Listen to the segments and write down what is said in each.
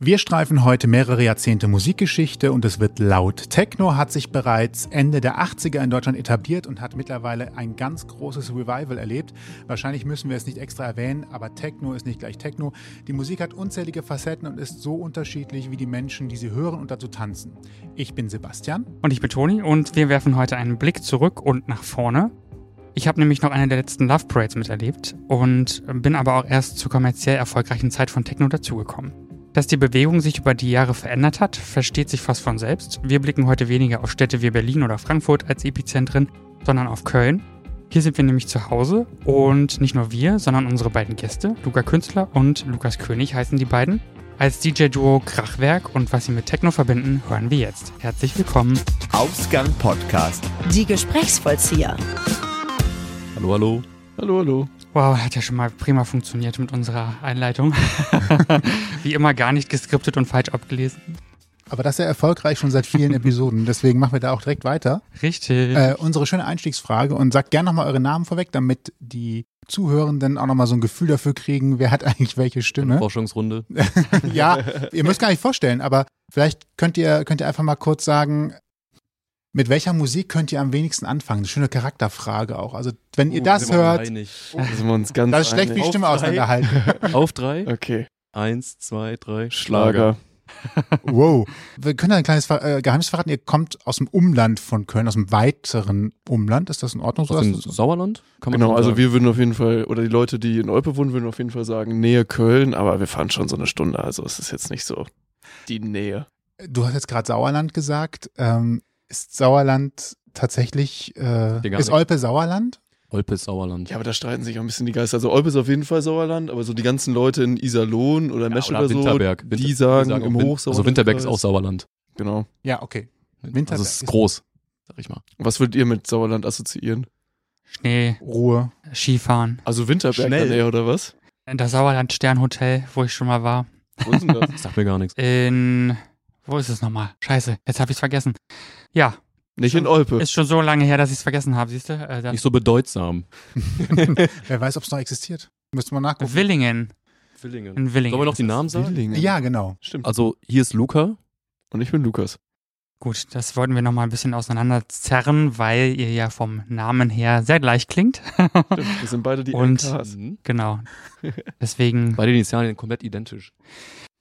Wir streifen heute mehrere Jahrzehnte Musikgeschichte und es wird laut. Techno hat sich bereits Ende der 80er in Deutschland etabliert und hat mittlerweile ein ganz großes Revival erlebt. Wahrscheinlich müssen wir es nicht extra erwähnen, aber Techno ist nicht gleich Techno. Die Musik hat unzählige Facetten und ist so unterschiedlich wie die Menschen, die sie hören und dazu tanzen. Ich bin Sebastian. Und ich bin Toni und wir werfen heute einen Blick zurück und nach vorne. Ich habe nämlich noch eine der letzten Love Parades miterlebt und bin aber auch erst zur kommerziell erfolgreichen Zeit von Techno dazugekommen. Dass die Bewegung sich über die Jahre verändert hat, versteht sich fast von selbst. Wir blicken heute weniger auf Städte wie Berlin oder Frankfurt als Epizentren, sondern auf Köln. Hier sind wir nämlich zu Hause und nicht nur wir, sondern unsere beiden Gäste, Luca Künstler und Lukas König heißen die beiden. Als DJ-Duo Krachwerk und was sie mit Techno verbinden, hören wir jetzt. Herzlich willkommen. Ausgang Podcast. Die Gesprächsvollzieher. Hallo, hallo. Hallo, hallo. Wow, hat ja schon mal prima funktioniert mit unserer Einleitung. Wie immer gar nicht geskriptet und falsch abgelesen. Aber das ist ja erfolgreich schon seit vielen Episoden, deswegen machen wir da auch direkt weiter. Richtig. Äh, unsere schöne Einstiegsfrage und sagt gerne nochmal eure Namen vorweg, damit die Zuhörenden auch nochmal so ein Gefühl dafür kriegen, wer hat eigentlich welche Stimme. Forschungsrunde. ja, ihr müsst gar nicht vorstellen, aber vielleicht könnt ihr, könnt ihr einfach mal kurz sagen, mit welcher Musik könnt ihr am wenigsten anfangen? Eine schöne Charakterfrage auch. Also, wenn ihr Oh, das sind wir uns hört, einig. Da sind wir uns ganz das ist schlecht, wie die einig. Stimme auseinanderhalten. Auf drei. Okay. Eins, zwei, drei. Schlager. Wow. Wir können ein kleines Ver- äh, Geheimnis verraten. Ihr kommt aus dem Umland von Köln, aus dem weiteren Umland. Ist das in Ordnung? so? Aus dem Das ist- Sauerland? Kann man Genau, schon also sagen. wir würden auf jeden Fall, oder die Leute, die in Olpe wohnen, würden auf jeden Fall sagen, Nähe Köln, aber wir fahren schon so eine Stunde, also es ist jetzt nicht so die Nähe. Du hast jetzt gerade Sauerland gesagt. Ähm, ist Sauerland tatsächlich, äh, ist gar nicht. Olpe Sauerland? Olpe ist Sauerland. Ja, aber da streiten sich auch ein bisschen die Geister. Also Olpe ist auf jeden Fall Sauerland, aber so die ganzen Leute in Iserlohn oder Mesch oder oder, so, Winterberg. Winter- die sagen, wir im Win- Hochsauerland. Also Winterberg ist auch Sauerland. Genau. Ja, okay. Winterberg Winterberg also es ist- ist groß, sag ich mal. Was würdet ihr mit Sauerland assoziieren? Schnee, Ruhe. Skifahren. Also Winterberg Schnell. in der Nähe oder was? Das Sauerland Sternhotel, wo ich schon mal war. Wo ist denn das? Sagt mir gar nichts. In. Wo ist es nochmal? Scheiße, jetzt habe ich es vergessen. Ja, nicht in Olpe. Äh. ist schon so lange her, dass ich es vergessen habe, siehst du? Äh, dann- Nicht so bedeutsam. Wer weiß, ob es noch existiert. Müsste man nachgucken. Willingen. Villingen. In Willingen. Sollen wir noch die ist Namen sagen? Willingen. Ja, genau. Stimmt. Also hier ist Luca. Und ich bin Lukas. es. Gut, das wollten wir nochmal ein bisschen auseinanderzerren, weil ihr ja vom Namen her sehr gleich klingt. Stimmt. Wir sind beide die Und- LKs. genau. Deswegen. Mhm. Beide Initialen komplett identisch.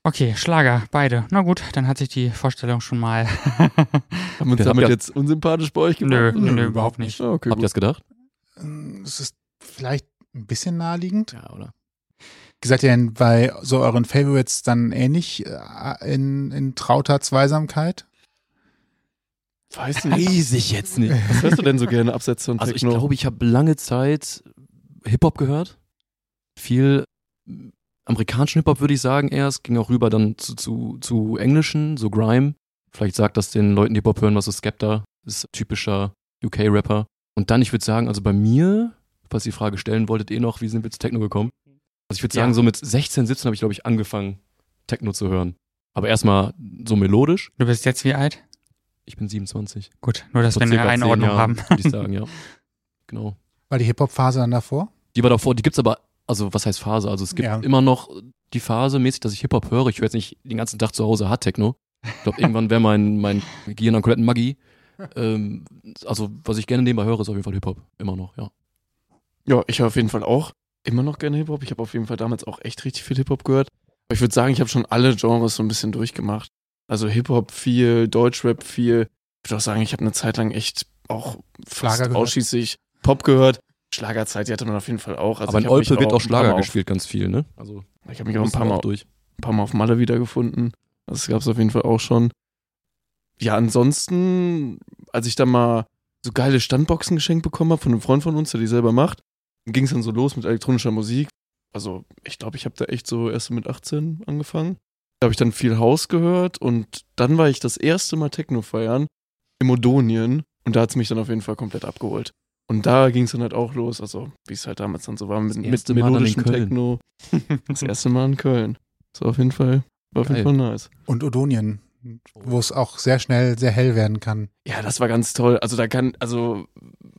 Okay, Schlager, beide. Na gut, dann hat sich die Vorstellung schon mal. Haben wir uns Wir haben damit ja- jetzt unsympathisch bei euch nö, gemacht? nö, Nö, überhaupt überhaupt nicht. Ah, okay, Habt ihr gut. das gedacht? Ähm, Es ist vielleicht ein bisschen naheliegend. Ja, oder? Seid ihr denn bei so euren Favorites dann ähnlich äh, in, in trauter Zweisamkeit? Weiß nicht. Weiß ich jetzt nicht. Was hörst du denn so gerne abseits von Also ich Techno? glaube, ich habe lange Zeit Hip-Hop gehört. Viel äh, amerikanischen Hip-Hop würde ich sagen erst. Ging auch rüber dann zu, zu, zu englischen, so Grime. Vielleicht sagt das den Leuten, die Hip-Hop hören, was ist Skepta, ist typischer UK-Rapper. Und dann, ich würde sagen, also bei mir, falls ihr die Frage stellen wolltet, eh noch, wie sind wir zu Techno gekommen? Also ich würde sagen, Ja. so mit 16, 17 habe ich, glaube ich, angefangen, Techno zu hören. Aber erstmal so melodisch. Du bist jetzt wie alt? Ich bin 27. Gut, nur dass Vor wir eine circa 10 Einordnung Jahren, haben. Würde ich sagen, ja. Genau. War die Hip-Hop-Phase dann davor? Die war davor, die gibt's aber, also was heißt Phase? Also es gibt Ja. immer noch die Phase mäßig, dass ich Hip-Hop höre. Ich höre jetzt nicht den ganzen Tag zu Hause Hard Techno. Ich glaube, irgendwann wäre mein, mein Gehirn an Coletten Maggi. Ähm, also, was ich gerne nebenbei höre, ist auf jeden Fall Hip-Hop. Immer noch, ja. ja, ich höre auf jeden Fall auch immer noch gerne Hip-Hop. Ich habe auf jeden Fall damals auch echt richtig viel Hip-Hop gehört. Aber ich würde sagen, ich habe schon alle Genres so ein bisschen durchgemacht. Also Hip-Hop viel, Deutschrap viel. Ich würde auch sagen, ich habe eine Zeit lang echt auch Schlager fast gehört. ausschließlich Pop gehört. Schlagerzeit, die hatte man auf jeden Fall auch. Also aber ich in hab mich Olpe wird auch ein paar Schlager Mal auf- gespielt, ganz viel, ne? Also, Ich habe mich auch ein müssen paar wir Mal durch. ein paar Mal auf Malle wiedergefunden. Das gab es auf jeden Fall auch schon. Ja, ansonsten, als ich da mal so geile Standboxen geschenkt bekommen habe von einem Freund von uns, der die selber macht, ging es dann so los mit elektronischer Musik. Also ich glaube, ich habe da echt so erst mit 18 angefangen. Da habe ich dann viel Haus gehört und dann war ich das erste Mal Techno feiern im Odonien und da hat es mich dann auf jeden Fall komplett abgeholt. Und da ging es dann halt auch los, also wie es halt damals dann so war, mit, mit erste Mal dann in melodischem Köln. Techno. Das erste Mal in Köln. So auf jeden Fall, war auf jeden Geil. Fall nice. Und Odonien, wo es auch sehr schnell sehr hell werden kann. Ja, das war ganz toll. Also da kann, also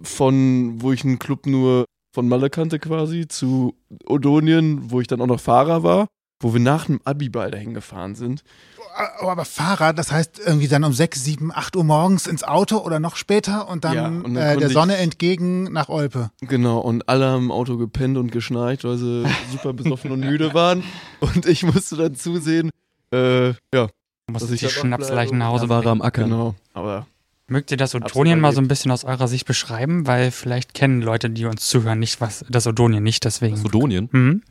von, wo ich einen Club nur von Malle kannte quasi, zu Odonien, wo ich dann auch noch Fahrer war, wo wir nach dem Abi-Ball dahin gefahren sind. Oh, aber Fahrrad, das heißt irgendwie dann um 6, 7, 8 Uhr morgens ins Auto oder noch später und dann, Ja, und dann äh, konnte der ich- Sonne entgegen nach Olpe. Genau, und alle haben im Auto gepennt und geschnarcht, weil sie super besoffen und müde waren. Und ich musste dann zusehen. Äh, ja, Muss Dass ich ich die da Schnapsleichen abbleibe nach Hause Da war er am Ackern. genau. Aber Mögt ihr das Hab's Odonien mal so ein überlebt. bisschen aus eurer Sicht beschreiben? Weil vielleicht kennen Leute, die uns zuhören, nicht was das Odonien nicht, deswegen. Das Odonien. Hm?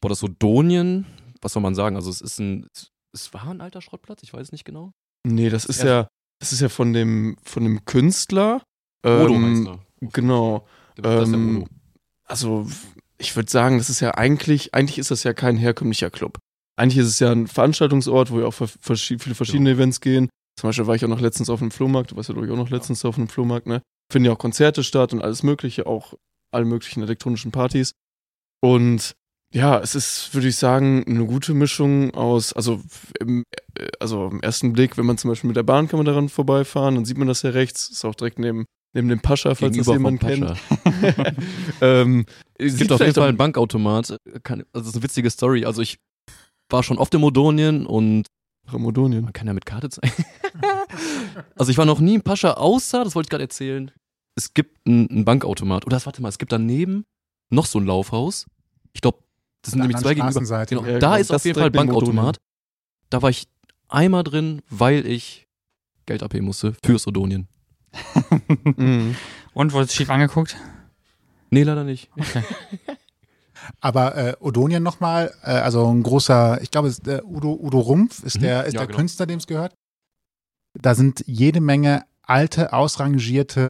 Boah, das Odonien, was soll man sagen? Also es ist ein, es- es war ein alter Schrottplatz, ich weiß nicht genau. nee, das ist Ja. ja, das ist ja von dem, von dem Künstler. heißt Ähm, er. genau. Das ist der ähm, Odo. also ich würde sagen, das ist ja eigentlich, eigentlich ist das ja kein herkömmlicher Club. Eigentlich ist es ja ein Veranstaltungsort, wo ja auch ver- verschi- viele verschiedene Genau. Events gehen. Zum Beispiel war ich auch noch letztens auf einem Flohmarkt, du warst ja glaube ich auch noch letztens auf einem Flohmarkt, ne? Finden ja auch Konzerte statt und alles mögliche, auch alle möglichen elektronischen Partys. Und ja, es ist, würde ich sagen, eine gute Mischung aus, also im, äh, also im ersten Blick, wenn man zum Beispiel mit der Bahn kann man daran vorbeifahren, dann sieht man das ja rechts, ist auch direkt neben, neben dem Pascha, falls Gegenüber das vom jemand kennt. Pascha. ähm, Es gibt auf jeden Fall einen Bankautomat. Kann, also das ist eine witzige Story. Also ich war schon oft im Odonien und Ramodonien. man kann ja mit Karte zeigen. also ich war noch nie im Pascha, außer, das wollte ich gerade erzählen, es gibt einen einen Bankautomat. Oder warte mal, es gibt daneben noch so ein Laufhaus. Ich glaube, das sind Auf der nämlich zwei anderen gegenüber. Straßenseite. Genau, Ja, da genau, ist das auf jeden ist Fall direkt neben Odonien. Bankautomat. Da war ich einmal drin, weil ich Geld abheben musste fürs Odonien. Mhm. Und wurde es schief angeguckt? Nee, leider nicht. Aber äh, Odonien nochmal, äh, also ein großer, ich glaube, es ist, äh, Udo, Udo Rumpf ist Mhm. der, ist Ja, der genau. Künstler, dem es gehört. Da sind jede Menge alte, ausrangierte Mhm.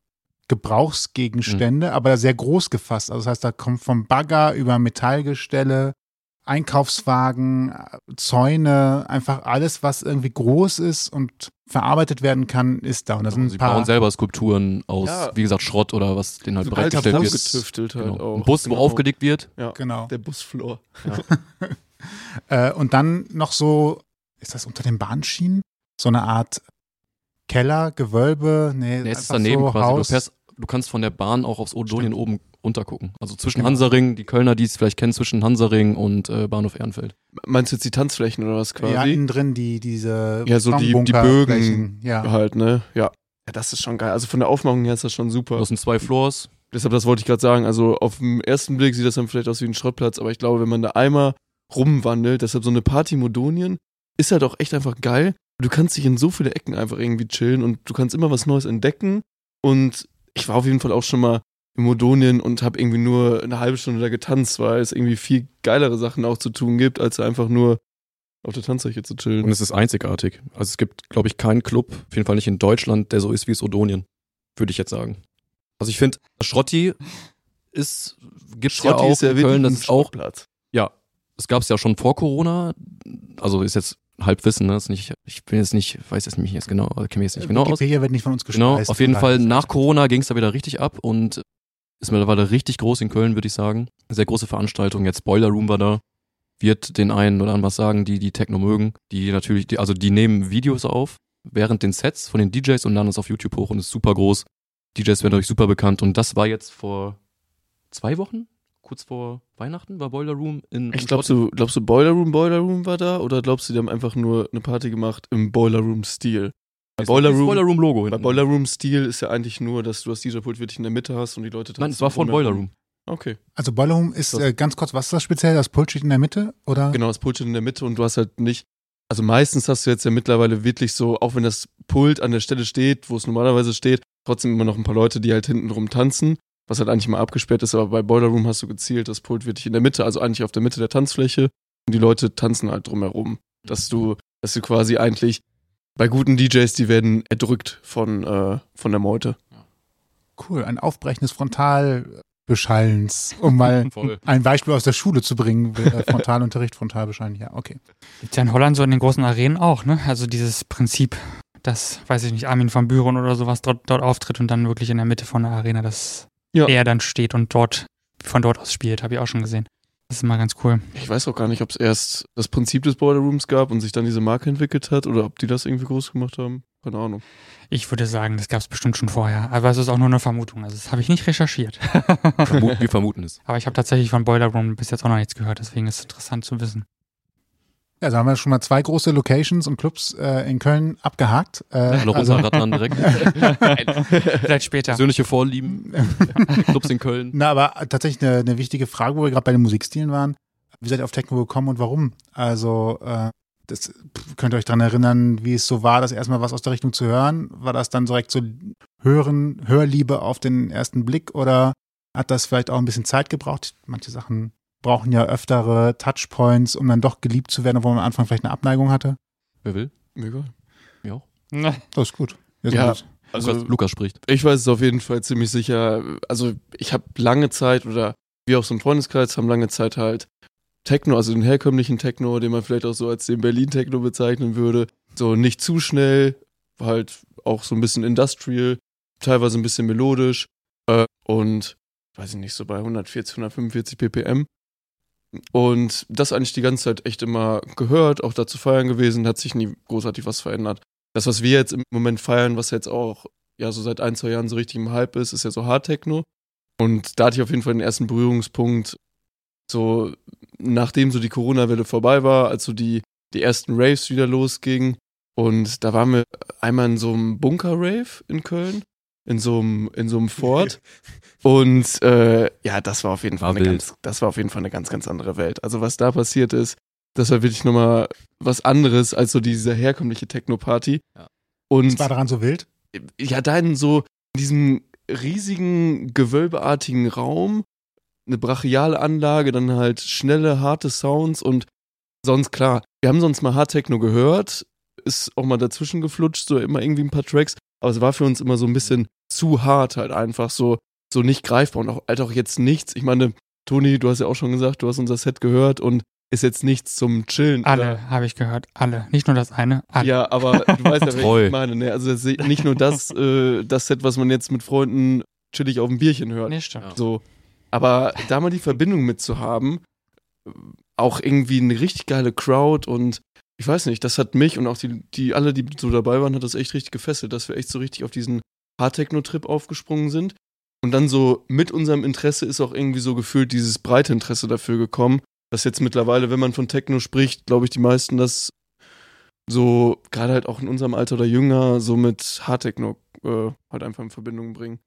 Gebrauchsgegenstände, aber sehr groß gefasst. Also das heißt, da kommt vom Bagger über Metallgestelle, Einkaufswagen, äh, Zäune, einfach alles, was irgendwie groß ist und verarbeitet werden kann, ist da. Und da sind Sie ein paar bauen selber Skulpturen aus, Ja. wie gesagt, Schrott oder was den halt So ein alter bereitgestellt Bus wird. Also getüftelt halt Genau. auch. Ein Bus, Genau. wo aufgedeckt wird. Genau. Der Busfloor. Äh, und dann noch so, ist das unter den Bahnschienen? So eine Art Keller, Gewölbe, nee, Nee, es einfach ist daneben so quasi. Du, Haus. fährst, du kannst von der Bahn auch aufs Odonien oben runtergucken. Also zwischen Genau. Hansaring, die Kölner, die es vielleicht kennen, zwischen Hansaring und äh, Bahnhof Ehrenfeld. Meinst du jetzt die Tanzflächen oder was quasi? ja, innen drin die, diese Ja, so die- die Betonbunkerflächen. Ja. Halt, ne? Ja. Ja, das ist schon geil. Also von der Aufmachung her ist das schon super. Das sind zwei Floors. Deshalb, das wollte ich gerade sagen. Also auf den ersten Blick sieht das dann vielleicht aus wie ein Schrottplatz, aber ich glaube, wenn man da einmal rumwandelt, deshalb so eine Party Modonien, ist halt auch echt einfach geil. Du kannst dich in so viele Ecken einfach irgendwie chillen und du kannst immer was Neues entdecken. Und ich war auf jeden Fall auch schon mal in Modonien und habe irgendwie nur eine halbe Stunde da getanzt, weil es irgendwie viel geilere Sachen auch zu tun gibt, als einfach nur auf der Tanzfläche zu Und chillen. es ist einzigartig. Also es gibt, glaube ich, keinen Club, auf jeden Fall nicht in Deutschland, der so ist wie es Odonien. Würde ich jetzt sagen. Also ich finde, Schrotti ist, gibt's ja auch in Köln, das ist auch Schrottplatz. Ja, es gab es ja schon vor Corona. Also ist jetzt Halbwissen, ne? Ist nicht, ich bin jetzt nicht, weiß jetzt nicht jetzt genau, also kenne mich jetzt Äh, nicht genau aus. Wikipedia wird nicht von uns Genau, gespeist. auf jeden Nein. Fall nach Corona ging es da wieder richtig ab und ist mittlerweile richtig groß in Köln, würde ich sagen. Sehr große Veranstaltung. Jetzt Boiler Room war da. Wird den einen oder anderen was sagen, die die Techno mögen. Die natürlich, die, also die nehmen Videos auf während den Sets von den DJs und laden es auf YouTube hoch und ist super groß. DJs werden euch super bekannt und das war jetzt vor zwei Wochen, kurz vor Weihnachten, war Boiler Room in. Ich glaubst du, glaubst du, Boiler Room, Boiler Room war da oder glaubst du, die haben einfach nur eine Party gemacht im Boiler Room-Stil? Bei Boiler Das Room, Boiler Room Logo. bei hinten. Boiler Room-Stil ist ja eigentlich nur, dass du das DJ-Pult wirklich in der Mitte hast und die Leute Nein, es war von drumherum. Boiler Room. Okay, Also Bollum ist äh, ganz kurz, was ist das speziell? Das Pult steht in der Mitte? Oder? genau, das Pult steht in der Mitte und du hast halt nicht. Also meistens hast du jetzt ja mittlerweile wirklich so, auch wenn das Pult an der Stelle steht, wo es normalerweise steht, trotzdem immer noch ein paar Leute, die halt hinten rum tanzen, was halt eigentlich mal abgesperrt ist, aber bei Boiler Room hast du gezielt, das Pult wirklich in der Mitte, also eigentlich auf der Mitte der Tanzfläche und die Leute tanzen halt drumherum. dass du, dass du quasi eigentlich bei guten DJs, die werden erdrückt von, äh, von der Meute. Cool, ein aufbrechendes Frontalbeschallens, um mal Voll. ein Beispiel aus der Schule zu bringen. Äh, Frontalunterricht, Frontalbeschallen, ja, okay. Gibt ja in Holland so in den großen Arenen auch, ne? Also dieses Prinzip, dass, weiß ich nicht, Armin van Buren oder sowas dort, dort auftritt und dann wirklich in der Mitte von der Arena, dass Ja. er dann steht und dort von dort aus spielt, habe ich auch schon gesehen. Das ist mal ganz cool. Ich weiß auch gar nicht, ob es erst das Prinzip des Boiler Rooms gab und sich dann diese Marke entwickelt hat oder ob die das irgendwie groß gemacht haben. Keine Ahnung. Ich würde sagen, das gab es bestimmt schon vorher. Aber es ist auch nur eine Vermutung. Also das habe ich nicht recherchiert. Vermuten- Wir vermuten es. Aber ich habe tatsächlich von Boiler Room bis jetzt auch noch nichts gehört, deswegen ist es interessant zu wissen. Ja, also haben wir schon mal zwei große Locations und Clubs äh, in Köln abgehakt. Äh, Hallo Rosa Radmann direkt. Vielleicht später. Persönliche Vorlieben. Clubs in Köln. Na, aber tatsächlich eine, eine wichtige Frage, wo wir gerade bei den Musikstilen waren. Wie seid ihr auf Techno gekommen und warum? Also, äh, das pff, könnt ihr euch daran erinnern, wie es so war, das erstmal was aus der Richtung zu hören? War das dann direkt so Hören, Hörliebe auf den ersten Blick oder hat das vielleicht auch ein bisschen Zeit gebraucht? Manche Sachen brauchen ja öftere Touchpoints, um dann doch geliebt zu werden, obwohl man am Anfang vielleicht eine Abneigung hatte. Wer will? Mega. Ne? Das ist gut. Das ist Ja, gut. also Lukas, Lukas spricht. Ich weiß es auf jeden Fall ziemlich sicher. Also ich habe lange Zeit oder wir aus dem Freundeskreis haben lange Zeit halt Techno, also den herkömmlichen Techno, den man vielleicht auch so als den Berlin-Techno bezeichnen würde. So nicht zu schnell, halt auch so ein bisschen industrial, teilweise ein bisschen melodisch äh, und weiß ich nicht, so bei 140, 145 ppm. Und das eigentlich die ganze Zeit echt immer gehört, auch dazu feiern gewesen, hat sich nie großartig was verändert. Das, was wir jetzt im Moment feiern, was jetzt auch ja so seit ein, zwei Jahren so richtig im Hype ist, ist ja so Hardtechno. Und da hatte ich auf jeden Fall den ersten Berührungspunkt, so nachdem so die Corona-Welle vorbei war, als so die, die ersten Raves wieder losgingen. Und da waren wir einmal in so einem Bunker-Rave in Köln, in so einem, in so einem Fort. Und äh, ja, das war auf jeden Fall War eine wild. ganz, das war auf jeden Fall eine ganz, ganz andere Welt. Also was da passiert ist, das war wirklich nochmal was anderes als so diese herkömmliche Techno-Party. Ja. Und Was war daran so wild? ja, da in so in diesem riesigen, gewölbeartigen Raum, eine brachiale Anlage, dann halt schnelle, harte Sounds und sonst klar. Wir haben sonst mal Hard Techno gehört, ist auch mal dazwischen geflutscht, so immer irgendwie ein paar Tracks, aber es war für uns immer so ein bisschen zu hart halt einfach, so, so nicht greifbar und auch, halt auch jetzt nichts. Ich meine, Toni, du hast ja auch schon gesagt, du hast unser Set gehört und ist jetzt nichts zum Chillen. oder- Alle, habe ich gehört. Alle. Nicht nur das eine. Alle. ja, aber du weißt ja, was Treu. ich meine. Ne? Also das ist nicht nur das, äh, das Set, was man jetzt mit Freunden chillig auf dem Bierchen hört. Nee, stimmt. So. Aber da mal die Verbindung mit zu haben, äh, auch irgendwie eine richtig geile Crowd und ich weiß nicht, das hat mich und auch die, die alle, die so dabei waren, hat das echt richtig gefesselt, dass wir echt so richtig auf diesen Hardtechno-Trip aufgesprungen sind. Und dann so mit unserem Interesse ist auch irgendwie so gefühlt dieses breite Interesse dafür gekommen, dass jetzt mittlerweile, wenn man von Techno spricht, glaube ich, die meisten das so, gerade halt auch in unserem Alter oder jünger, so mit Hardtechno äh, halt einfach in Verbindung bringen.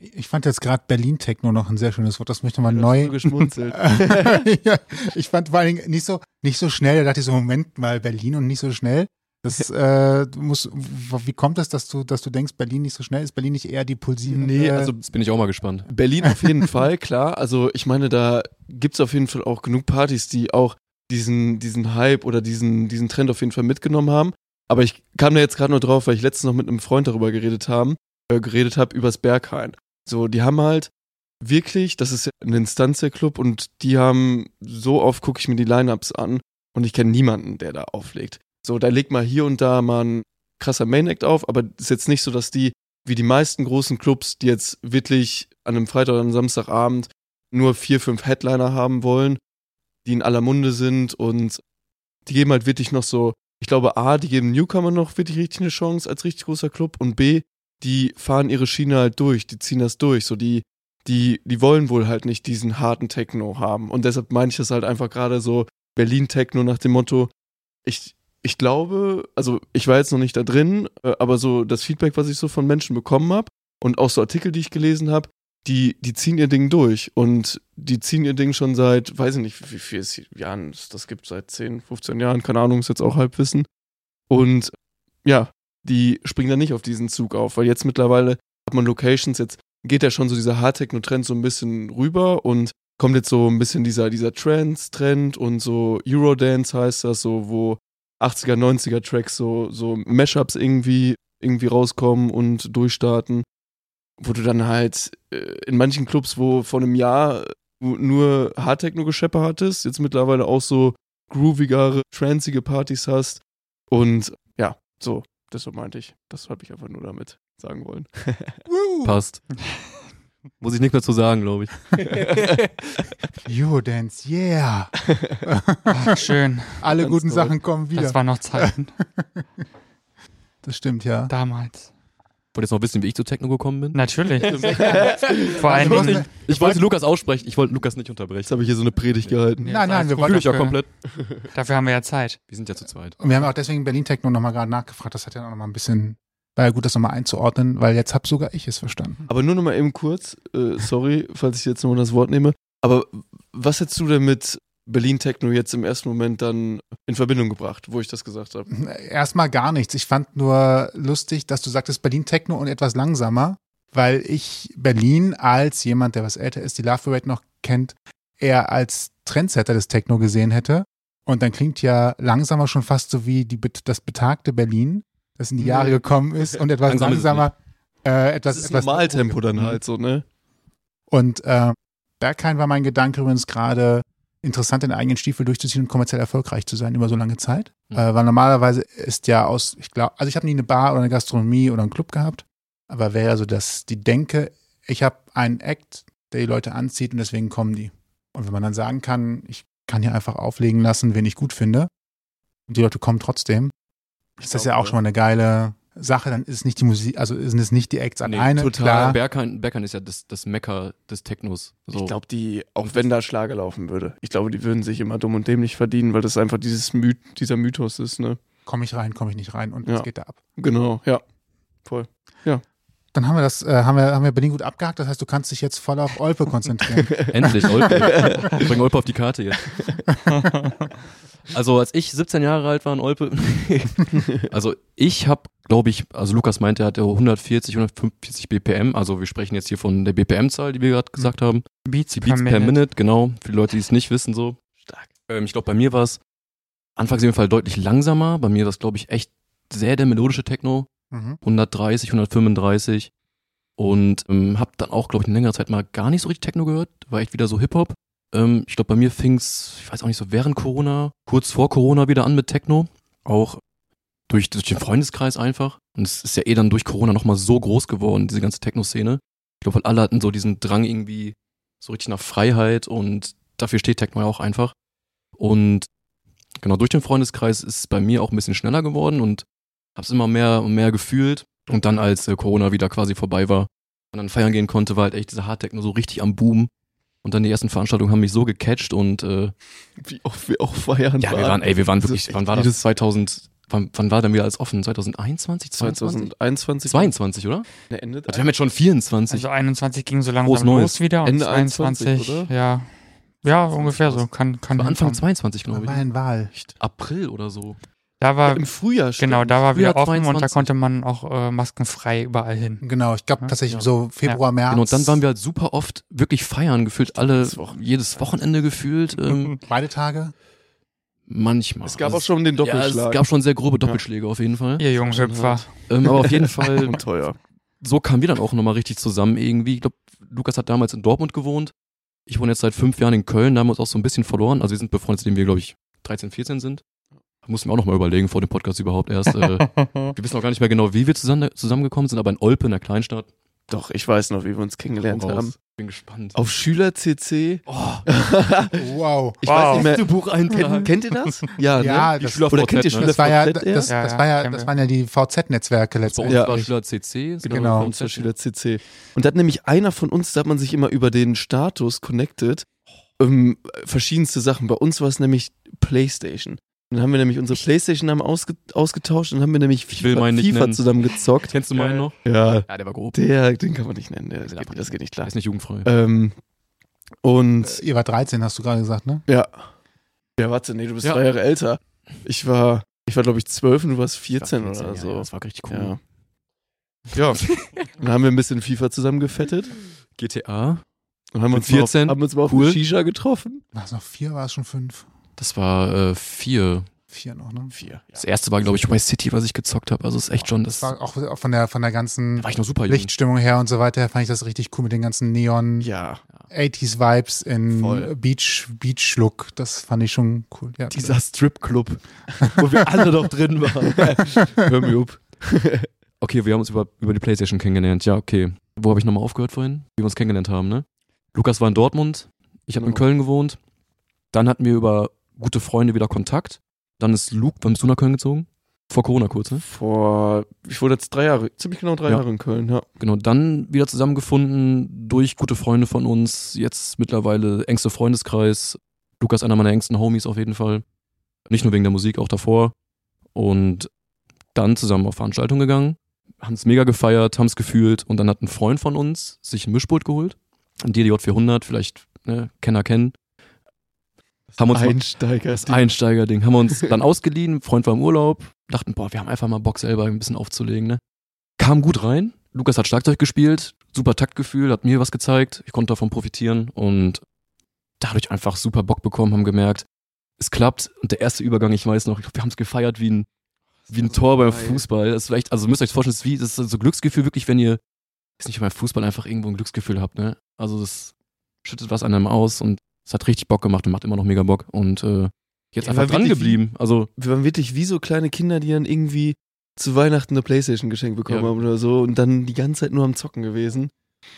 Ich fand jetzt gerade Berlin-Techno noch ein sehr schönes Wort. Das möchte man Du hast neu, so geschmunzelt. ja, ich fand vor allen Dingen nicht so, nicht so schnell. Da dachte ich so, Moment mal, Berlin und nicht so schnell. Das äh, muss, wie kommt das, dass du, dass du denkst, Berlin nicht so schnell? Ist Berlin nicht eher die pulsierende? äh, Nee, also Jetzt bin ich auch mal gespannt. Berlin auf jeden Fall, klar. Also ich meine, da gibt es auf jeden Fall auch genug Partys, die auch diesen, diesen Hype oder diesen, diesen Trend auf jeden Fall mitgenommen haben. Aber ich kam da jetzt gerade nur drauf, weil ich letztens noch mit einem Freund darüber geredet haben, äh, geredet habe, übers Berghain. So, die haben halt wirklich, das ist ja ein Instanz der Club und die haben, so oft gucke ich mir die Lineups an und ich kenne niemanden, der da auflegt. So, da legt mal hier und da mal ein krasser Main-Act auf, aber ist jetzt nicht so, dass die wie die meisten großen Clubs, die jetzt wirklich an einem Freitag oder einem Samstagabend nur vier, fünf Headliner haben wollen, die in aller Munde sind und die geben halt wirklich noch so, ich glaube A, die geben Newcomer noch wirklich richtig eine Chance als richtig großer Club und B, die fahren ihre Schiene halt durch, die ziehen das durch, so die, die, die wollen wohl halt nicht diesen harten Techno haben und deshalb meine ich das halt einfach gerade so Berlin-Techno nach dem Motto, ich, ich glaube, also ich war jetzt noch nicht da drin, äh, aber so das Feedback, was ich so von Menschen bekommen habe und auch so Artikel, die ich gelesen habe, die, die ziehen ihr Ding durch und die ziehen ihr Ding schon seit, weiß ich nicht, wie- wie viel es- Jahren es das gibt, seit 10, 15 Jahren, keine Ahnung, ist jetzt auch Halbwissen. Und ja, die springen da nicht auf diesen Zug auf, weil jetzt mittlerweile hat man Locations, jetzt geht ja schon so dieser Hardtechno-Trend so ein bisschen rüber und kommt jetzt so ein bisschen dieser, dieser Trends-Trend und so Eurodance heißt das, so wo 80er, 90er Tracks, so, so Mashups irgendwie, irgendwie rauskommen und durchstarten, wo du dann halt äh, in manchen Clubs, wo vor einem Jahr äh, wo nur Hardtechno geschepper hattest, jetzt mittlerweile auch so groovigere, transige Partys hast und ja, so, das so meinte ich. Das habe ich einfach nur damit sagen wollen. Uh. Passt. Muss ich nichts mehr zu sagen, glaube ich. Eurodance, yeah. Ach, schön. Alle Ganz guten toll. Sachen kommen wieder. Das waren noch Zeiten. Das stimmt, ja. Damals. Wollt ihr jetzt noch wissen, wie ich zu Techno gekommen bin? Natürlich. Vor Also allen muss- Dingen. Ich wollte Lukas aussprechen, ich wollte Lukas nicht unterbrechen. Jetzt habe ich hier so eine Predigt gehalten. Nein, nein, wir also alles gut. wollen Fühle ich ja Dafür- komplett. Dafür haben wir ja Zeit. Wir sind ja zu zweit. Und wir haben auch deswegen Berlin Techno nochmal gerade nachgefragt. Das hat ja auch nochmal ein bisschen, war ja gut, das nochmal einzuordnen, weil jetzt habe sogar ich es verstanden. Aber nur noch mal eben kurz, äh, sorry, falls ich jetzt nochmal das Wort nehme. Aber was hättest du denn mit Berlin Techno jetzt im ersten Moment dann in Verbindung gebracht, wo ich das gesagt habe? äh, Erstmal gar nichts. Ich fand nur lustig, dass du sagtest Berlin Techno und etwas langsamer, weil ich Berlin als jemand, der was älter ist, die Love Parade noch kennt, eher als Trendsetter des Techno gesehen hätte. Und dann klingt ja langsamer schon fast so wie die, bet- das betagte Berlin, das in die Jahre gekommen ist und etwas Langsam ist es langsamer, äh, etwas, Das ist etwas Normaltempo Mhm. dann halt so, ne? Und äh, Bergheim war mein Gedanke übrigens gerade, interessant den eigenen Stiefel durchzuziehen und kommerziell erfolgreich zu sein über so lange Zeit. Mhm. Äh, weil normalerweise ist ja aus, ich glaube, also ich habe nie eine Bar oder eine Gastronomie oder einen Club gehabt, aber wäre ja so, dass die Denke, ich habe einen Act, der die Leute anzieht und deswegen kommen die. Und wenn man dann sagen kann, ich kann hier einfach auflegen lassen, wen ich gut finde, und die Leute kommen trotzdem, ist das ja äh, auch schon mal eine geile Sache, dann ist nicht die Musik, also sind es nicht die Acts Nee, alleine, total. klar. Berkan, Berkan ist ja das, das Mecker des Technos. So. Ich glaube, die, auch wenn da Schlager laufen würde, ich glaube, die würden sich immer dumm und dämlich verdienen, weil das einfach dieses My dieser Mythos ist, ne? komme ich rein, komme ich nicht rein und Ja. was geht da ab? Genau, ja. Dann haben wir das, äh, haben wir, haben wir Berlin gut abgehakt. Das heißt, du kannst dich jetzt voll auf Olpe konzentrieren. Endlich, Olpe. Ich bringe Olpe auf die Karte jetzt. Also als ich 17 Jahre alt war in Olpe, also ich habe, glaube ich, also Lukas meinte, er hatte 140, 145 BPM, also wir sprechen jetzt hier von der BPM-Zahl, die wir gerade gesagt haben. Beats, Die Beats Hm. per Minute, genau, für die Leute, die es nicht wissen so. Stark. Ähm, ich glaube, bei mir war es anfangs auf jeden Fall deutlich langsamer, bei mir war es, glaube ich, echt sehr der melodische Techno. mhm. 130, 135 und ähm, habe dann auch, glaube ich, eine längere Zeit mal gar nicht so richtig Techno gehört, war echt wieder so Hip-Hop. Ähm, ich glaube, bei mir fing's, ich weiß auch nicht so, während Corona, kurz vor Corona wieder an mit Techno, auch durch, durch den Freundeskreis einfach. Und es ist ja eh dann durch Corona nochmal so groß geworden, diese ganze Techno-Szene. Ich glaube, weil alle hatten so diesen Drang irgendwie so richtig nach Freiheit und dafür steht Techno ja auch einfach. Und genau, durch den Freundeskreis ist es bei mir auch ein bisschen schneller geworden und hab's immer mehr und mehr gefühlt. Und dann, als äh, Corona wieder quasi vorbei war und dann feiern gehen konnte, war halt echt diese Hardtech nur so richtig am Boom. Und dann die ersten Veranstaltungen haben mich so gecatcht und äh, Wie oft wir auch feiern. ja, wir waren, ey, wir waren Also wirklich, echt wann war das? jedes- 2000, wann, wann war denn wieder alles offen? 2021, 2022? 2021. 22, oder? Ne, Ende, Also wir haben jetzt schon 24. Also 21 ging so langsam Groß los Neues. wieder und Ende 22, 21, oder? ja. Ja, ungefähr so. Kann, kann war Anfang hinkommen. 22, glaube War ich. ein Wahl. April oder so. Da war, im Frühjahr schon. genau, da war wieder Frühjahr offen und da 22. konnte man auch äh, maskenfrei überall hin. Genau, ich glaube Ja, tatsächlich ja. so Februar, März. Genau, und dann waren wir halt super oft wirklich feiern, gefühlt alle, Jedes Wochenende. jedes Wochenende gefühlt, ähm, beide Tage. manchmal. Es gab Also auch schon den Doppelschlag. Ja, es gab schon sehr grobe Doppelschläge auf jeden Fall. Ihr jungen Hüpfer. Ähm, aber auf jeden Fall und teuer. so kamen wir dann auch nochmal richtig zusammen irgendwie. Ich glaube, Lukas hat damals in Dortmund gewohnt. Ich wohne jetzt seit fünf Jahren in Köln, da haben wir uns auch so ein bisschen verloren. Also wir sind befreundet, seitdem wir, glaube ich, 13, 14 sind. Da mussten wir auch nochmal überlegen vor dem Podcast überhaupt erst. Äh, wir wissen auch gar nicht mehr genau, wie wir zusammen, zusammengekommen sind, aber in Olpe, in der Kleinstadt. Doch, ich weiß noch, wie wir uns kennengelernt Hau raus. haben. Bin gespannt. Auf Schüler-CC. Oh, Wow. Wow. Ich weiß nicht mehr. Kennt, Bucheintrag. kennt ihr das? Ja, Ja, ne? das- Schüler- Oder kennt ihr VZ, ne? Das war ja, das, Schüler-VZ? das, eher? Ja, das ja, war ja, kennen das wir. waren ja die VZ-Netzwerke Bei letztendlich. uns Ja. war Schüler CC. Genau. bei Bei uns uns war war Schüler- Schüler-CC. Und da hat nämlich einer von uns, da hat man sich immer über den Status connected, ähm, verschiedenste Sachen. Bei uns war es nämlich Playstation. Dann haben wir nämlich unsere Playstation-Namen ausge ausgetauscht und haben wir nämlich Ich will FIFA, meinen nicht FIFA nennen. zusammen gezockt. Kennst du meinen noch? Ja, Ja, der war grob. Der der, den kann man nicht nennen. Der, das, Der geht, darf nicht- das geht nicht klar. ist nicht jugendfrei. Ähm, und Äh, Ihr war 13, hast du gerade gesagt, ne? ja. Ja, warte, nee, du bist Ja. drei Jahre älter. Ich war, ich war glaube ich zwölf und du warst 14, Ja, oder so. Ja, das war richtig cool. Ja. Ja. dann haben wir ein bisschen FIFA zusammen gefettet. GTA. Und haben Mit uns, 14? 14. Mal auf, haben uns mal auf Cool. cool. Shisha getroffen. War es noch vier, war es schon fünf? Das war äh, vier. Vier noch, ne? Vier. Das erste war, glaube ich, Vice City, was ich gezockt habe. Also es ist echt schon, das, Das war auch auch von der, von der ganzen da war ich noch super jung. Lichtstimmung her und so weiter her fand ich das richtig cool mit den ganzen Neon. Ja. 80s-Vibes Voll. in Beach, Beach-Look, das fand ich schon cool. Ja, Dieser Stripclub, wo wir alle doch drin waren. Hör mir up. Okay, wir haben uns über, über die Playstation kennengelernt. Ja, okay. Wo habe ich nochmal aufgehört vorhin? Wie wir uns kennengelernt haben, ne? Lukas war in Dortmund, ich habe in Genau. Köln gewohnt. Dann hatten wir über gute Freunde wieder Kontakt. Dann ist Luke, wann bist du nach Köln gezogen? Vor Corona kurz, ne? Vor, ich wurde jetzt drei Jahre, ziemlich genau drei Ja. Jahre in Köln, ja. Genau, dann wieder zusammengefunden durch gute Freunde von uns, jetzt mittlerweile engster Freundeskreis. Lukas einer meiner engsten Homies auf jeden Fall. Nicht nur wegen der Musik, auch davor. Und dann zusammen auf Veranstaltungen gegangen, haben es mega gefeiert, haben es gefühlt und dann hat ein Freund von uns sich ein Mischpult geholt, ein DDJ 400, vielleicht ne, Kenner kennen. Haben uns mal- Einsteiger. das Einsteigerding. Haben wir uns dann ausgeliehen, Freund war im Urlaub, dachten, boah, wir haben einfach mal Bock selber ein bisschen aufzulegen, ne? Kam gut rein, Lukas hat Schlagzeug gespielt, super Taktgefühl, hat mir was gezeigt, ich konnte davon profitieren und dadurch einfach super Bock bekommen, haben gemerkt, es klappt und der erste Übergang, ich weiß noch, ich glaub, wir haben es gefeiert wie ein, wie ein Tor beim Fußball. Das ist vielleicht, also müsst ihr euch vorstellen, das ist wie, das ist so ein Glücksgefühl wirklich, wenn ihr, ist nicht beim Fußball einfach irgendwo ein Glücksgefühl habt, ne? Also das schüttet was an einem aus und es hat richtig Bock gemacht und macht immer noch mega Bock und äh, jetzt Ja, einfach weil dran wirklich- geblieben. Also wir waren wirklich wie so kleine Kinder, die dann irgendwie zu Weihnachten eine Playstation geschenkt bekommen Ja. haben oder so und dann die ganze Zeit nur am Zocken gewesen.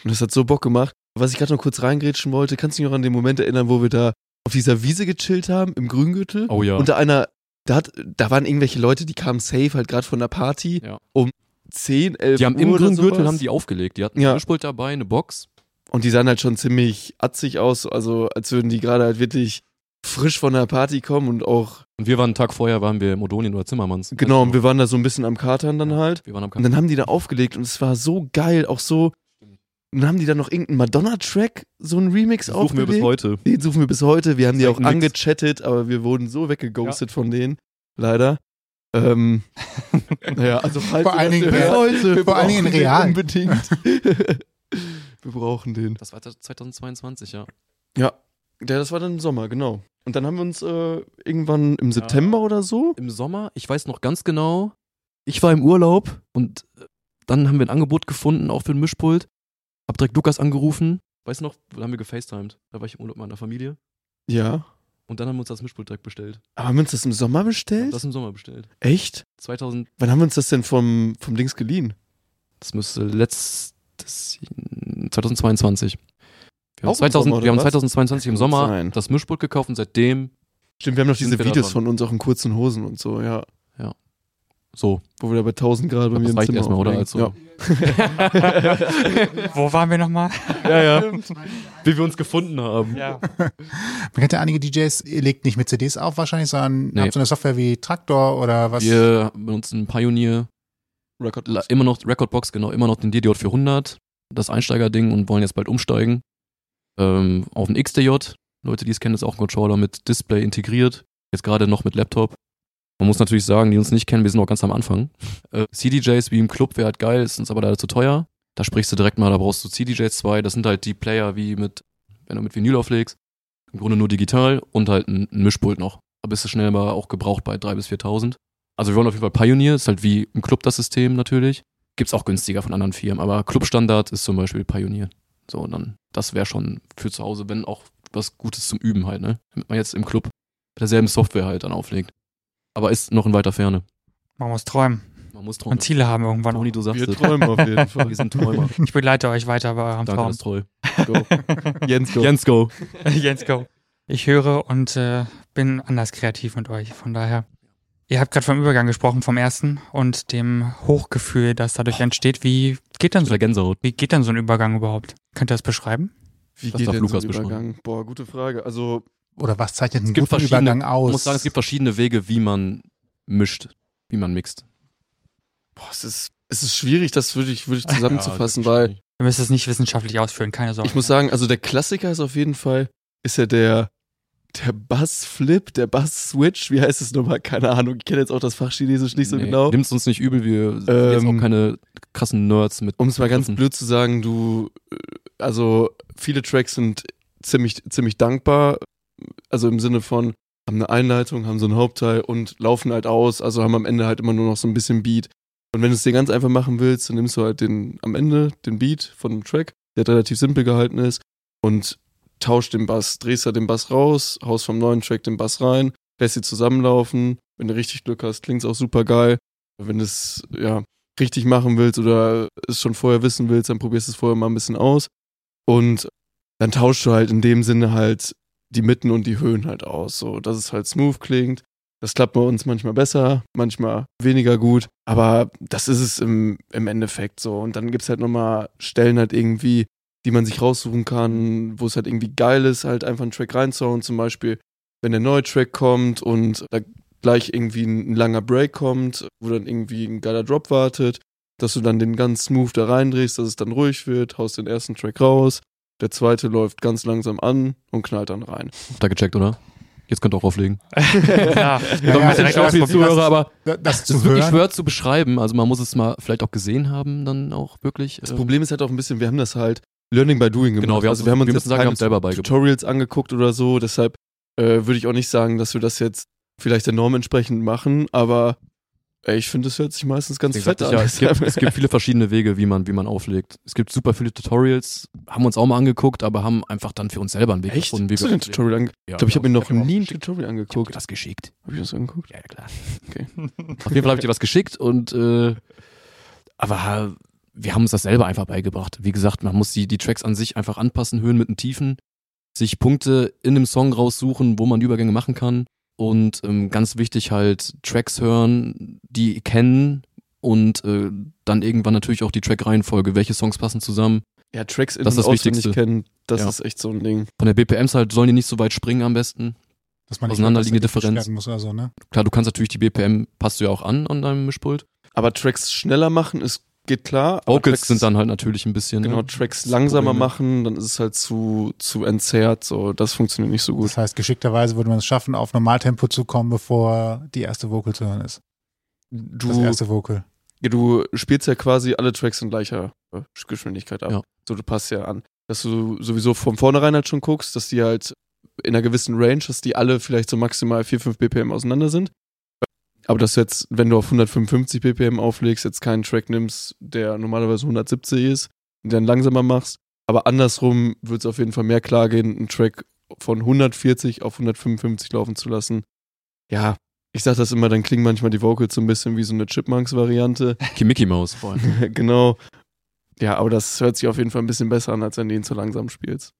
Und das hat so Bock gemacht. Was ich gerade noch kurz reingrätschen wollte, kannst du dich noch an den Moment erinnern, wo wir da auf dieser Wiese gechillt haben, im Grüngürtel? Oh ja. Und da einer, da, hat, da waren irgendwelche Leute, die kamen safe halt gerade von der Party Ja. um 10, 11 die haben Uhr im oder grünen Gürtel sowas. haben die aufgelegt. Die hatten Ja. einen Mischpult dabei, eine Box. Und die sahen halt schon ziemlich atzig aus, also als würden die gerade halt wirklich frisch von der Party kommen und auch, Und wir waren einen Tag vorher, waren wir im Odonien oder Zimmermanns. genau, Weißt und du wir waren da so ein bisschen am Katern dann noch? halt. Wir waren am Und dann haben die da aufgelegt und es war so geil, auch so. Und dann haben die da noch irgendeinen Madonna-Track, so einen Remix Suchen wir aufgelegt. bis heute. Den suchen wir bis heute. Wir haben die Ist auch eigentlich nix. angechattet, aber wir wurden so weggeghostet von denen. Leider. Ähm, naja, also falls Vor ihr allen das Dingen- hört, ja, Leute, wir vor allen Dingen brauchen den real. Unbedingt. wir brauchen den. Das war 2022, ja. Ja. ja, das war dann im Sommer, genau. Und dann haben wir uns äh, irgendwann im September oder so. Im Sommer, ich weiß noch ganz genau, ich war im Urlaub und äh, dann haben wir ein Angebot gefunden, auch für ein Mischpult. Hab direkt Lukas angerufen. Weißt du noch, da haben wir gefacetimed. Da war ich im Urlaub mit meiner Familie. Ja. Und dann haben wir uns das Mischpult direkt bestellt. Aber haben wir uns das im Sommer Haben bestellt? das im Sommer bestellt. Echt? 2000, Wann haben wir uns das denn vom, vom Dings geliehen? das müsste letztes, 2022. Wir haben, Auch im 2000, Sommer, oder wir haben was? 2022 im Kann Sommer sein. das Mischpult gekauft und seitdem Stimmt, wir haben noch Sind diese wir da Videos dran? von uns auch in kurzen Hosen und so, ja. so. Wo wir da bei 1000 Grad bei Das mir im reicht Zimmer erstmal, oder? auflegen. Also- ja. Wo waren wir nochmal? Ja, ja. Wie wir uns gefunden haben. Ja. Man kennt ja einige DJs, ihr legt nicht mit CDs auf wahrscheinlich, sondern Nee. habt so eine Software wie Traktor oder was. Wir benutzen Pioneer, Record la- immer noch Recordbox, genau, immer noch den DDJ 400, das Einsteigerding und wollen jetzt bald umsteigen. Ähm, auf den XDJ, Leute, die es kennen, ist auch ein Controller mit Display integriert, jetzt gerade noch mit Laptop. Man muss natürlich sagen, die uns nicht kennen, wir sind noch ganz am Anfang. Äh, CDJs wie im Club wäre halt geil, ist uns aber leider zu teuer. Da sprichst du direkt mal, da brauchst du CDJs 2, das sind halt die Player wie mit, wenn du mit Vinyl auflegst, im Grunde nur digital und halt ein, ein Mischpult noch. Da bist du schnell mal auch gebraucht bei 3.000 bis 4.000. Also wir wollen auf jeden Fall Pioneer, ist halt wie im Club das System natürlich. Gibt's auch günstiger von anderen Firmen, aber Clubstandard ist zum Beispiel Pioneer. So, und dann, das wäre schon für zu Hause, wenn auch was Gutes zum Üben halt, ne? Damit man jetzt im Club mit derselben Software halt dann auflegt. Aber ist noch in weiter Ferne. Man muss träumen Man muss träumen. und Ziele haben irgendwann. Toni, du sagst Wir es. träumen auf jeden Fall. Wir sind Träumer. Ich begleite euch weiter bei eurem Danke, Traum. das treu. Jens, go. Jens, go. Jens, go. Ich höre und äh, bin anders kreativ mit euch. Von daher, ihr habt gerade vom Übergang gesprochen, vom ersten und dem Hochgefühl, das dadurch entsteht. Wie geht dann Mit so, der Gänsehaut. wie geht dann so ein Übergang überhaupt? Könnt ihr das beschreiben? Wie Das geht darf denn Lukas so ein beschreiben. Übergang? Boah, gute Frage. Also, Oder was zeichnet einen Es gibt guten verschiedene- Übergang aus? Ich muss sagen, es gibt verschiedene Wege, wie man mischt, wie man mixt. boah, es ist, es ist schwierig, das würde ich, würde ich zusammenzufassen, Ja, weil Wir müssen es nicht wissenschaftlich ausführen, keine Sorge. ich muss sagen, also der Klassiker ist auf jeden Fall, ist ja der, der Bass-Flip, der Bass-Switch, wie heißt es nochmal? Keine Ahnung, ich kenne jetzt auch das Fachchinesisch nicht so Nee, genau. Nimm's uns nicht übel, wir sind Ähm, jetzt auch keine krassen Nerds mit. Um es mal ganz Begriffen. blöd zu sagen, du, äh, also viele Tracks sind ziemlich, ziemlich dankbar. Also im Sinne von, haben eine Einleitung, haben so einen Hauptteil und laufen halt aus, also haben am Ende halt immer nur noch so ein bisschen Beat. Und wenn du es dir ganz einfach machen willst, dann nimmst du halt den, am Ende den Beat von dem Track, der halt relativ simpel gehalten ist, und tauscht den Bass, drehst da den Bass raus, haust vom neuen Track den Bass rein, lässt sie zusammenlaufen. Wenn du richtig Glück hast, klingt's auch super geil. Wenn du es, ja, richtig machen willst oder es schon vorher wissen willst, dann probierst du es vorher mal ein bisschen aus. Und dann tauschst du halt in dem Sinne halt die Mitten und die Höhen halt aus. So, dass es halt smooth klingt, Das klappt bei uns manchmal besser, manchmal weniger gut. Aber das ist es im, im Endeffekt so. Und dann gibt es halt nochmal Stellen halt irgendwie, die man sich raussuchen kann, wo es halt irgendwie geil ist, halt einfach einen Track reinzuhauen. Zum Beispiel, wenn der neue Track kommt und da gleich irgendwie ein, ein langer Break kommt, wo dann irgendwie ein geiler Drop wartet, dass du dann den ganz smooth da reindrehst, dass es dann ruhig wird, haust den ersten Track raus, der zweite läuft ganz langsam an und knallt dann rein. Habt ihr gecheckt, oder? Jetzt könnt ihr auch auflegen. ja, Doch, ja, ein bisschen ich schwer weiß für die nicht, Zuhörer, was- aber Da- Das das zu ist wirklich hören. schwer zu beschreiben. Also man muss es mal vielleicht auch gesehen haben, dann auch wirklich. Das ähm, Problem ist halt auch ein bisschen, wir haben das halt Learning by Doing gemacht. Genau, wir, also haben uns, wir jetzt müssen sagen, wir haben keine es selber beigebracht. Tutorials angeguckt oder so, deshalb äh, würde ich auch nicht sagen, dass wir das jetzt vielleicht der Norm entsprechend machen, aber ey, ich finde, es hört sich meistens ganz Deswegen fett sagte an. ich ja, es, gibt, es gibt viele verschiedene Wege, wie man, wie man auflegt. Es gibt super viele Tutorials, haben uns auch mal angeguckt, aber haben einfach dann für uns selber einen Weg Echt? gefunden, wie Hast du den auflegen. Tutorial ange- Ja, ich glaube, ich habe mir noch nie ein geschickt. Tutorial Ich hab dir angeguckt. das geschickt. Habe ich das angeguckt? Ja, klar. Okay. Auf jeden Fall habe ich dir was geschickt und äh, aber wir haben uns das selber einfach beigebracht. Wie gesagt, man muss die, die Tracks an sich einfach anpassen, Höhen mit den Tiefen, sich Punkte in dem Song raussuchen, wo man Übergänge machen kann und ähm, ganz wichtig halt Tracks hören, die kennen und äh, dann irgendwann natürlich auch die Track-Reihenfolge, welche Songs passen zusammen. Ja, Tracks in- Das ist das und auswendig Wichtigste. kennen, das Ja. ist echt so ein Ding. Von der BPMs halt sollen die nicht so weit springen am besten. Dass man nicht Auseinanderliegende dass das Differenz. werden muss oder so, ne? Klar, du kannst natürlich die BPM, passt du ja auch an an deinem Mischpult. Aber Tracks schneller machen, ist geht klar. aber Vocals Tracks- sind dann halt natürlich ein bisschen. Genau, ne? Tracks Das langsamer Problem. machen, dann ist es halt zu, zu entzerrt, so, das funktioniert nicht so gut. Das heißt, geschickterweise würde man es schaffen, auf Normaltempo zu kommen, bevor die erste Vocal zu hören ist. Das Du, erste Vocal. ja, du spielst ja quasi alle Tracks in gleicher äh, Geschwindigkeit ab. Ja. So, du passt ja an. Dass du sowieso von vornherein halt schon guckst, dass die halt in einer gewissen Range, dass die alle vielleicht so maximal 4, 5 BPM auseinander sind. Aber dass du jetzt, wenn du auf 155 BPM auflegst, jetzt keinen Track nimmst, der normalerweise 170 ist, und dann langsamer machst. Aber andersrum wird es auf jeden Fall mehr klar gehen, einen Track von 140 auf 155 laufen zu lassen. Ja, ich sag das immer, dann klingen manchmal die Vocals so ein bisschen wie so eine Chipmunks-Variante. Mickey Mouse vor allem. genau. Ja, aber das hört sich auf jeden Fall ein bisschen besser an, als wenn du ihn zu langsam spielst.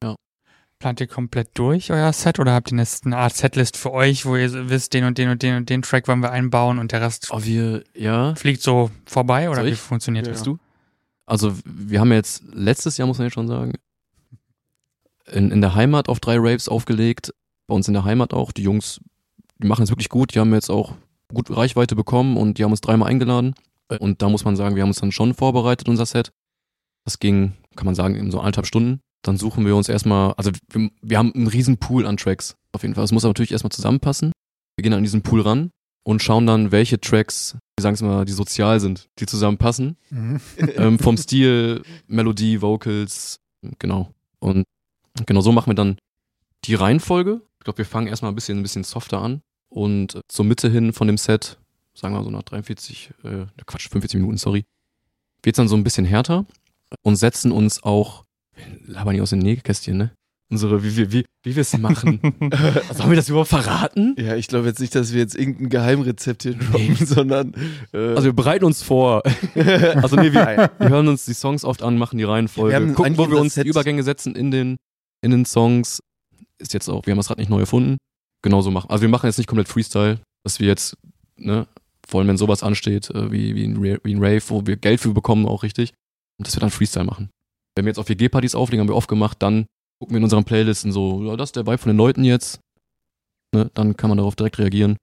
Plant ihr komplett durch euer Set oder habt ihr jetzt eine Art Setlist für euch, wo ihr so wisst, den und den und den und den Track wollen wir einbauen und der Rest Oh, wir, ja. fliegt so vorbei oder Soll wie ich? funktioniert Ja. das? Bist du? Also, wir haben ja jetzt letztes Jahr, muss man jetzt schon sagen, in, in der Heimat auf drei Raves aufgelegt. Bei uns in der Heimat auch. Die Jungs, die machen es wirklich gut. Die haben jetzt auch gut Reichweite bekommen und die haben uns dreimal eingeladen. Und da muss man sagen, wir haben uns dann schon vorbereitet, unser Set. Das ging, kann man sagen, in so anderthalb Stunden. Dann suchen wir uns erstmal, also wir, wir haben einen riesen Pool an Tracks. Auf jeden Fall. Das muss aber natürlich erstmal zusammenpassen. Wir gehen an diesen Pool ran und schauen dann, welche Tracks, wir sagen es mal, die sozial sind, die zusammenpassen Mhm. ähm, vom Stil, Melodie, Vocals, genau. Und genau so machen wir dann die Reihenfolge. Ich glaube, wir fangen erstmal ein bisschen, ein bisschen softer an und äh, zur Mitte hin von dem Set, sagen wir so nach 43, äh, ne, Quatsch, 45 Minuten, sorry, wird's dann so ein bisschen härter und setzen uns auch, wir labern nicht aus den Nähkästchen, ne? Unsere, wie, wir- wie, wie wir es machen. Sollen wir das überhaupt verraten? Ja, ich glaube jetzt nicht, dass wir jetzt irgendein Geheimrezept hier droppen, sondern. Äh, Also wir bereiten uns vor. also, Also nee, wir, wir hören uns die Songs oft an, machen die Reihenfolge, Wir haben gucken, wo eigentlich wir unser uns Set- die Übergänge setzen in den, in den Songs. Ist jetzt auch, wir haben das Rad nicht neu erfunden. Genauso machen. Also wir machen jetzt nicht komplett Freestyle, dass wir jetzt, ne, vor allem wenn sowas ansteht, äh, wie, wie, ein, Ra- wie ein Rave, wo wir Geld für bekommen, auch richtig, und dass wir dann Freestyle machen. Wenn wir jetzt auf WG-Partys auflegen, haben wir oft gemacht, dann gucken wir in unseren Playlisten so, ja, das ist der Vibe von den Leuten jetzt. Ne, dann kann man darauf direkt reagieren.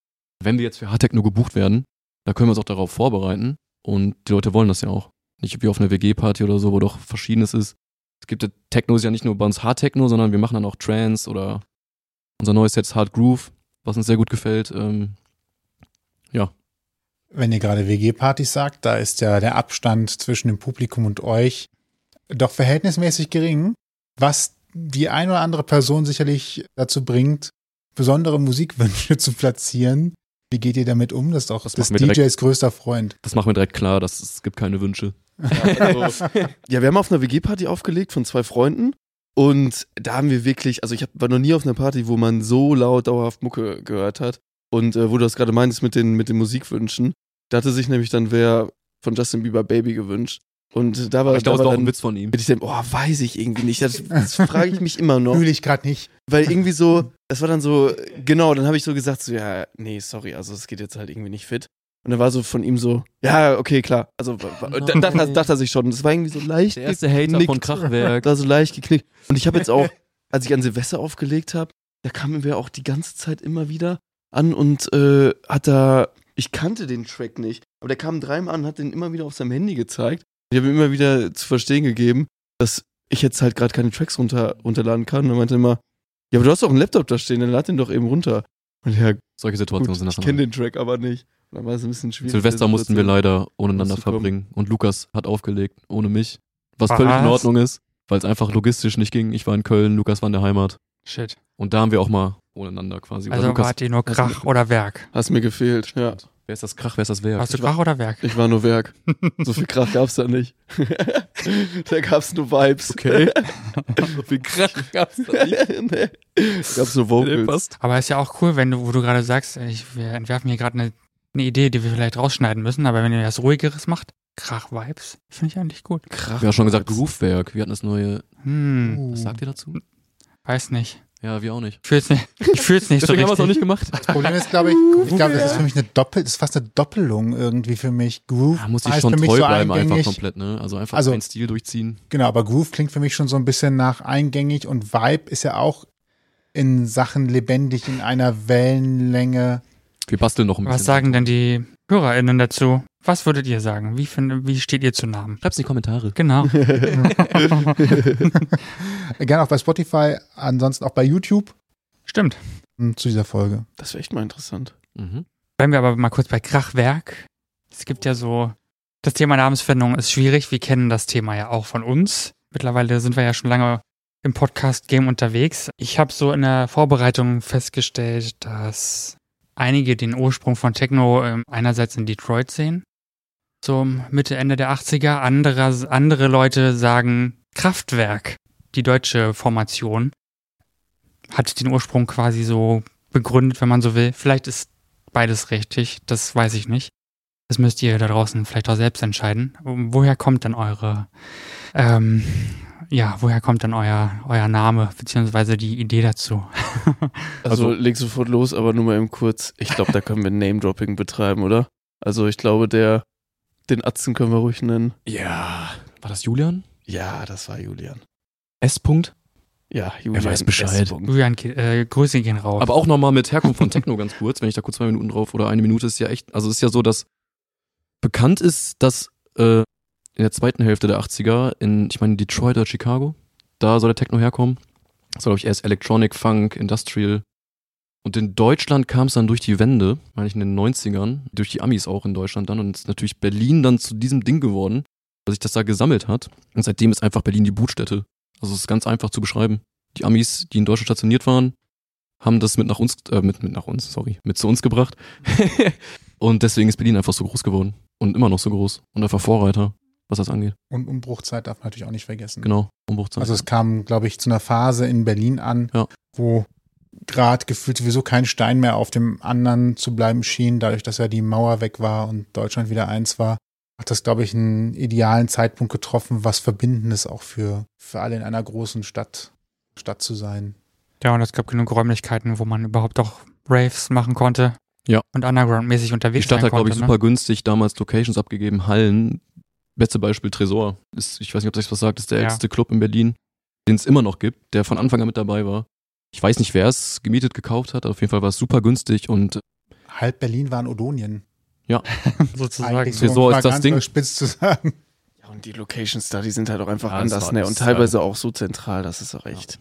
Wenn wir jetzt für Hardtech nur gebucht werden, da können wir uns auch darauf vorbereiten. Und die Leute wollen das ja auch. Nicht wie auf einer WG-Party oder so, wo doch Verschiedenes ist. Es gibt ja Techno ist ja nicht nur bei uns Hard Techno, sondern wir machen dann auch Trance oder unser neues Set ist Hard Groove, was uns sehr gut gefällt. Ähm, Wenn ihr gerade WG-Partys sagt, da ist ja der Abstand zwischen dem Publikum und euch doch verhältnismäßig gering, was die ein oder andere Person sicherlich dazu bringt, besondere Musikwünsche zu platzieren. Wie geht ihr damit um? Das ist doch Das des machen wir direkt. DJs größter Freund. das machen wir direkt klar, dass es gibt keine Wünsche. also, ja, wir haben auf einer WG-Party aufgelegt von zwei Freunden. Und da haben wir wirklich, also ich hab, war noch nie auf einer Party, wo man so laut dauerhaft Mucke gehört hat. Und äh, wo du das gerade meintest mit den, mit den Musikwünschen, da hatte sich nämlich dann wer von Justin Bieber Baby gewünscht. Und da war Aber ich glaube, da es war war auch ein dann, Witz von ihm. bin ich dann, oh, weiß ich irgendwie nicht. Das, das frage ich mich immer noch. Fühle ich gerade nicht. Weil irgendwie so, das war dann so, genau, dann habe ich so gesagt, so, ja, nee, sorry, also es geht jetzt halt irgendwie nicht fit. Und dann war so von ihm so, ja, okay, klar. Also w- w- da- dachte, dachte er sich schon. Das war irgendwie so leicht, Der erste Hater Nick. von Kraftwerk. da so leicht geknickt. Und ich habe jetzt auch, als ich an Silvester aufgelegt habe, da kamen wir auch die ganze Zeit immer wieder an und äh, hat da, ich kannte den Track nicht, aber der kam dreimal an und hat den immer wieder auf seinem Handy gezeigt. Ich habe ihm immer wieder zu verstehen gegeben, dass ich jetzt halt gerade keine Tracks runter, runterladen kann. Und er meinte immer, ja, aber du hast doch einen Laptop da stehen, dann lad den doch eben runter. Und ja, Solche Situationen gut, sind das ich dann kenne halt. den Track aber nicht. Und dann war es ein bisschen schwierig. Silvester mussten wir leider ohneeinander Musst du um kommen. verbringen. Und Lukas hat aufgelegt, ohne mich. Was Was? völlig in Ordnung ist, weil es einfach logistisch nicht ging. Ich war in Köln, Lukas war in der Heimat. Shit. Und da haben wir auch mal ohneeinander quasi. Oder Also Lukas, wart ihr nur hast Krach oder Werk? Hast mir gefehlt, ja. wer ist das Krach, wer ist das Werk? Warst du ich war- Krach oder Werk? Ich war nur Werk. So viel Kraft gab's da nicht. da gab's nur Vibes. Okay. so viel Kraft gab's da nicht. nee. Da gab's nur Vocals. Aber ist ja auch cool, wenn du, wo du gerade sagst, ich, wir entwerfen hier gerade eine, eine Idee, die wir vielleicht rausschneiden müssen, aber wenn ihr was Ruhigeres macht, Krach-Vibes, finde ich eigentlich gut. Kraft. Wir haben schon gesagt, Groovewerk. Wir hatten das neue. Hm, Uh. Was Mhm. sagt ihr dazu? weiß nicht. Ja, wir auch nicht. Fühl's nicht, ich fühl's nicht so Deswegen haben wir richtig. es auch nicht gemacht. Das Problem ist, glaube ich, ich glaube, das ist für mich eine Doppel, das ist fast eine Doppelung irgendwie für mich. Groove Da Ah, muss ich heißt schon Ah, für mich treu so bleiben, einfach eingängig. komplett, ne? Also einfach Also- einen Stil durchziehen. Genau, aber Groove klingt für mich schon so ein bisschen nach eingängig und Vibe ist ja auch in Sachen lebendig in einer Wellenlänge. Wir basteln noch ein bisschen. Was sagen denn die HörerInnen dazu? Was würdet ihr sagen? Wie, find, wie steht ihr zu Namen? Schreib's in die Kommentare. Genau. Gerne auch bei Spotify, ansonsten auch bei YouTube Stimmt. hm, zu dieser Folge. Das wäre echt mal interessant. Mhm. Bleiben wir aber mal kurz bei Krachwerk. Es gibt ja so, das Thema Namensfindung ist schwierig. Wir kennen das Thema ja auch von uns. Mittlerweile sind wir ja schon lange im Podcast-Game unterwegs. Ich habe so in der Vorbereitung festgestellt, dass einige den Ursprung von Techno ähm, einerseits in Detroit sehen, so Mitte, Ende der 80er. Andere, andere Leute sagen Kraftwerk, die deutsche Formation, hat den Ursprung quasi so begründet, wenn man so will. Vielleicht ist beides richtig, das weiß ich nicht. Das müsst ihr da draußen vielleicht auch selbst entscheiden. Ähm, Woher kommt denn eure, ähm, ja, woher kommt denn euer, euer Name, beziehungsweise die Idee dazu? Also, Also- leg sofort los, aber nur mal eben kurz. Ich glaube, da können wir Name-Dropping betreiben, oder? Also ich glaube, der, den Atzen können wir ruhig nennen. Ja. War das Julian? Ja, das war Julian. S. -Punkt? Ja, Julian. weiß Bescheid. S. Julian, äh, Grüße gehen raus. Aber auch nochmal mit Herkunft von Techno ganz kurz, wenn ich da kurz zwei Minuten drauf oder eine Minute ist ja echt, also es ist ja so, dass bekannt ist, dass äh, in der zweiten Hälfte der 80er in, ich meine, Detroit oder Chicago, da soll der Techno herkommen. Das war, glaube ich, erst Electronic, Funk, Industrial. Und in Deutschland kam es dann durch die Wende, meine ich in den 90ern, durch die Amis auch in Deutschland dann und ist natürlich Berlin dann zu diesem Ding geworden, dass sich das da gesammelt hat. Und seitdem ist einfach Berlin die Brutstätte. Also es ist ganz einfach zu beschreiben. Die Amis, die in Deutschland stationiert waren, haben das mit nach uns, äh, mit, mit nach uns, sorry, mit zu uns gebracht. und deswegen ist Berlin einfach so groß geworden. Und immer noch so groß. Und einfach Vorreiter, was das angeht. Und Umbruchzeit darf man natürlich auch nicht vergessen. Genau, Umbruchzeit. Also es kam, glaube ich, zu einer Phase in Berlin an, Ja. wo gerade gefühlt sowieso kein Stein mehr auf dem anderen zu bleiben schien, dadurch, dass ja die Mauer weg war und Deutschland wieder eins war, hat das, glaube ich, einen idealen Zeitpunkt getroffen, was Verbindendes auch für, für alle in einer großen Stadt, Stadt zu sein. ja, und es gab genug Räumlichkeiten, wo man überhaupt auch Raves machen konnte. Ja. Und underground-mäßig die unterwegs Stadt sein hat, glaube konnte. ne? ich, ne? super günstig damals Locations abgegeben, Hallen. Beste Beispiel Tresor. Ist, ich weiß nicht, ob das was sagt, ist der Ja. älteste Club in Berlin, den es immer noch gibt, der von Anfang an mit dabei war. Ich weiß nicht, wer es gemietet, gekauft hat, aber auf jeden Fall war es super günstig und Halb Berlin war in Odonien. ne? sozusagen. Eigentlich so, Tresor um ist mal das ganz Ding. überspitzt zu sagen. Ja, und die Locations da, die sind halt auch einfach Ja, das anders, war- ne? das Und ist teilweise auch so zentral, das ist auch echt.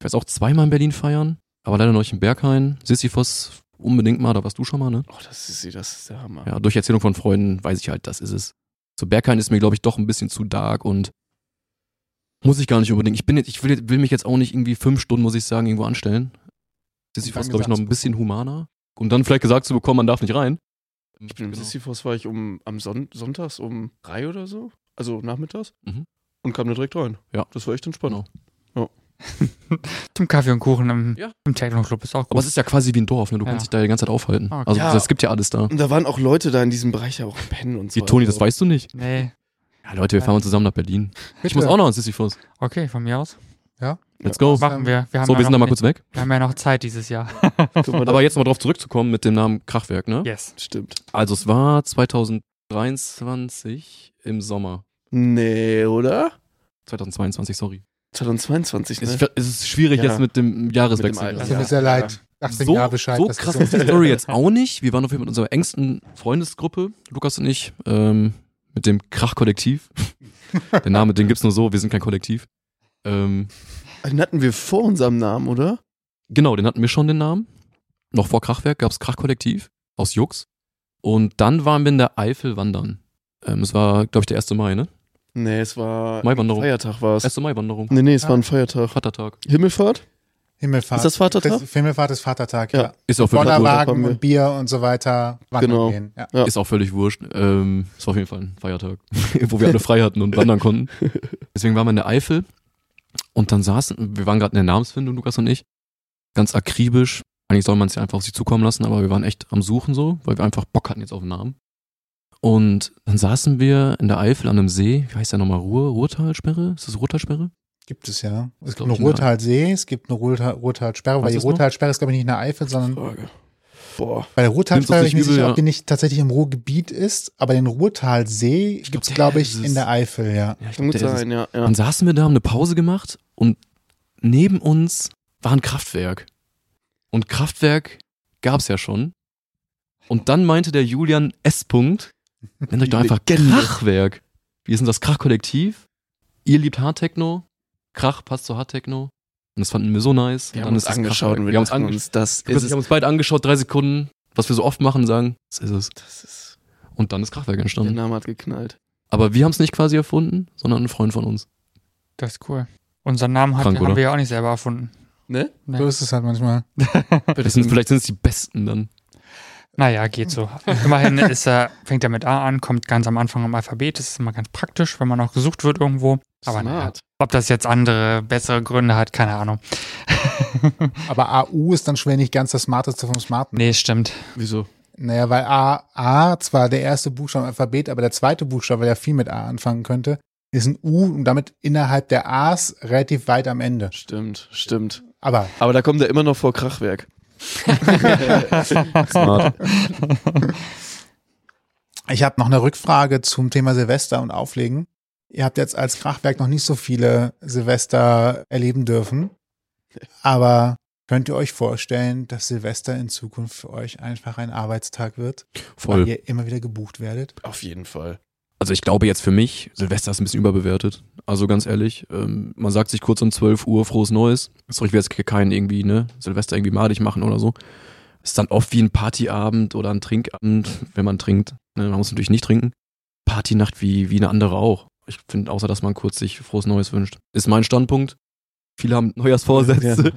ich weiß auch zweimal in Berlin feiern, aber leider noch nicht in Berghain. Sisyphos unbedingt mal, da warst du schon mal, ne? Oh, das ist sie, das ist der Hammer. ja, durch Erzählung von Freunden weiß ich halt, das ist es. So Berghain ist mir, glaube ich, doch ein bisschen zu dark und muss ich gar nicht unbedingt. Ich bin jetzt, ich will, will mich jetzt auch nicht irgendwie fünf Stunden, muss ich sagen, irgendwo anstellen. Das ist Und dann glaube ich, noch ein gesagt bisschen humaner. Um dann vielleicht gesagt zu bekommen, man darf nicht rein. Genau. Ich Mhm. bin im Sisyphos war ich um am Son Sonntags um drei oder so, also nachmittags, Mhm. und kam da direkt rein. Ja. Genau. Das war echt entspannt. Zum Kaffee und Kuchen im, Ja. im Techno-Club ist auch Aber gut. es ist ja quasi wie ein Dorf, ne? Du Ja. kannst dich da die ganze Zeit aufhalten. Ah, okay. Also Ja. es gibt ja alles da. Und da waren auch Leute da in diesem Bereich, aber auch pennen und so. Die Toni, das Also, weißt du nicht. Nee, Ja, Leute, wir fahren zusammen nach Berlin. Ich muss Bitte. auch noch an Sisyphos. okay, von mir aus. Let's go. Machen wir. Wir haben, So, ja wir sind da noch, mal kurz weg. wir haben ja noch Zeit dieses Jahr. Guck mal, da- Aber jetzt nochmal drauf zurückzukommen mit dem Namen Krachwerk, ne? Yes. Stimmt. Also es war 2023 im Sommer. Nee, oder? 2022, sorry. 2022, ne? Es, ist- es ist schwierig Ja. jetzt mit dem Jahreswechsel. Also, Das Mit dem Ja, tut mir sehr ja. leid. Dachte so, ja Bescheid. so das ist krass ist die Story jetzt auch nicht. Wir waren auf jeden Fall mit unserer engsten Freundesgruppe, Lukas und ich, ähm, mit dem Krach-Kollektiv. Der Name, den gibt's nur so, wir sind kein Kollektiv. Ähm, Den hatten wir vor unserem Namen, oder? genau, den hatten wir schon den Namen. Noch vor Krachwerk gab's Krach-Kollektiv aus Jux. Und dann waren wir in der Eifel wandern. Ähm, es war, glaube ich, der 1. Mai, ne? Nee, es war Maiwanderung. Feiertag war es. 1. Mai-Wanderung. Nee, nee, es war ein Feiertag. Vatertag. Himmelfahrt? Himmelfahrt. Ist das Vatertag? Das- Himmelfahrt ist Vatertag, Ja. ja. Ist auch völlig wurscht. Urlaub haben Bollerwagen wir. und Bier und so weiter. Wandern Genau. Gehen. Ja. Ja. Ist auch völlig wurscht. Ähm, es war auf jeden Fall ein Feiertag, wo wir alle frei hatten und wandern konnten. Deswegen waren wir in der Eifel und dann saßen, wir waren gerade in der Namensfindung, Lukas und ich, ganz akribisch. Eigentlich soll man es ja einfach auf sie zukommen lassen, aber wir waren echt am Suchen so, weil wir einfach Bock hatten jetzt auf den Namen. Und dann saßen wir in der Eifel an einem See, wie heißt der nochmal, Ruhr, Ruhrtalsperre? Ist das Ruhrtalsperre? Gibt es ja. Es gibt Das glaub eine ich nicht. Ruhrtalsee, es gibt eine Ruhrtal- Ruhrtalsperre, Was weil die ist noch? Ruhrtalsperre ist, glaube ich, nicht in der Eifel, sondern Frage. Boah. bei der Ruhrtalsperre bin Nimm's uns ich mir nicht sicher, übel, ja. ob die nicht tatsächlich im Ruhrgebiet ist, aber den Ruhrtalsee glaub, gibt es, der glaube ich, ist es. in der Eifel, ja. Ja, ich Kann gut der ist es. sein, ja. ja. Dann saßen wir da, haben eine Pause gemacht und neben uns war ein Kraftwerk. Und Kraftwerk gab's ja schon. Und dann meinte der Julian S. Punkt, nennt euch doch einfach Krachwerk. Wir sind das Krach-Kollektiv. Ihr liebt Hardtechno. Krach passt zu Hardtechno. Und das fanden wir so nice. Wir und haben uns ist das angeschaut Kraftwerk. und wir haben uns dachten angeschaut. das Wir ist haben es. uns beide angeschaut, drei Sekunden, was wir so oft machen, sagen, das ist es. Das ist, Genau. Und dann ist Krachwerk der entstanden. Name hat geknallt. Aber wir haben es nicht quasi erfunden, sondern ein Freund von uns. Das ist cool. Unseren Namen hat, Krank, haben oder? wir ja auch nicht selber erfunden. Ne? Nee. So ist es halt manchmal. Das sind, vielleicht sind es die Besten dann. Naja, geht so. Immerhin ist er, fängt er mit A an, kommt ganz am Anfang im Alphabet. Das ist immer ganz praktisch, wenn man auch gesucht wird irgendwo. Aber naja, Smart. ob das jetzt andere, bessere Gründe hat, keine Ahnung. Aber AU ist dann schwer nicht ganz das Smarteste vom Smarten. Nee, stimmt. Wieso? Naja, weil A, A zwar der erste Buchstabe im Alphabet, aber der zweite Buchstabe, der viel mit A anfangen könnte, ist ein U und damit innerhalb der A's relativ weit am Ende. Stimmt, stimmt. Aber Aber da kommt er immer noch vor Krachwerk. Smart. Ich habe noch eine Rückfrage zum Thema Silvester und Auflegen. Ihr habt jetzt als Krachwerk noch nicht so viele Silvester erleben dürfen. Aber könnt ihr euch vorstellen, dass Silvester in Zukunft für euch einfach ein Arbeitstag wird, weil Voll. ihr immer wieder gebucht werdet? Auf jeden Fall. Also ich glaube jetzt für mich, Silvester ist ein bisschen überbewertet. Also ganz ehrlich, ähm, man sagt sich kurz um 12 Uhr frohes Neues. So, ich will jetzt keinen irgendwie, ne, Silvester irgendwie madig machen oder so. Ist dann oft wie ein Partyabend oder ein Trinkabend, wenn man trinkt. Ne, man muss natürlich nicht trinken. Partynacht wie, wie eine andere auch. Ich finde, außer dass man kurz sich frohes Neues wünscht. Ist mein Standpunkt. Viele haben Neujahrsvorsätze.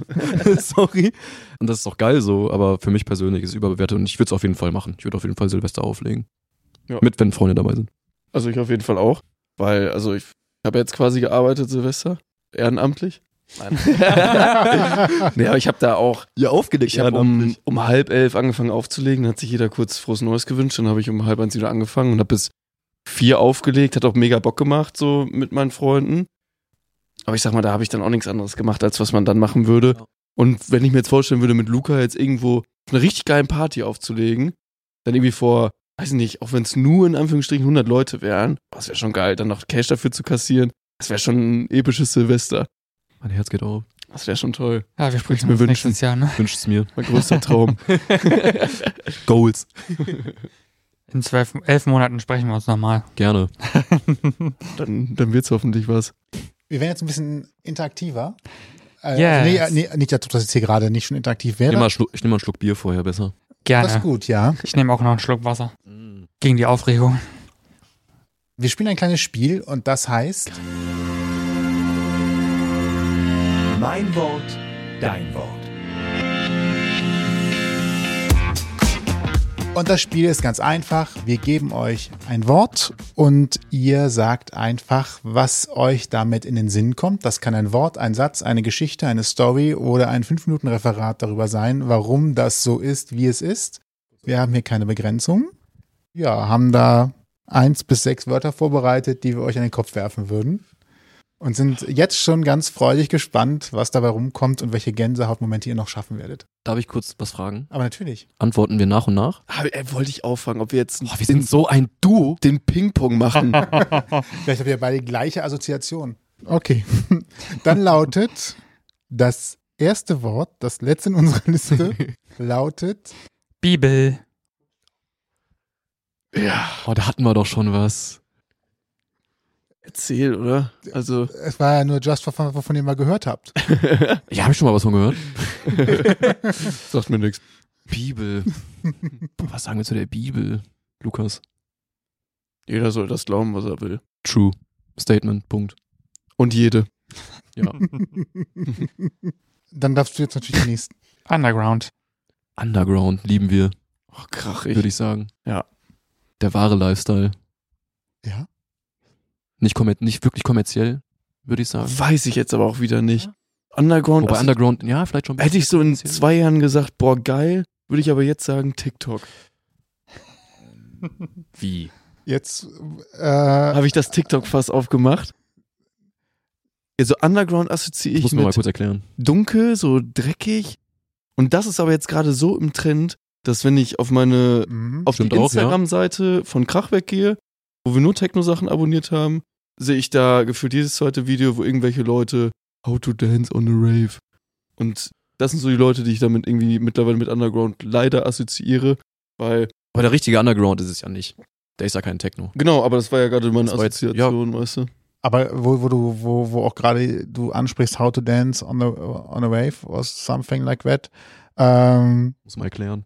Sorry. Und das ist auch geil so, aber für mich persönlich ist es überbewertet und ich würde es auf jeden Fall machen. Ich würde auf jeden Fall Silvester auflegen. Ja. Mit, wenn Freunde dabei sind. Also ich auf jeden Fall auch. Weil, also ich habe jetzt quasi gearbeitet, Silvester. Ehrenamtlich. Nein. nee, aber ich habe da auch Ja, aufgelegt. Ich habe um, um halb elf angefangen aufzulegen, dann hat sich jeder kurz frohes Neues gewünscht, dann habe ich um halb eins wieder angefangen und habe bis vier aufgelegt, hat auch mega Bock gemacht, so mit meinen Freunden. Aber ich sag mal, da habe ich dann auch nichts anderes gemacht, als was man dann machen würde. Ja. Und wenn ich mir jetzt vorstellen würde, mit Luca jetzt irgendwo eine richtig geile Party aufzulegen, dann irgendwie vor, weiß nicht, auch wenn es nur in Anführungsstrichen 100 Leute wären, boah, das wäre schon geil, dann noch Cash dafür zu kassieren, das wäre schon ein episches Silvester. Mein Herz geht auf. Das wäre schon toll. Ja, wir sprechen mir uns wünschen. nächstes Jahr, ne? Wünscht es mir. Mein größter Traum. Goals. In zwölf, elf Monaten sprechen wir uns nochmal. Gerne. Dann, dann wird's hoffentlich was. Wir werden jetzt ein bisschen interaktiver. Äh, Yes. also nee, nee, nicht, dass das jetzt hier gerade nicht schon interaktiv wäre. Nimm mal einen Schluck, ich nehme mal einen Schluck Bier vorher besser. das ist Gerne. gut, ja. Ich nehme auch noch einen Schluck Wasser. Gegen die Aufregung. Wir spielen ein kleines Spiel und das heißt Mein Wort, dein Wort. Und das Spiel ist ganz einfach. Wir geben euch ein Wort und ihr sagt einfach, was euch damit in den Sinn kommt. Das kann ein Wort, ein Satz, eine Geschichte, eine Story oder ein 5-Minuten-Referat darüber sein, warum das so ist, wie es ist. Wir haben hier keine Begrenzung. Ja, haben da eins bis sechs Wörter vorbereitet, die wir euch an den Kopf werfen würden. und sind jetzt schon ganz freudig gespannt, was dabei rumkommt und welche Gänsehautmomente ihr noch schaffen werdet. Darf ich kurz was fragen? Aber natürlich. Antworten wir nach und nach? Ah, äh, wollte ich auffangen, ob wir jetzt Boah, wir sind so ein Duo. den Ping-Pong machen. Vielleicht habt ihr beide die gleiche Assoziation. Okay. Dann lautet das erste Wort, das letzte in unserer Liste, lautet Bibel. ja, Oh, da hatten wir doch schon was. erzähl, oder? Also, Es war ja nur Just for Fun, wovon ihr mal gehört habt. Ja, habe ich schon mal was von gehört. sagt mir nichts. Bibel. Boah, was sagen wir zu der Bibel, Lukas? Jeder soll das glauben, was er will. True. Statement. Punkt. Und jede. Ja. Dann darfst du jetzt natürlich den nächsten. Underground. Underground lieben wir, Oh, krachig. würde ich sagen. Ja. Der wahre Lifestyle. Ja. Nicht, kommer nicht wirklich kommerziell, würde ich sagen. Weiß ich jetzt aber auch wieder nicht. Underground, Wobei also, Underground, ja, vielleicht schon. ein hätte ich so in bisschen zwei Jahren gesagt, boah, geil, würde ich aber jetzt sagen TikTok. Wie? Jetzt äh, Habe ich das TikTok-Fass aufgemacht? Also Underground assoziiere Ich ich muss mir mal mit kurz erklären. dunkel, so dreckig. Und das ist aber jetzt gerade so im Trend, dass wenn ich auf meine mhm. auf Stimmt die auch, ja. Instagram-Seite von Krachwerk gehe, wo wir nur Techno-Sachen abonniert haben, sehe ich da gefühlt jedes zweite Video, wo irgendwelche Leute How to Dance on a Rave. Und das sind so die Leute, die ich damit irgendwie mittlerweile mit Underground leider assoziiere, weil, Aber der richtige Underground ist es ja nicht. Der ist ja kein Techno. genau, aber das war ja gerade meine Das war jetzt- Assoziation, weißt du? aber wo, wo du, wo, wo auch gerade du ansprichst, how to dance on a, on a wave or something like that. Ähm, Muss mal erklären.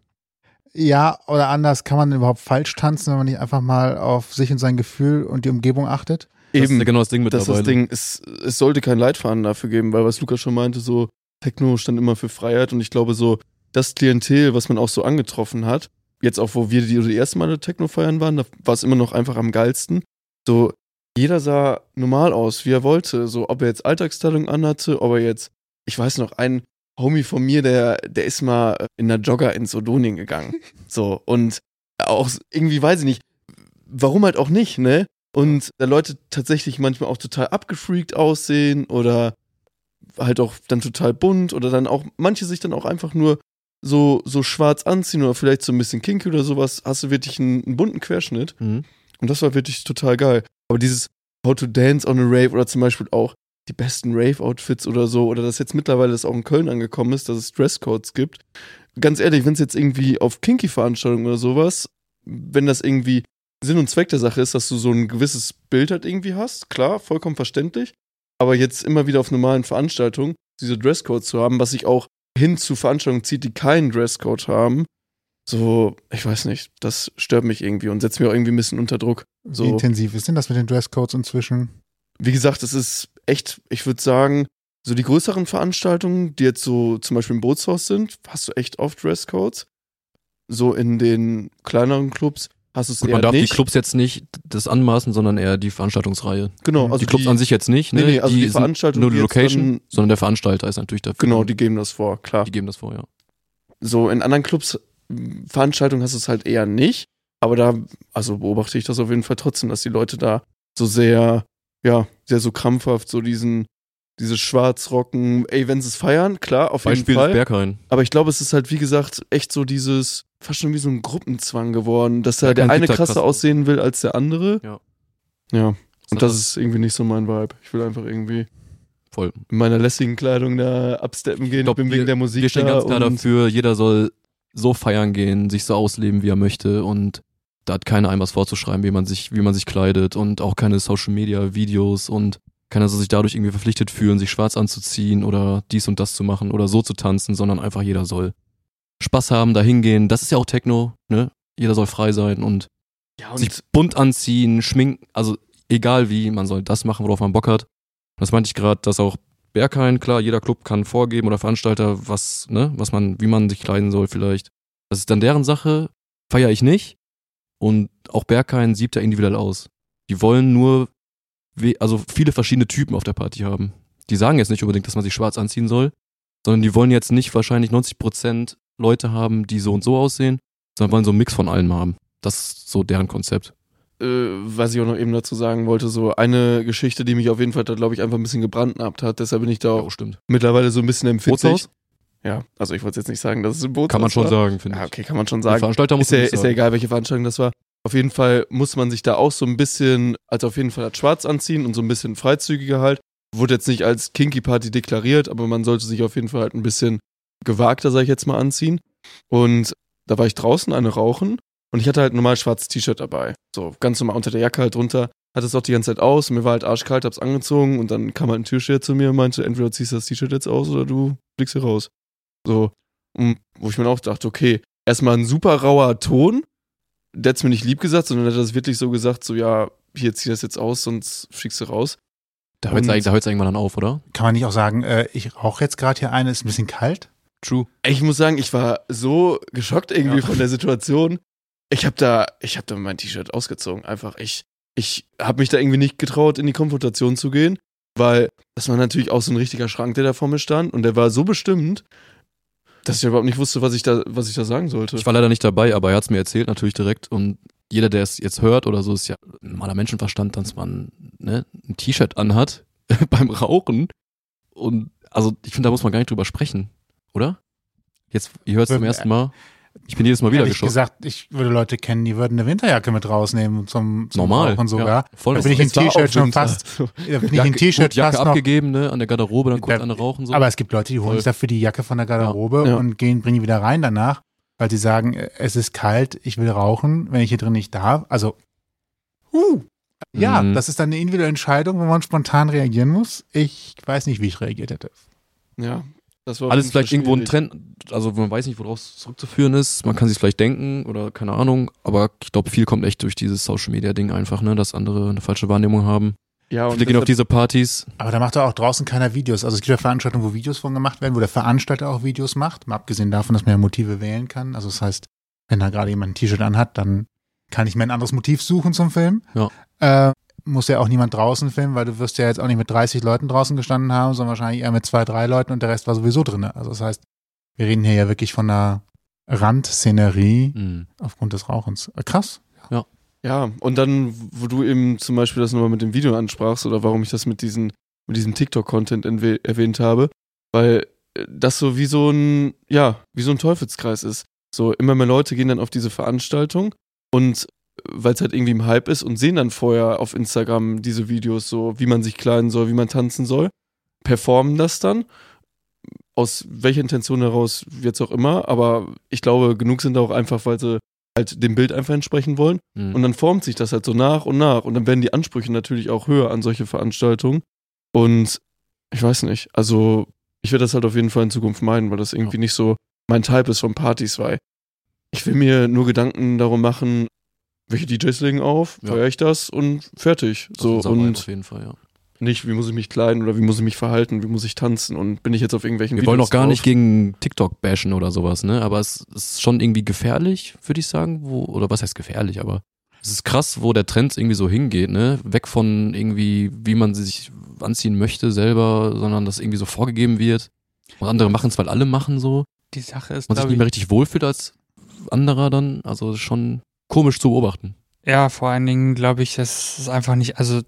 ja, oder anders, kann man überhaupt falsch tanzen, wenn man nicht einfach mal auf sich und sein Gefühl und die Umgebung achtet? Das ist ja genau das Ding das ist mittlerweile. das Ding, es, es sollte kein Leitfaden dafür geben, weil was Lukas schon meinte, so Techno stand immer für Freiheit und ich glaube so, das Klientel, was man auch so angetroffen hat, jetzt auch wo wir die, die ersten Mal Techno feiern waren, da war es immer noch einfach am geilsten. So, jeder sah normal aus, wie er wollte. So, ob er jetzt Alltagsteilung anhatte, ob er jetzt, ich weiß noch, ein Homie von mir, der, der ist mal in einer Jogger ins Odonien gegangen. So, und auch irgendwie weiß ich nicht, warum halt auch nicht, ne? Und da Leute tatsächlich manchmal auch total abgefreakt aussehen oder halt auch dann total bunt oder dann auch, manche sich dann auch einfach nur so, so schwarz anziehen oder vielleicht so ein bisschen kinky oder sowas, hast du wirklich einen, einen bunten Querschnitt. Mhm. Und das war wirklich total geil. Aber dieses How to Dance on a Rave oder zum Beispiel auch die besten Rave-Outfits oder so, oder dass jetzt mittlerweile das auch in Köln angekommen ist, dass es Dresscodes gibt. Ganz ehrlich, wenn es jetzt irgendwie auf Kinky-Veranstaltungen oder sowas, wenn das irgendwie Sinn und Zweck der Sache ist, dass du so ein gewisses Bild halt irgendwie hast, klar, vollkommen verständlich. Aber jetzt immer wieder auf normalen Veranstaltungen diese Dresscodes zu haben, was sich auch hin zu Veranstaltungen zieht, die keinen Dresscode haben, so, ich weiß nicht, das stört mich irgendwie und setzt mir auch irgendwie ein bisschen unter Druck. Wie So, intensiv ist denn das mit den Dresscodes inzwischen? wie gesagt, es ist echt, ich würde sagen, so die größeren Veranstaltungen, die jetzt so zum Beispiel im Bootshaus sind, hast du echt oft Dresscodes. So in den kleineren Clubs hast du es Gut, eher man darf nicht. die Clubs jetzt nicht das anmaßen, sondern eher die Veranstaltungsreihe. genau, also die Clubs an sich jetzt nicht, ne? Nee, nee, also die sind Veranstaltung, Nur die die jetzt Location, dann- sondern der Veranstalter ist natürlich dafür. Genau, die geben das vor, klar. die geben das vor, ja. So in anderen Clubs, m, Veranstaltungen hast du es halt eher nicht. Aber da, also beobachte ich das auf jeden Fall trotzdem, dass die Leute da so sehr, ja, sehr so krampfhaft so diesen, dieses Schwarzrocken, ey, wenn sie es feiern, klar, auf Beispiel jeden ist Fall. Berghain. Aber ich glaube, es ist halt, wie gesagt, echt so dieses, fast schon wie so ein Gruppenzwang geworden, dass da Ja, der kein eine TikTok krasser krass. aussehen will als der andere. Ja. Also Ja. Und das hat- ist irgendwie nicht so mein Vibe. Ich will einfach irgendwie voll. in meiner lässigen Kleidung da absteppen gehen. Ich, glaub, bin wir- wegen der Musik Wir stehen da ganz klar und dafür, jeder soll so feiern gehen, sich so ausleben, wie er möchte und da hat keiner einem was vorzuschreiben, wie man sich, wie man sich kleidet und auch keine Social Media Videos und keiner soll sich dadurch irgendwie verpflichtet fühlen, sich schwarz anzuziehen oder dies und das zu machen oder so zu tanzen, sondern einfach jeder soll Spaß haben, da hingehen. Das ist ja auch Techno, ne? Jeder soll frei sein und ja, sich bunt anziehen, schminken, also egal wie, man soll das machen, worauf man Bock hat. Das meinte ich gerade, dass auch Berghain, klar, jeder Club kann vorgeben oder Veranstalter, was, ne, was man, wie man sich kleiden soll vielleicht. Das ist dann deren Sache, feiere ich nicht. Und auch Berghain sieht da individuell aus. Die wollen nur, we- also viele verschiedene Typen auf der Party haben. Die sagen jetzt nicht unbedingt, dass man sich schwarz anziehen soll, sondern die wollen jetzt nicht wahrscheinlich 90% Leute haben, die so und so aussehen, sondern wollen so einen Mix von allem haben. Das ist so deren Konzept. äh, was ich auch noch eben dazu sagen wollte, so eine Geschichte, die mich auf jeden Fall da, glaube ich, einfach ein bisschen gebrandnappt hat. Deshalb bin ich da auch Oh, stimmt. mittlerweile so ein bisschen empfindlich. Bootshaus? Ja, also ich wollte jetzt nicht sagen, dass es ein Bootshaus Kann man schon war. sagen, finde Ah, ich. Ja, okay, kann man schon Der sagen. Veranstalter muss Ist ja, ist ja egal, welche Veranstaltung das war. Auf jeden Fall muss man sich da auch so ein bisschen, also auf jeden Fall als schwarz anziehen und so ein bisschen freizügiger halt. Wurde jetzt nicht als Kinky Party deklariert, aber man sollte sich auf jeden Fall halt ein bisschen gewagter, sag ich jetzt mal, anziehen. Und da war ich draußen eine rauchen und ich hatte halt ein normal schwarzes T-Shirt dabei. So ganz normal unter der Jacke halt drunter. Hatte es auch die ganze Zeit aus und mir war halt arschkalt, hab's angezogen und dann kam halt ein Türsteher zu mir und meinte, entweder du ziehst das T-Shirt jetzt aus oder du fliegst hier raus. So. Und wo ich mir auch dachte, okay, erstmal ein super rauer Ton. Der hat's mir nicht lieb gesagt, sondern der hat das wirklich so gesagt, so ja, hier zieh das jetzt aus, sonst fliegst du raus. Da hört es irgendwann dann auf, oder? Kann man nicht auch sagen, äh, ich rauche jetzt gerade hier eine, ist ein bisschen kalt? True. Ich muss sagen, ich war so geschockt irgendwie von der Situation. Ich habe da, ich habe da mein T-Shirt ausgezogen. Einfach, ich, ich habe mich da irgendwie nicht getraut, in die Konfrontation zu gehen, weil das war natürlich auch so ein richtiger Schrank, der da vor mir stand und der war so bestimmt, dass ich überhaupt nicht wusste, was ich da, was ich da sagen sollte. Ich war leider nicht dabei, aber er hat es mir erzählt, natürlich direkt. Und jeder, der es jetzt hört oder so, ist ja ein normaler Menschenverstand, dass man ne, ein T-Shirt anhat beim Rauchen. Und also ich finde, da muss man gar nicht drüber sprechen, oder? Jetzt, ihr hört es zum Ähm, ersten Mal. Ich bin jedes Mal wieder Ehrlich geschockt. gesagt, ich würde Leute kennen, die würden eine Winterjacke mit rausnehmen zum, zum Normal. Rauchen sogar. Ja, voll Da bin ich im normal. Es war auch T-Shirt schon Winter. fast, da bin ich Jacke- im T-Shirt gut, Jacke fast noch. abgegeben, ne, an der Garderobe, dann kurz Da- eine rauchen so. Aber es gibt Leute, die holen Voll. sich dafür die Jacke von der Garderobe Ja. und gehen, bringen die wieder rein danach, weil sie sagen, äh, es ist kalt, ich will rauchen, wenn ich hier drin nicht darf. Also, huh. Ja, Mhm. das ist dann eine individuelle Entscheidung, wo man spontan reagieren muss. Ich weiß nicht, wie ich reagiert hätte. ja, das war auf Alles jeden Fall vielleicht irgendwo ein schwierig. Trend, also man weiß nicht, worauf es zurückzuführen ist. Man kann sich vielleicht denken oder keine Ahnung, aber ich glaube, viel kommt echt durch dieses Social Media Ding einfach, ne, dass andere eine falsche Wahrnehmung haben. Ja, und Viele gehen auf deshalb- diese Partys. Aber da macht doch auch draußen keiner Videos. Also es gibt ja Veranstaltungen, wo Videos von gemacht werden, wo der Veranstalter auch Videos macht, mal abgesehen davon, dass man ja Motive wählen kann. Also das heißt, wenn da gerade jemand ein T-Shirt anhat, dann kann ich mir ein anderes Motiv suchen zum Film. Äh, muss ja auch niemand draußen filmen, weil du wirst ja jetzt auch nicht mit 30 Leuten draußen gestanden haben, sondern wahrscheinlich eher mit zwei, drei Leuten und der Rest war sowieso drin. Also das heißt, wir reden hier ja wirklich von einer Randszenerie Mhm. aufgrund des Rauchens. Äh, Krass. Ja, und dann, wo du eben zum Beispiel das nochmal mit dem Video ansprachst oder warum ich das mit, diesen, mit diesem TikTok-Content entwe- erwähnt habe, weil äh, das so wie so ein, ja, wie so ein Teufelskreis ist. So immer mehr Leute gehen dann auf diese Veranstaltung und weil es halt irgendwie im Hype ist und sehen dann vorher auf Instagram diese Videos so, wie man sich kleiden soll, wie man tanzen soll, performen das dann. Aus welcher Intention heraus, jetzt auch immer, aber ich glaube, genug sind da auch einfach, weil sie halt dem Bild einfach entsprechen wollen. Mhm. Und dann formt sich das halt so nach und nach. Und dann werden die Ansprüche natürlich auch höher an solche Veranstaltungen. Und ich weiß nicht. Also, ich werde das halt auf jeden Fall in Zukunft meiden, weil das irgendwie nicht so mein Type ist von Partys, weil ich will mir nur Gedanken darum machen, welche DJs legen auf, Ja. feiere ich das und fertig. Das So ist unser Vibe und auf jeden Fall, ja. nicht, wie muss ich mich kleiden oder wie muss ich mich verhalten, wie muss ich tanzen und bin ich jetzt auf irgendwelchen Wir wollen Videos auch gar drauf? nicht gegen TikTok bashen oder sowas, ne? Aber es ist schon irgendwie gefährlich, würde ich sagen, wo, oder was heißt gefährlich, aber es ist krass, wo der Trend irgendwie so hingeht, ne? Weg von irgendwie, wie man sich anziehen möchte selber, sondern das irgendwie so vorgegeben wird. Und andere machen es, weil alle machen so. Die Sache ist, Man sich glaub nicht ich, mehr richtig wohlfühlt als anderer dann. Also es ist schon komisch zu beobachten. Ja, vor allen Dingen glaube ich, das ist einfach nicht, also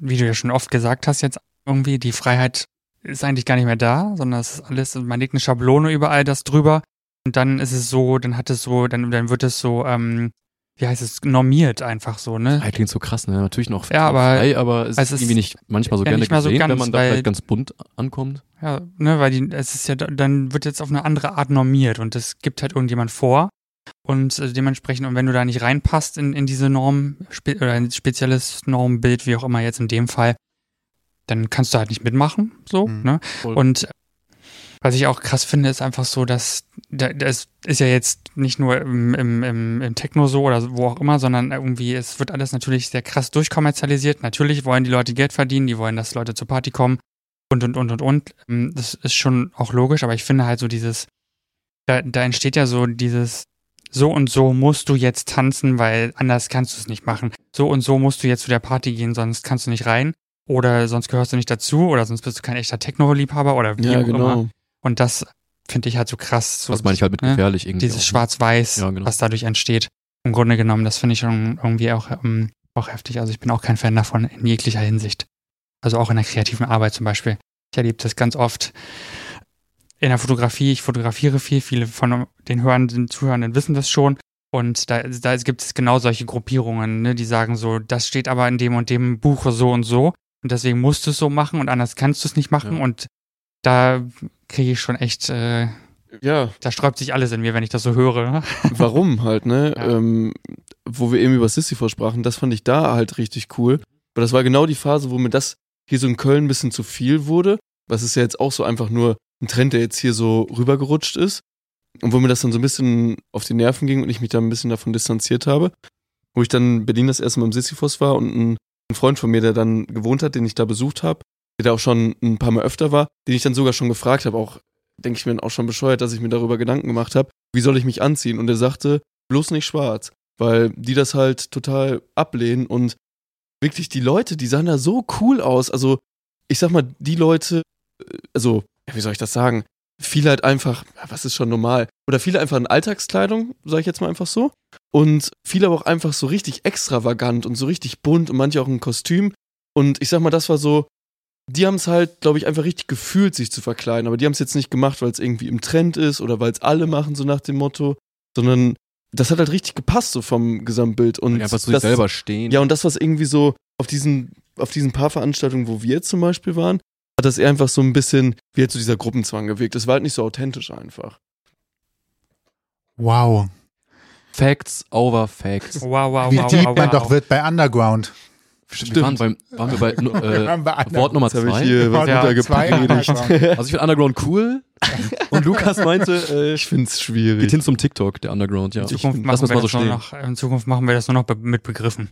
wie du ja schon oft gesagt hast jetzt, irgendwie die Freiheit ist eigentlich gar nicht mehr da, sondern es ist alles, man legt eine Schablone überall das drüber und dann ist es so, dann hat es so, dann, dann wird es so, ähm, wie heißt es, normiert einfach so, ne? Freiheit klingt so krass, ne? Natürlich noch Ja, aber frei, aber es es ist ist irgendwie nicht manchmal so ja gerne nicht mal so gesehen, wenn ganz, man da weil- vielleicht ganz bunt ankommt. Ja, ne, weil die, es ist ja, da- dann wird jetzt auf eine andere Art normiert und das gibt halt irgendjemand vor und äh, dementsprechend, und wenn du da nicht reinpasst in, in diese Norm spe, oder ein spezielles Normbild, wie auch immer jetzt in dem Fall, dann kannst du halt nicht mitmachen, so, Mhm. ne? Voll. Und was ich auch krass finde, ist einfach so, dass da- das ist ja jetzt nicht nur im, im, im, im Techno so oder wo auch immer, sondern irgendwie, es wird alles natürlich sehr krass durchkommerzialisiert. Natürlich wollen die Leute Geld verdienen, die wollen, dass Leute zur Party kommen und, und, und, und, und. Ähm, Das ist schon auch logisch, aber ich finde halt so dieses, da, da entsteht ja so dieses, so und so musst du jetzt tanzen, weil anders kannst du es nicht machen. So und so musst du jetzt zu der Party gehen, sonst kannst du nicht rein. Oder sonst gehörst du nicht dazu, oder sonst bist du kein echter Techno-Liebhaber oder wie Ja, auch immer. genau. Und das finde ich halt so krass. So das meine ich halt mit ne? gefährlich irgendwie. Dieses auch, ne? Schwarz-Weiß, Ja, genau. was dadurch entsteht. Im Grunde genommen, das finde ich schon irgendwie auch ähm, auch heftig. Also ich bin auch kein Fan davon in jeglicher Hinsicht. Also auch in der kreativen Arbeit zum Beispiel. Ich erlebe das ganz oft in der Fotografie. Ich fotografiere viel. Viele von den Hörenden, Zuhörenden wissen das schon. Und da, da gibt es genau solche Gruppierungen, ne, die sagen so, das steht aber in dem und dem Buche so und so. Und deswegen musst du es so machen und anders kannst du es nicht machen. Ja. Und da kriege ich schon echt, äh, Ja, da sträubt sich alles in mir, wenn ich das so höre. warum halt, ne? Ja. Ähm, wo wir eben über Sisyphos sprachen, das fand ich da halt richtig cool. Aber das war genau die Phase, wo mir das hier so in Köln ein bisschen zu viel wurde. Was ist ja jetzt auch so einfach nur ein Trend, der jetzt hier so rübergerutscht ist. Und wo mir das dann so ein bisschen auf die Nerven ging und ich mich da ein bisschen davon distanziert habe. Wo ich dann in Berlin das erste Mal im Sisyphos war und ein, ein Freund von mir, der dann gewohnt hat, den ich da besucht habe, der da auch schon ein paar Mal öfter war, den ich dann sogar schon gefragt habe, auch denke ich mir dann auch schon bescheuert, dass ich mir darüber Gedanken gemacht habe, wie soll ich mich anziehen? Und er sagte, bloß nicht schwarz, weil die das halt total ablehnen und wirklich die Leute, die sahen da so cool aus. Also, ich sag mal, die Leute, äh, also, ja, wie soll ich das sagen? Viele halt einfach, ja, was ist schon normal? Oder viele einfach in Alltagskleidung, sage ich jetzt mal einfach so. Und viele aber auch einfach so richtig extravagant und so richtig bunt und manche auch in Kostüm. Und ich sag mal, das war so, die haben es halt, glaube ich, einfach richtig gefühlt, sich zu verkleiden. Aber die haben es jetzt nicht gemacht, weil es irgendwie im Trend ist oder weil es alle machen, so nach dem Motto, sondern das hat halt richtig gepasst, so vom Gesamtbild. Und ja, was du das, selber stehen. ja, und das, was irgendwie so auf diesen, auf diesen paar Veranstaltungen, wo wir jetzt zum Beispiel waren, hat das eher einfach so ein bisschen, wie halt so dieser Gruppenzwang gewirkt. Das war halt nicht so authentisch einfach. Wow. Facts over Facts. Wow, wow, Wie wow, deep wow, man wow. doch wird bei Underground. Stimmt. Wir waren, beim, waren wir bei Wir äh, waren bei Wort Nummer Jetzt habe ich zwei. hier was Ja, zwei untergepredigt. Also ich finde Underground cool. Und Lukas meinte, äh, ich finde es geht schwierig. hin zum TikTok, der Underground, ja. In Zukunft, Ich- machen lass uns wir mal so das nur stehen. noch, äh, in Zukunft machen wir das nur noch be- mit Begriffen.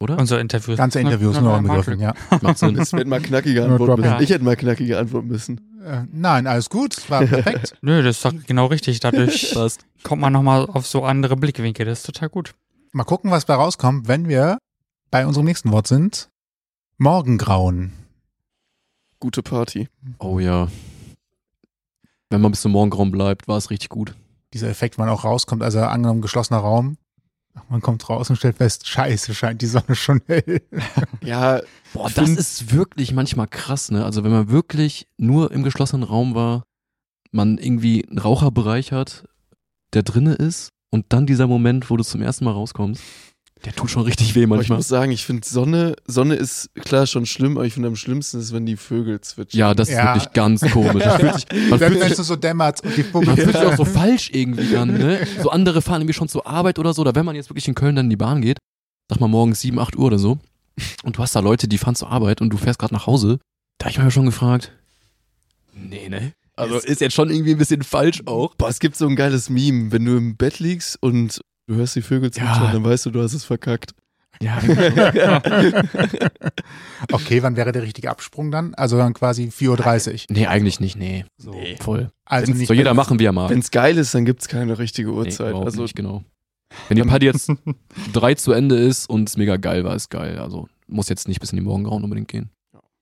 Oder? Unsere Interviews. Ne? Ganze Interviews Na, nur na, an na, Begriffen, ja. Macht Sinn. Ich hätte mal knackige Nur antworten droppen. müssen. Ich hätte mal knackige antworten müssen. Äh, Nein, alles gut, war perfekt. Nö, das ist doch genau richtig. Dadurch Passt. kommt man nochmal auf so andere Blickwinkel. Das ist total gut. Mal gucken, was bei rauskommt, wenn wir bei unserem nächsten Wort sind. Morgengrauen. Gute Party. Oh ja. Wenn man bis zum Morgengrauen bleibt, war es richtig gut. Dieser Effekt, wann auch rauskommt, also angenommen geschlossener Raum. Man kommt raus und stellt fest, scheiße, scheint die Sonne schon hell. Ja, Boah, Ich das find- ist wirklich manchmal krass, ne? Also wenn man wirklich nur im geschlossenen Raum war, man irgendwie einen Raucherbereich hat, der drinne ist und dann dieser Moment, wo du zum ersten Mal rauskommst, der tut schon richtig weh aber ich manchmal. muss sagen, ich finde Sonne, Sonne ist klar schon schlimm, aber ich finde am schlimmsten ist, wenn die Vögel zwitschern. Ja, das Ja. ist wirklich ganz komisch. Man fühlt sich, man Selbst fühlt wenn sich, es so dämmert und die man Vogel. fühlt sich auch so falsch irgendwie an, ne? So andere fahren irgendwie schon zur Arbeit oder so, oder wenn man jetzt wirklich in Köln dann in die Bahn geht, sag mal morgens 7, 8 Uhr oder so, und du hast da Leute, die fahren zur Arbeit und du fährst gerade nach Hause, da hab ich mir ja schon gefragt, nee, ne? Also ist jetzt schon irgendwie ein bisschen falsch auch. Boah, es gibt so ein geiles Meme, wenn du im Bett liegst und du hörst die Vögel zwitschern, Ja. dann weißt du, du hast es verkackt. Ja, Okay, wann wäre der richtige Absprung dann? Also dann quasi 4.30 Uhr. Nee, eigentlich nicht, nee. So. Voll. Also Soll jeder machen, wie er mag. Wenn es geil ist, dann gibt es keine richtige Nee, Uhrzeit. überhaupt also nicht, genau. Wenn die Party jetzt drei zu Ende ist und es mega geil war, ist geil. Also muss jetzt nicht bis in die Morgengrauen unbedingt gehen.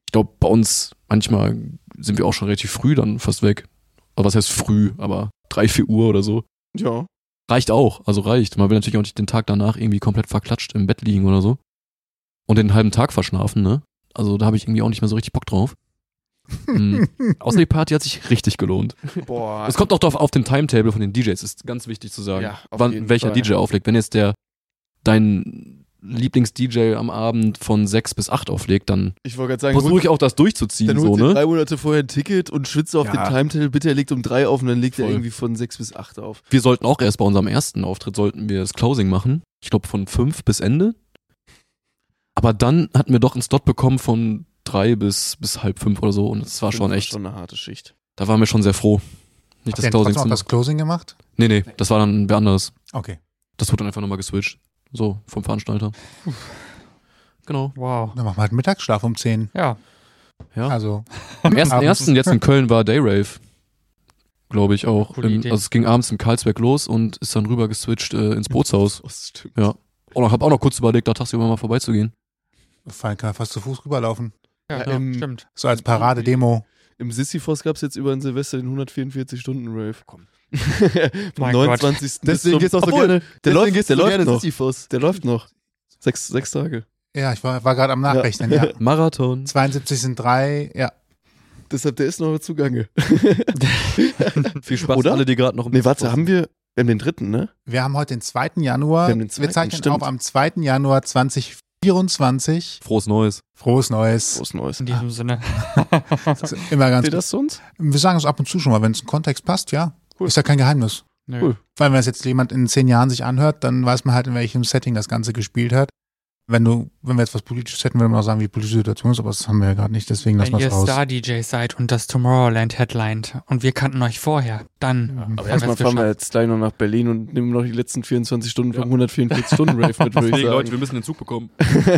Ich glaube, bei uns manchmal sind wir auch schon relativ früh dann fast weg. Also was heißt früh, aber drei, vier Uhr oder so. Ja. Reicht auch, also reicht. Man will natürlich auch nicht den Tag danach irgendwie komplett verklatscht im Bett liegen oder so. Und den halben Tag verschlafen, ne? Also da habe ich irgendwie auch nicht mehr so richtig Bock drauf. Hm. Außer die Party hat sich richtig gelohnt. Boah. Es kommt auch drauf auf den Timetable von den DJs, ist ganz wichtig zu sagen. Ah. Ja, auf jeden wann, welcher Fall. DJ auflegt. Wenn jetzt der dein Lieblings-DJ am Abend von 6 bis 8 auflegt, dann ich wollte gerade sagen, versuche hol, ich auch das durchzuziehen, dann so, holst du ne? drei Monate vorher ein Ticket und schwitzt auf Ja. den Timetable. Bitte, er legt um drei auf und dann legt er Voll. irgendwie von sechs bis acht auf. Wir sollten auch erst bei unserem ersten Auftritt sollten wir das Closing machen. Ich glaube von 5 bis Ende. Aber dann hatten wir doch einen Slot bekommen von 3 bis, bis halb 5 oder so und es war Fünf schon echt, schon eine harte Schicht. da waren wir schon sehr froh. Nicht Habt das ihr Closing trotzdem zu auch machen. das Closing gemacht? Nee, nee, das war dann wer anderes. Okay, Das wurde dann einfach nochmal geswitcht. So, vom Veranstalter. Genau. Wow. dann machen wir halt Mittagsschlaf um 10. Ja. Ja. Also Am 1.1. Abends. jetzt in Köln war Dayrave. Glaube ich auch. Coole Im, Idee. also es ging abends in Karlsberg los und ist dann rüber geswitcht äh, ins Bootshaus. Oh, das stimmt. Ja. Und ich habe auch noch kurz überlegt, da tagsüber mal vorbeizugehen. Fallen kann er fast zu Fuß rüberlaufen. Ja, Ja, ähm, stimmt. So als Paradedemo. Im Sisyphos gab es jetzt über den Silvester den 144-Stunden-Rave. Komm. Vom Mein Gott. 29. bis Deswegen zum- geht's auch so Obwohl, also gerne- Der deswegen läuft, geht's der so läuft gerne noch. Der läuft noch. Sechs, sechs Tage. Ja, ich war, war gerade am Nachrechnen, ja. Marathon. 72 sind drei, ja. Deshalb, der ist noch zugange. Viel Spaß Oder? alle, die gerade noch im Nee, warte, haben wir, wir haben den dritten, ne? Wir haben heute den 2. Januar. Wir Wir, haben den zweiten, zeichnen stimmt. auf am 2. Januar 2024. Frohes Neues. Frohes Neues. Groß Neues. In Ah. diesem Sinne. Ist immer ganz Seht ihr das sonst? Wir sagen es ab und zu schon mal, wenn es im Kontext passt, ja. Cool. Ist ja kein Geheimnis. Nö. Cool. Vor allem, wenn es jetzt jemand in zehn Jahren sich anhört, dann weiß man halt, in welchem Setting das Ganze gespielt hat. Wenn du, wenn wir jetzt was Politisches hätten, würden wir auch sagen, wie die politische Situation ist, aber das haben wir ja gerade nicht, deswegen lassen Wenn wir ihr es raus. Star-DJ seid und das Tomorrowland headlined und wir kannten euch vorher, dann. Aber Aber erstmal fahren wir jetzt gleich noch nach Berlin und nehmen noch die letzten 24 Stunden vom 144-Stunden-Rave mit, würde ich sagen. wir müssen den Zug bekommen. Dazu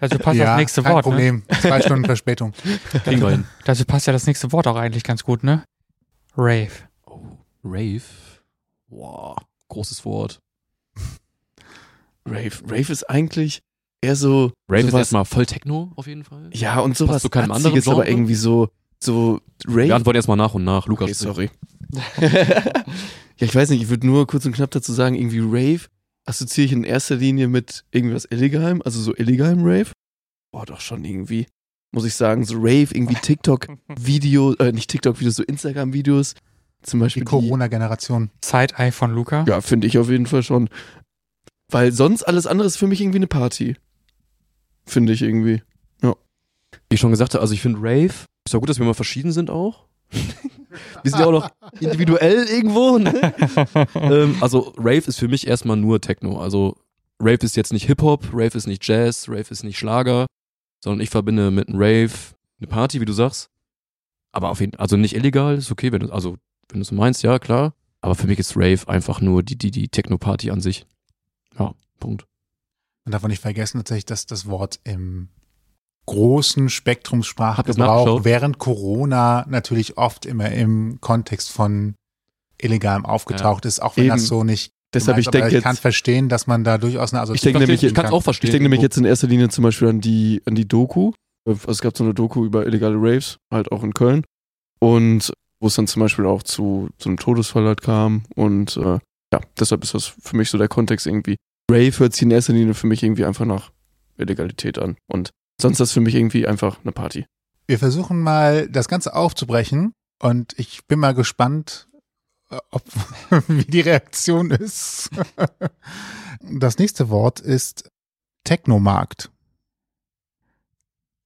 Also passt ja, das nächste kein Wort. Ne? Problem. Zwei Stunden Verspätung. Kriegen wir hin. Dazu passt ja das nächste Wort auch eigentlich ganz gut, ne? Rave. Rave. Wow, großes Wort. Rave. Rave ist eigentlich eher so, Rave ist Sowas- erstmal voll Techno auf jeden Fall. ja, und sowas Passt zu keinem anderen Atziges, aber Genre? irgendwie so, so Wir Rave. antworten erstmal nach und nach. Lukas, okay, sorry. ja, ich weiß nicht, ich würde nur kurz und knapp dazu sagen, irgendwie Rave assoziiere ich in erster Linie mit irgendwas Illegalem, also so Illegalem Rave. Boah, doch schon irgendwie, muss ich sagen, so Rave, irgendwie TikTok-Video, äh, nicht TikTok-Videos, so Instagram-Videos. Zum Die Beispiel die- Corona-Generation. Side-Eye von Luca. Ja, finde ich auf jeden Fall schon. Weil sonst alles andere ist für mich irgendwie eine Party. Finde ich irgendwie. wie ich schon gesagt habe, also ich finde Rave, ist ja gut, dass wir mal verschieden sind auch. wir sind ja auch noch individuell irgendwo, ne? ähm, also Rave ist für mich erstmal nur Techno. Also Rave ist jetzt nicht Hip-Hop, Rave ist nicht Jazz, Rave ist nicht Schlager, sondern ich verbinde mit einem Rave eine Party, wie du sagst. Aber auf jeden also nicht illegal, ist okay, wenn du, also wenn du es meinst, ja, klar. Aber für mich ist Rave einfach nur die, die, die Techno-Party an sich. Ja, Punkt. Man darf auch nicht vergessen tatsächlich, dass das Wort im großen Habt ihr's Spektrumsprachgebrauch nachgeschaut? während Corona natürlich oft immer im Kontext von illegalem aufgetaucht ist, auch wenn das Eben. so nicht Deshalb, gemeint ich ist. Aber denke kann jetzt, verstehen, dass man da durchaus eine Ich denke Assoziation nämlich, ich finden kann es auch verstehen. Oh, ich denke nämlich jetzt in erster Linie zum Beispiel an die, an die Doku. Also es gab so eine Doku über illegale Raves, halt auch in Köln. Und wo es dann zum Beispiel auch zu, zu einem Todesfall halt kam. Und äh, ja, deshalb ist das für mich so der Kontext irgendwie. Rave hört sich in erster Linie für mich irgendwie einfach nach Illegalität an. Und sonst ist das für mich irgendwie einfach eine Party. Wir versuchen mal, das Ganze aufzubrechen und ich bin mal gespannt, äh, ob, wie die Reaktion ist. Das nächste Wort ist Technomarkt.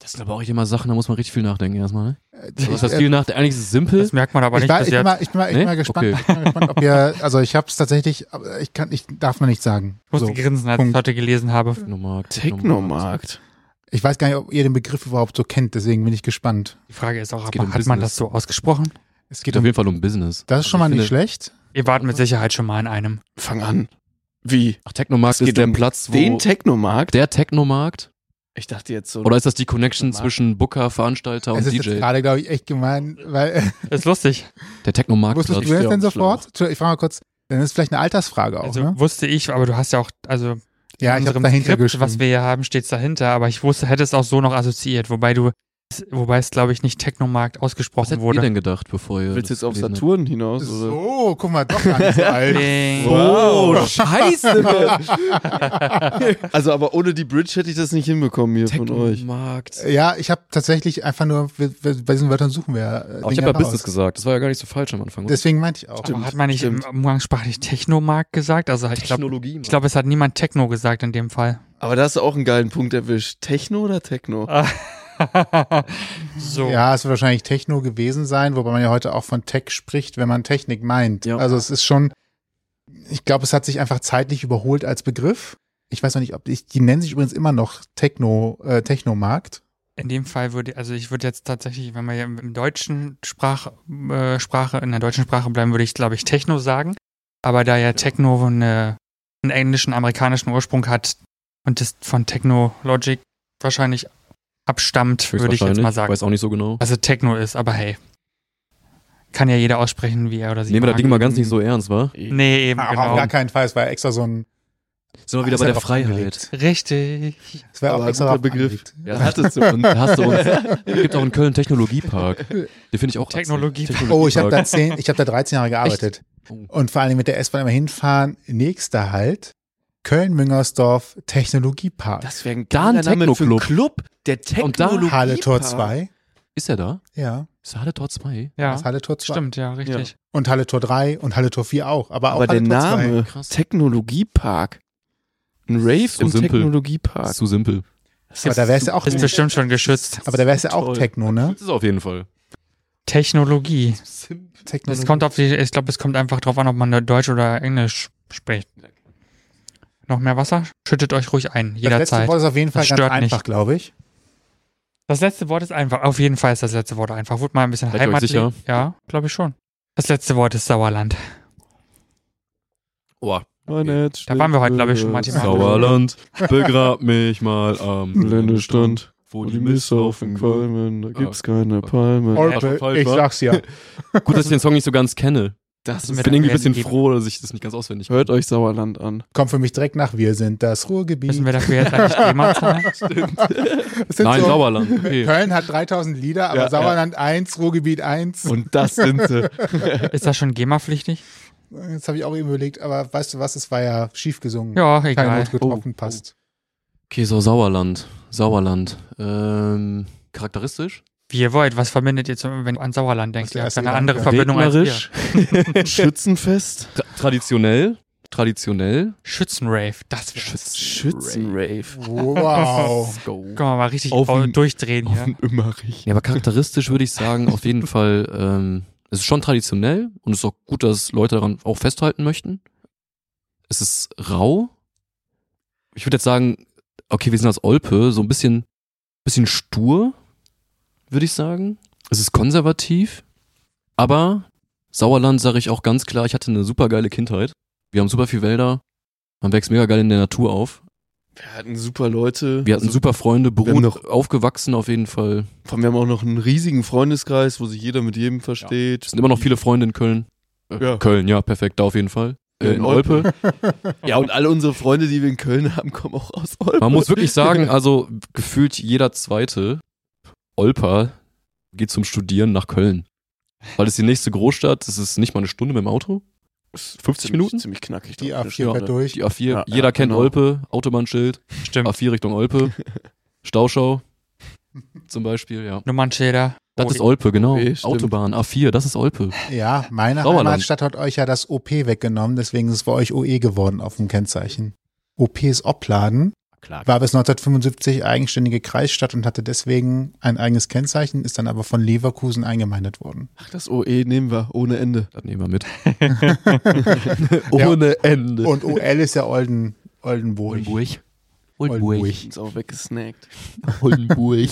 Das sind aber auch immer Sachen, da muss man richtig viel nachdenken erstmal, ne? Was Ich, heißt äh, viel nachdenken? Eigentlich ist es simpel. Das merkt man aber ich, nicht, war, dass ich, ihr bin mal, ich bin mal, ich Nee? bin mal gespannt, Okay. ich bin mal gespannt, ob ihr, also ich habe es tatsächlich, aber ich kann, ich darf noch nicht sagen. Ich musste So. grinsen, als ich Punkt. es heute gelesen habe. Technomarkt. Technomarkt. Ich weiß gar nicht, ob ihr den Begriff überhaupt so kennt, desegen bin ich gespannt. Die Frage ist auch, Es hat geht man, um hat man Business. das so ausgesprochen? Es Geht geht auf um, jeden Fall um Business. das ist schon mal Also ich nicht finde- schlecht. Ihr wart mit Sicherheit schon mal in einem. Fang an. Wie? Ach, Technomarkt Es ist geht der um Platz, wo Den Technomarkt? der Technomarkt? Ich dachte jetzt so. Oder ist das die Connection Markt. zwischen Booker, Veranstalter und Es ist jetzt DJ? gerade, glaube ich, echt gemein, weil Ist lustig. Der Technomarkt. wusstest du Platz. das denn Störungsschlauch. sofort? Entschuldigung, Ich frage mal kurz, dann ist vielleicht eine Altersfrage auch, also ne? wusste ich, aber du hast ja auch, also Ja, in ich habe unserem dahinter Skript, geschrieben. was wir hier haben, steht's dahinter, aber ich wusste, hätte es auch so noch assoziiert, wobei du, wobei es, glaube ich, nicht Technomarkt Was ausgesprochen hättet ihr wurde. denn gedacht, bevor ihr Willst du das jetzt auf gelesen habt? Saturn hinaus? Oder? so, guck mal, doch gar nicht so alt. Bing. Wow. Oh, Scheiße, Mann. Also, aber ohne die Bridge hätte ich das nicht hinbekommen hier von euch. Technomarkt. Ja, ich habe tatsächlich einfach nur, wir, wir, bei diesen Wörtern suchen wir. äh, Aber Oh, ich Dinge habe ja raus. Business gesagt. Das war ja gar nicht so falsch am Anfang. oder? Deswegen meinte ich auch. Aber hat man nicht im umgangssprachlich Technomarkt gesagt? Also ich glaube, Technologie. ich glaube, es hat niemand Techno gesagt in dem Fall. Aber da hast du auch einen geilen Punkt erwischt. Techno oder Techno? Ah. so. Ja, es wird wahrscheinlich Techno gewesen sein, wobei man ja heute auch von Tech spricht, wenn man Technik meint. Ja. Also es ist schon, ich glaube, es hat sich einfach zeitlich überholt als Begriff. Ich weiß noch nicht, ob ich, die nennen sich übrigens immer noch Techno, äh, Technomarkt. In dem Fall würde, also ich würde jetzt tatsächlich, wenn wir hier im deutschen Sprach, äh, Sprache, in der deutschen Sprache bleiben, würde ich, glaube ich, Techno sagen. Aber da ja Techno eine, einen englischen, amerikanischen Ursprung hat und das von Techno Logic wahrscheinlich abstammt, würde ich jetzt Höchstwahrscheinlich. mal sagen. Weiß auch nicht so genau. Also Techno ist, aber hey. Kann ja jeder aussprechen, wie er oder sie. Nehmen wir das mag. Ding mal ganz nicht so ernst, wa? Nee, eben, Aber genau. auf gar keinen Fall, es war extra so ein. Sind wir wieder ist ja bei der drauf Freiheit. angelegt. Richtig. Es war auch Aber extra guter drauf Begriff. angelegt. Ja, hattest du. Und da hast du uns. Es gibt auch in Köln einen Technologiepark. Den finde ich auch. Technologie- Technologiepark. Oh, ich habe da zehn, ich habe da 13 Jahre gearbeitet. Oh. Und vor allem mit der S-Bahn immer hinfahren, nächster Halt, Köln-Müngersdorf Technologiepark. Das wäre ein Da ein geiler Name für einen Techno-Club. Club. Der Und da- Technologie. Halle Tor 2. Ist er da? Ja, Ist Halle Tor 2? Ja, das Halle Tor 2. stimmt, ja, richtig. Und Halle Tor 3 und Halle Tor 4 auch. Aber auch Aber der Halle Tor 2. Name Krass. Technologiepark. Ein Rave So im simpel. Technologiepark. Ist zu simpel. Das Aber da wär's ja auch Ist Nee. bestimmt schon geschützt. Aber da wär's ja auch Toll. Techno, ne? Das ist auf jeden Fall. Technologie. Technologie. Es kommt auf die, ich glaube, es kommt einfach drauf an, ob man Deutsch oder Englisch spricht. Noch mehr Wasser? Schüttet euch ruhig ein, das letzte jederzeit. Wort ist auf jeden Fall Das ganz stört einfach, nicht. glaube ich. Das letzte Wort ist einfach. Auf jeden Fall ist das letzte Wort einfach. Wurde mal ein bisschen Seid ihr euch heimatlich. sicher? Ja, glaube ich schon. Das letzte Wort ist Sauerland. Oh, Da waren wir heute, glaub ich, schon mal die Thema. Sauerland, begrab mich mal am Ländestrand, wo Und die die Misthaufen Misthaufen qualmen. qualmen, da gibt's keine Palmen. Or- Orpel, falsch, ich wa? sag's ja. Gut, dass ich den Song nicht so ganz kenne. Das Ich Mir ist, bin irgendwie ein werden bisschen gegeben. froh, dass ich das nicht ganz auswendig hört euch Sauerland an. Kommt für mich direkt nach. Wir sind das Ruhrgebiet. Müssen wir dafür jetzt eigentlich GEMA zahlen? Das sind Nein, so- Sauerland. Okay. Köln hat 3000 Lieder, aber Ja, Sauerland 1, Ruhrgebiet 1. Und das sind sie. Ist das schon GEMA-pflichtig? Jetzt habe ich auch eben überlegt, aber weißt du was, es war ja schief gesungen. Ja, Keine egal. Not getroffen, Oh. passt. okay, so Sauerland. Sauerland. Ähm, charakteristisch? Wie ihr wollt, was verbindet ihr, zum, wenn ihr an Sauerland denkt? der Ihr habt erste eine Gedanke? andere Verbindung als wir. Regnerisch? Schützenfest. Tra traditionell? Traditionell? Schützenrave, das wäre Schützenrave. Wow. Let's go. Können wir mal richtig Auf au- dem- durchdrehen Auf hier. den Immerich. Oh. Ja, aber charakteristisch würde ich sagen, auf jeden Fall, ähm, es ist schon traditionell und es ist auch gut, dass Leute daran auch festhalten möchten. Es ist rau. Ich würde jetzt sagen, okay, wir sind als Olpe so ein bisschen, bisschen stur, würde ich sagen. Es ist konservativ, aber Sauerland sage ich auch ganz klar, ich hatte eine super geile Kindheit. Wir haben super viel Wälder, man wächst mega geil in der Natur auf. Wir hatten super Leute. Wir hatten Also, super Freunde, haben beruht, noch- aufgewachsen auf jeden Fall. vor allem, Wir haben auch noch einen riesigen Freundeskreis, wo sich jeder mit jedem Es versteht. sind immer noch viele Freunde in Köln. Äh, Ja. Köln, ja, perfekt, da auf jeden Fall. Äh, In in Olpe. Ja, und alle unsere Freunde, die wir in Köln haben, kommen auch aus Olpe. Man muss wirklich sagen, also gefühlt jeder zweite Olper geht zum Studieren nach Köln. Weil es die nächste Großstadt, es ist nicht mal eine Stunde mit dem Auto. 50 Ziemlich- Minuten? Ziemlich knackig. Die glaub ich, ne? A4 eine fährt Stunde. durch. Die A4, Ja, jeder ja, kennt genau. Olpe, Autobahnschild, Stimmt. A4 Richtung Olpe, Stauschau zum Beispiel, ja. Nummernschilder. Das Oh, ist Olpe, genau. Nee, stimmt. Autobahn, A4, das ist Olpe. Ja, meine Sauerland. Heimatstadt hat euch ja das OP weggenommen, deswegen ist es bei euch OE geworden auf dem Kennzeichen. OP ist Opladen, Klar. war bis 1975 eigenständige Kreisstadt und hatte deswegen ein eigenes Kennzeichen, ist dann aber von Leverkusen eingemeindet worden. Ach, das OE nehmen wir ohne Ende. Das nehmen wir mit. Ohne Ende. Und OL ist ja Olden, Oldenburg. Oldenburg. Ist auch weggesnackt. Oldenburg.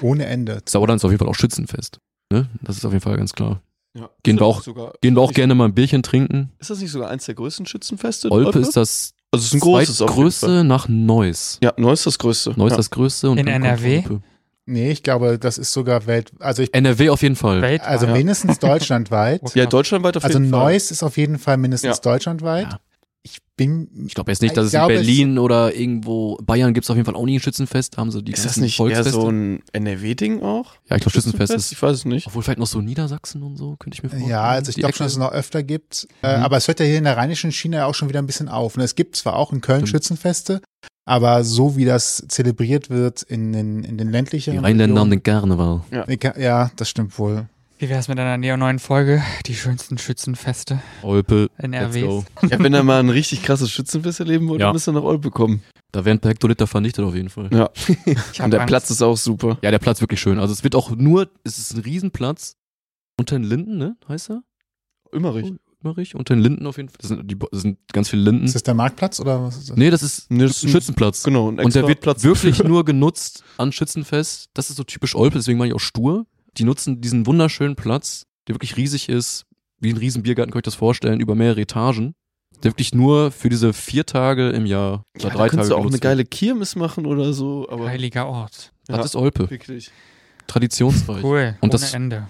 Ohne Ende. Sauerland ist auf jeden Fall auch schützenfest. Ne? Das ist auf jeden Fall ganz klar. Ja. Gehen Ist wir das auch- sogar- Gehen wir auch Ich- gerne mal ein Bierchen trinken. Ist das nicht sogar eins der größten Schützenfeste? in Olpe ist das Also es ist ein großes. auf jeden Fall. größte nach Neuss. Ja, Neuss ist das größte. Neuss ja. das größte und In dann kommt NRW? Olpe. Nee, ich glaube, das ist sogar welt, also ich, NRW auf jeden Fall. Welt. also ja. mindestens deutschlandweit. Okay. Ja, deutschlandweit auf Also jeden Fall. Neuss ist auf jeden Fall mindestens Ja. deutschlandweit. Ja. Ich bin, Ich glaube jetzt nicht, dass Ich es in glaube, es- Berlin oder irgendwo Bayern gibt es auf jeden Fall auch nie ein Schützenfest. Da haben sie die Ist das ganzen nicht eher Volksfeste. so ein NRW-Ding auch? ja, ich glaube Schützenfest ist. Ich weiß es nicht. Obwohl vielleicht noch so Niedersachsen und so könnte ich mir vorstellen. Ja, also ich Die glaube Ecke. schon, dass es noch öfter gibt. Äh, Mhm. aber es hört ja hier in der rheinischen Schiene ja auch schon wieder ein bisschen auf. Und es gibt zwar auch in Köln Stimmt. Schützenfeste, aber so wie das zelebriert wird in den, in den ländlichen Die Rheinländer haben Hm? Regionen- den Karneval. Ja, das stimmt wohl. Wie wär's mit einer neo neuen Folge? Die schönsten Schützenfeste Olpe. in Let's RW. go. Ja, wenn er mal ein richtig krasses Schützenfest erleben wollte, Ja. müsst er nach Olpe kommen. Da werden per Hektoliter vernichtet auf jeden Fall. Ja. Ich Und hab der Angst. Platz ist auch super. Ja, der Platz ist wirklich schön. Also es wird auch nur, es ist ein Riesenplatz. Unter den Linden, ne? Heißt er? Immerich. Immerich? Unter den Linden auf jeden Fall. Das sind, die, das sind ganz viele Linden. Ist das der Marktplatz oder was ist das? nee, das ist Nee, ein das ist ein- Schützenplatz. Genau, ein Und der extra wird Platz. wirklich nur genutzt an Schützenfest. Das ist so typisch Olpe, deswegen meine ich auch stur. Die nutzen diesen wunderschönen Platz, der wirklich riesig ist. Wie ein Riesenbiergarten könnt ihr euch das vorstellen, über mehrere Etagen. Der wirklich nur für diese vier Tage im Jahr oder drei ja, da kannst Tage du auch eine genutzt wird. geile Kirmes machen oder so. Aber Heiliger Ort. Das Ja. ist Olpe. wirklich. Traditionsreich. Cool. Ohne Und das- Ende.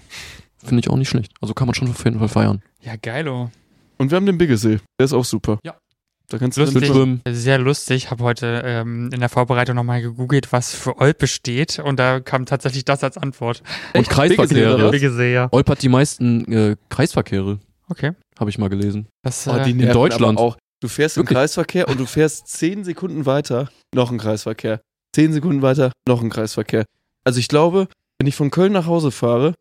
Finde ich auch nicht schlecht. Also kann man schon auf jeden Fall feiern. Ja, geilo. Und wir haben den Biggesee. Der ist auch super. Ja. Da kannst du Lustig. Schön schwimmen. Sehr lustig. Habe heute ähm, in der Vorbereitung nochmal gegoogelt, was für Olpe steht. Und da kam tatsächlich das als Antwort. Und Kreisverkehre. Wie gesehen, ja. Olpe hat die meisten äh, Kreisverkehre, Okay. habe ich mal gelesen. Das, Oh, äh, die nerven Deutschland. aber auch. Du fährst im Wirklich? Kreisverkehr und du fährst zehn Sekunden weiter, noch ein Kreisverkehr. Zehn Sekunden weiter, noch ein Kreisverkehr. Also ich glaube, wenn ich von Köln nach Hause fahre,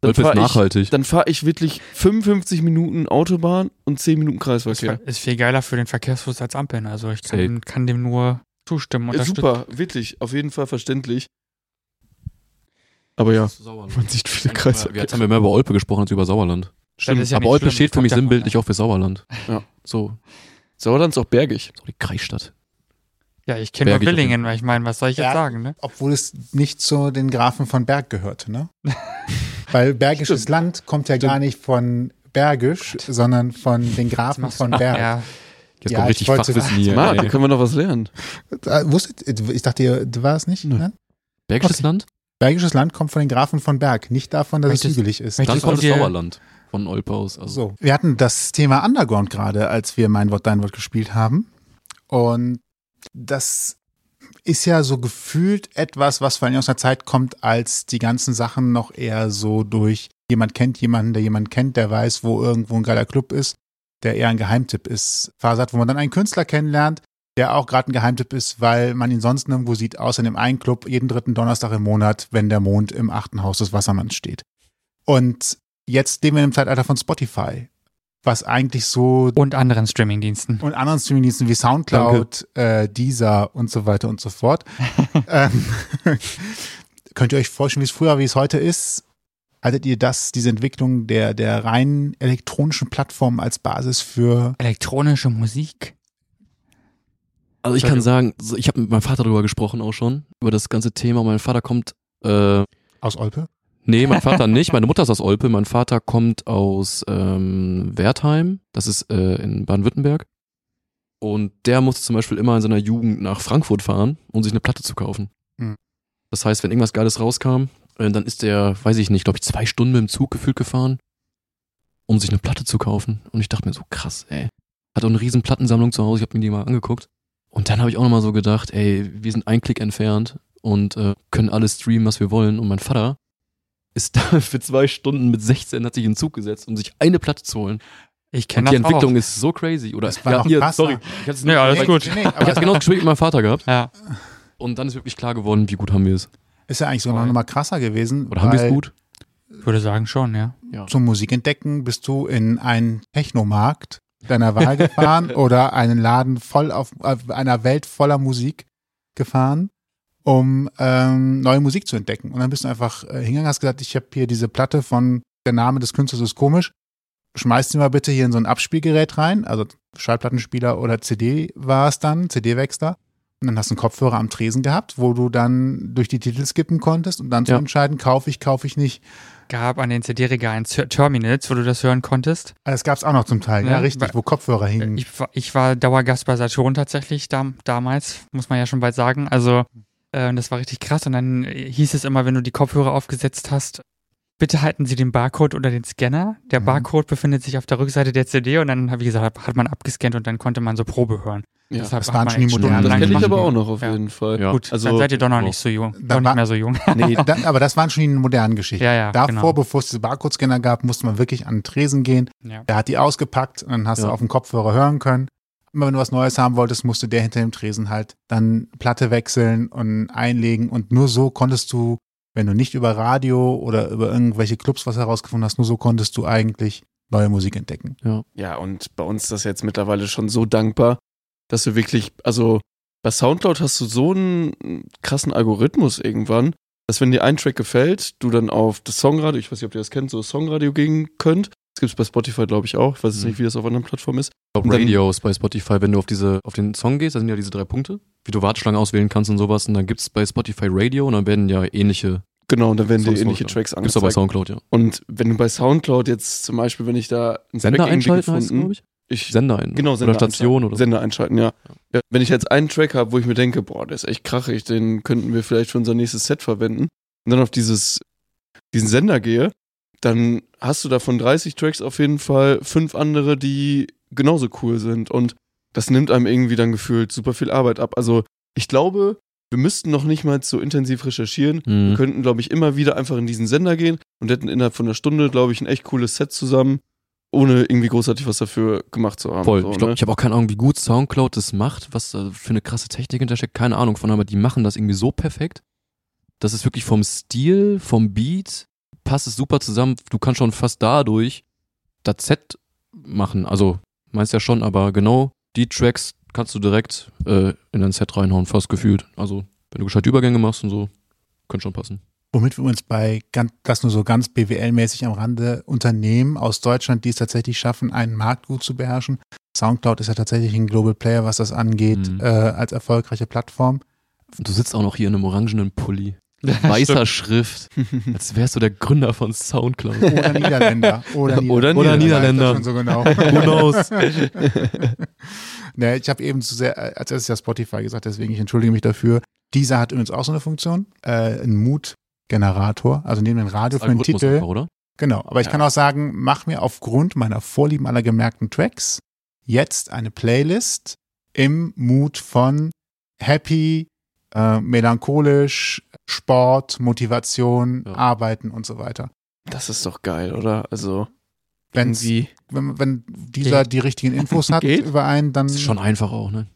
dann Golf ist fahre ich, nachhaltig. dann fahr ich wirklich 55 Minuten Autobahn und 10 Minuten Das Kreisverkehr. ist viel geiler für den Verkehrsfluss als Ampeln. Also ich Safe. kann, kann dem nur zustimmen. Ja, unterstützen. super, wirklich, auf jeden Fall verständlich. Aber ja, man sieht viele Ja, Kreisverkehr. Jetzt haben wir mehr über Olpe gesprochen als über Sauerland. Das ist ja Aber nicht Olpe schlimm, steht für kommt mich ja von sinnbildlich da. auch für Sauerland. Ja. So, Sauerland ist auch bergig. so die Kreisstadt. Ja, ich kenne nur Bergig auf jeden Willingen, weil ich meine, was soll ich Ja. jetzt sagen, ne? Obwohl es nicht zu den Grafen von Berg gehörte, ne? Weil Bergisches Stimmt. Land kommt ja gar nicht von Bergisch, sondern von den Grafen von Berg. Ja, Jetzt Ja, kommt ich richtig wollte- Fachwissen hier. Marc, da ey. können wir noch was lernen. Äh, Wusstet, ihr- ich dachte, ihr du war es nicht? Nö. Nein? Bergisches Okay. Land? Bergisches Land kommt von den Grafen von Berg, nicht davon, dass es Möchtest- hügelig ist. möchtest- Dann Das kommt das ist- Sauerland von Olpe aus. Also. So, wir hatten das Thema Underground gerade, als wir Mein Wort, Dein Wort gespielt haben. Und das ist ja so gefühlt etwas, was vor allem aus einer Zeit kommt, als die ganzen Sachen noch eher so durch jemand kennt jemanden, der jemand kennt, der weiß, wo irgendwo ein geiler Club ist, der eher ein Geheimtipp ist. Phase hat, wo man dann einen Künstler kennenlernt, der auch gerade ein Geheimtipp ist, weil man ihn sonst nirgendwo sieht, außer in dem einen Club jeden dritten Donnerstag im Monat, wenn der Mond im achten Haus des Wassermanns steht. Und jetzt leben wir im Zeitalter von Spotify, was eigentlich so Und anderen Streamingdiensten. und anderen Streamingdiensten wie Soundcloud, äh, Deezer und so weiter und so fort. ähm, könnt ihr euch vorstellen, wie es früher, wie es heute ist? Haltet ihr das, diese Entwicklung der, der rein elektronischen Plattformen als Basis für Elektronische Musik. Also ich kann sagen, so, ich habe mit meinem Vater darüber gesprochen auch schon, über das ganze Thema. Mein Vater kommt, äh, aus Olpe? nee, mein Vater nicht, meine Mutter ist aus Olpe, mein Vater kommt aus ähm, Wertheim, das ist äh, in Baden-Württemberg. Und der musste zum Beispiel immer in seiner Jugend nach Frankfurt fahren, um sich eine Platte zu kaufen. Mhm. Das heißt, wenn irgendwas Geiles rauskam, äh, dann ist der, weiß ich nicht, glaube ich, zwei Stunden mit dem Zug gefühlt gefahren, um sich eine Platte zu kaufen. Und ich dachte mir so, krass, ey. Hat auch eine riesen Plattensammlung zu Hause, ich habe mir die mal angeguckt. Und dann habe ich auch nochmal so gedacht, ey, wir sind ein Klick entfernt und äh, können alles streamen, was wir wollen. Und mein Vater ist da für zwei Stunden mit 16, hat sich in den Zug gesetzt, um sich eine Platte zu holen. Ich Und kenne die das Entwicklung auch. ist so crazy. Oder Das war noch krasser. sorry. Ich hatte Ja, alles gut. Nee, aber genau das Gespräch mit meinem Vater gehabt. Ja. Und dann ist wirklich klar geworden, wie gut haben wir es. ist ja eigentlich sogar noch mal krasser gewesen. Oder haben wir es weil- gut? Ich würde sagen schon, ja. zum Musik entdecken, bist du in einen Technomarkt deiner Wahl gefahren oder einen Laden voll auf, auf einer Welt voller Musik gefahren, um ähm, neue Musik zu entdecken. Und dann bist du einfach äh, hingegangen, hast gesagt, ich habe hier diese Platte von der Name des Künstlers ist komisch. Schmeißt sie mal bitte hier in so ein Abspielgerät rein, also Schallplattenspieler oder CD war es dann, CD-Wechsler. Und dann hast du einen Kopfhörer am Tresen gehabt, wo du dann durch die Titel skippen konntest und dann zu Ja. entscheiden, kaufe ich, kaufe ich nicht. Gab an den CD-Regalen Ter- Terminals, wo du das hören konntest. Das gab es auch noch zum Teil, ja, Ja, richtig, weil- wo Kopfhörer hingen. Ne? Äh, Ich, war- ich war Dauergast bei Saturn tatsächlich dam, damals, muss man ja schon bald sagen. Also äh, das war richtig krass. Und dann äh, hieß es immer, wenn du die Kopfhörer aufgesetzt hast, bitte halten Sie den Barcode oder den Scanner. Der Mhm. Barcode befindet sich auf der Rückseite der CD und dann, wie gesagt, hat- hat man abgescannt und dann konnte man so Probe hören. Ja, Deshalb das hat waren man schon die echt modernen das stundenlang kenne ich gemacht. aber auch noch auf Ja. jeden Fall. Ja. Gut, Also- dann seid ihr doch noch Oh. nicht so jung. Da Noch war- nicht mehr so jung. Nee, da, aber das waren schon die modernen Geschichten. Ja, ja, Davor, genau. bevor es diese Barcode-Scanner gab, musste man wirklich an den Tresen gehen. Ja. Der hat die ausgepackt und dann hast du Ja. auf dem Kopfhörer hören können. Immer wenn du was Neues haben wolltest, musste der hinter dem Tresen halt dann Platte wechseln und einlegen. Und nur so konntest du, wenn du nicht über Radio oder über irgendwelche Clubs was herausgefunden hast, nur so konntest du eigentlich neue Musik entdecken. Ja, und bei uns ist das jetzt mittlerweile schon so dankbar, dass wir wirklich, also bei Soundcloud hast du so einen krassen Algorithmus irgendwann, dass wenn dir ein Track gefällt, du dann auf das Songradio, ich weiß nicht, ob ihr das kennt, so das Songradio gehen könnt. Das gibt's bei Spotify, glaube ich, auch. Ich weiß jetzt Mhm. nicht, wie das auf anderen Plattformen ist. Ich glaube, Und dann- Radios bei Spotify, wenn du auf diese, auf den Song gehst, da sind ja diese drei Punkte, wie du Warteschlange auswählen kannst und sowas. Und dann gibt's bei Spotify Radio und dann werden ja ähnliche, Genau, und dann werden dir Songs ähnliche vorgeschlagen. Tracks gibt's aber bei Soundcloud, angezeigt. ja. Und wenn du bei Soundcloud jetzt zum Beispiel, wenn ich da einen Sender Track irgendwie einschalten heißt glaube gefunden, ich. ich, Sender ein. Genau, Sender Oder Station einschalten. oder so. Sender einschalten, ja. ja. Wenn ich jetzt einen Track habe, wo ich mir denke, boah, der ist echt krachig, den könnten wir vielleicht für unser nächstes Set verwenden und dann auf dieses, diesen Sender gehe, dann hast du davon 30 Tracks auf jeden Fall fünf andere, die genauso cool sind und das nimmt einem irgendwie dann gefühlt super viel Arbeit ab. Also ich glaube, wir müssten noch nicht mal so intensiv recherchieren. Wir Mhm. könnten, glaube ich, immer wieder einfach in diesen Sender gehen und hätten innerhalb von einer Stunde, glaube ich, ein echt cooles Set zusammen ohne irgendwie großartig was dafür gemacht zu haben. Voll. So, ich glaube, ne? ich habe auch keine Ahnung, wie gut Soundcloud das macht, was da für eine krasse Technik hintersteckt. Keine Ahnung von, aber die machen das irgendwie so perfekt, dass es wirklich vom Stil, vom Beat passt es super zusammen. Du kannst schon fast dadurch das Set machen. Also meinst ja schon, aber genau die Tracks kannst du direkt äh, in dein Set reinhauen, fast gefühlt. Also wenn du gescheit Übergänge machst und so, könnte schon passen. Womit wir uns bei ganz, das nur so ganz BWL-mäßig am Rande Unternehmen aus Deutschland, die es tatsächlich schaffen, einen Markt gut zu beherrschen. Soundcloud ist ja tatsächlich ein Global Player, was das angeht, Mhm. äh, als erfolgreiche Plattform. Und du sitzt auch noch hier in einem orangenen Pulli. Weißer Schrift. Als wärst du der Gründer von Soundcloud. Oder Niederländer. Oder, Oder Niederländer. Niederländer. Ich weiß das schon so genau. Who knows? nee, ich habe eben zu sehr, äh, als erstes ja Spotify gesagt, deswegen ich entschuldige mich dafür. Dieser hat übrigens auch so eine Funktion, äh, einen Mutgenerator, also neben dem Radio für einen Algorithmus Titel. einfach, oder? Genau, aber ich Ja. kann auch sagen, mach mir aufgrund meiner Vorlieben aller gemerkten Tracks jetzt eine Playlist im Mut von happy, äh, melancholisch, Sport, Motivation, Ja. Arbeiten und so weiter. Das ist doch geil, oder? Also, Wenn's, irgendwie. wenn, wenn dieser die richtigen Infos hat Geht. über einen, dann Ist Mhm. schon einfach auch, ne?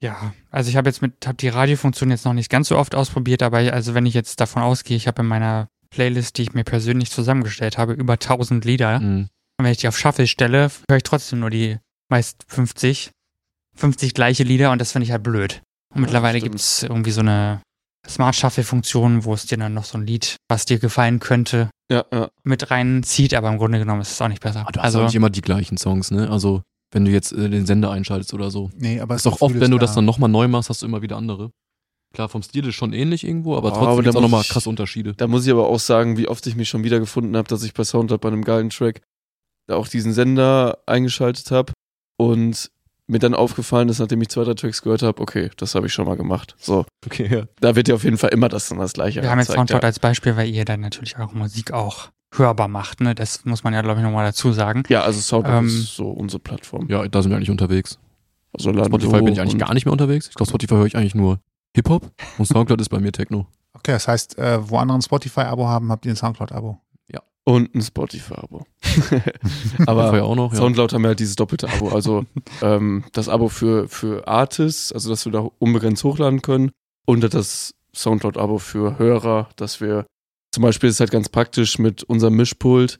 Ja, also ich habe jetzt mit, habe die Radiofunktion jetzt noch nicht ganz so oft ausprobiert, aber ich- also wenn ich jetzt davon ausgehe, ich habe in meiner Playlist, die ich mir persönlich zusammengestellt habe, über 1000 Lieder. Mhm. Und wenn ich die auf Shuffle stelle, höre ich trotzdem nur die meist 50, 50 gleiche Lieder und das finde ich halt blöd. Und Ja, mittlerweile stimmt. gibt es irgendwie so eine Smart Shuffle-Funktion, wo es dir dann noch so ein Lied, was dir gefallen könnte, Ja, ja. mit reinzieht, aber im Grunde genommen ist es auch nicht besser. Aber du hast also, also, auch nicht immer die gleichen Songs, ne? Also, wenn du jetzt äh, den Sender einschaltest oder so. nee, aber ist das auch oft, Gefühl wenn du da. das dann nochmal neu machst, hast du immer wieder andere. Klar, vom Stil ist schon ähnlich irgendwo, aber Oh, trotzdem aber gibt's da auch muss nochmal ich- krass Unterschiede. Da muss ich aber auch sagen, wie oft ich mich schon wieder gefunden habe, dass ich bei Soundtrack bei einem geilen Track da auch diesen Sender eingeschaltet habe und mir dann aufgefallen ist, nachdem ich zwei, drei Tracks gehört habe, okay, das habe ich schon mal gemacht. So, Okay, ja. da wird dir auf jeden Fall immer das dann das gleiche wir haben jetzt angezeigt, Soundcloud als Beispiel, weil ihr dann natürlich eure Musik auch hörbar macht, ne? Das muss man ja, glaube ich, nochmal dazu sagen. ja. ja, also Soundtrack Ähm, ist so unsere Plattform. Ja, da sind wir eigentlich unterwegs. Also Spotify bin ich eigentlich gar nicht mehr unterwegs. Ich glaube, Spotify höre ich eigentlich nur Hip-Hop und Soundcloud ist bei mir Techno. Okay, das heißt, äh, wo andere ein Spotify-Abo haben, habt ihr ein Soundcloud-Abo. Und ein Spotify-Abo. Spotify aber auch noch, ja. Soundcloud haben wir halt dieses doppelte Abo. Also ähm, das Abo für, für Artists, also dass wir da unbegrenzt hochladen können. Und das Soundcloud-Abo für Hörer, dass wir zum Beispiel ist halt ganz praktisch mit unserem Mischpult,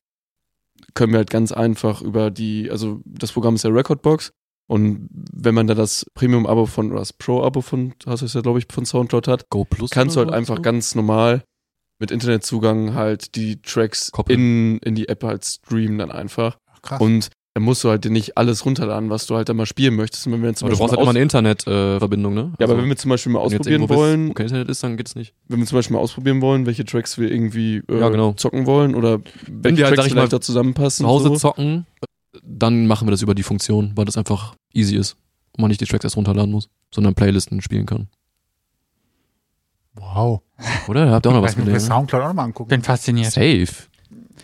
können wir halt ganz einfach über die, also das Programm ist ja Recordbox. Und wenn man da das Premium-Abo von, oder das Pro-Abo von, hast du es ja, glaube ich, von Soundcloud hat, Go Plus. kannst du oder halt so? einfach ganz normal mit Internetzugang halt die Tracks in, Koppeln. in die App halt streamen dann einfach. Ach, krass. Und dann musst du halt dir nicht alles runterladen, was du halt dann mal spielen möchtest. Und wenn wir jetzt zum Aber du Beispiel brauchst halt mal immer aus- eine Internetverbindung, ne? ja, aber Also, wenn wir zum Beispiel mal wenn du jetzt ausprobieren irgendwo bist, wollen, Wo kein Internet ist, dann geht's nicht. wenn wir zum Beispiel mal ausprobieren wollen, welche Tracks wir irgendwie äh, Ja, genau. zocken wollen oder welche wir halt, Tracks sag ich vielleicht mal, da zusammenpassen. Zu Hause so. zocken, dann machen wir das über die Funktion, weil das einfach easy ist. Und man nicht die Tracks erst runterladen muss, sondern Playlisten spielen kann. wow. Oder? Da habt ihr auch noch was Vielleicht müssen wir gelernt. ne? Soundcloud auch nochmal Ich angucken. bin fasziniert. Safe.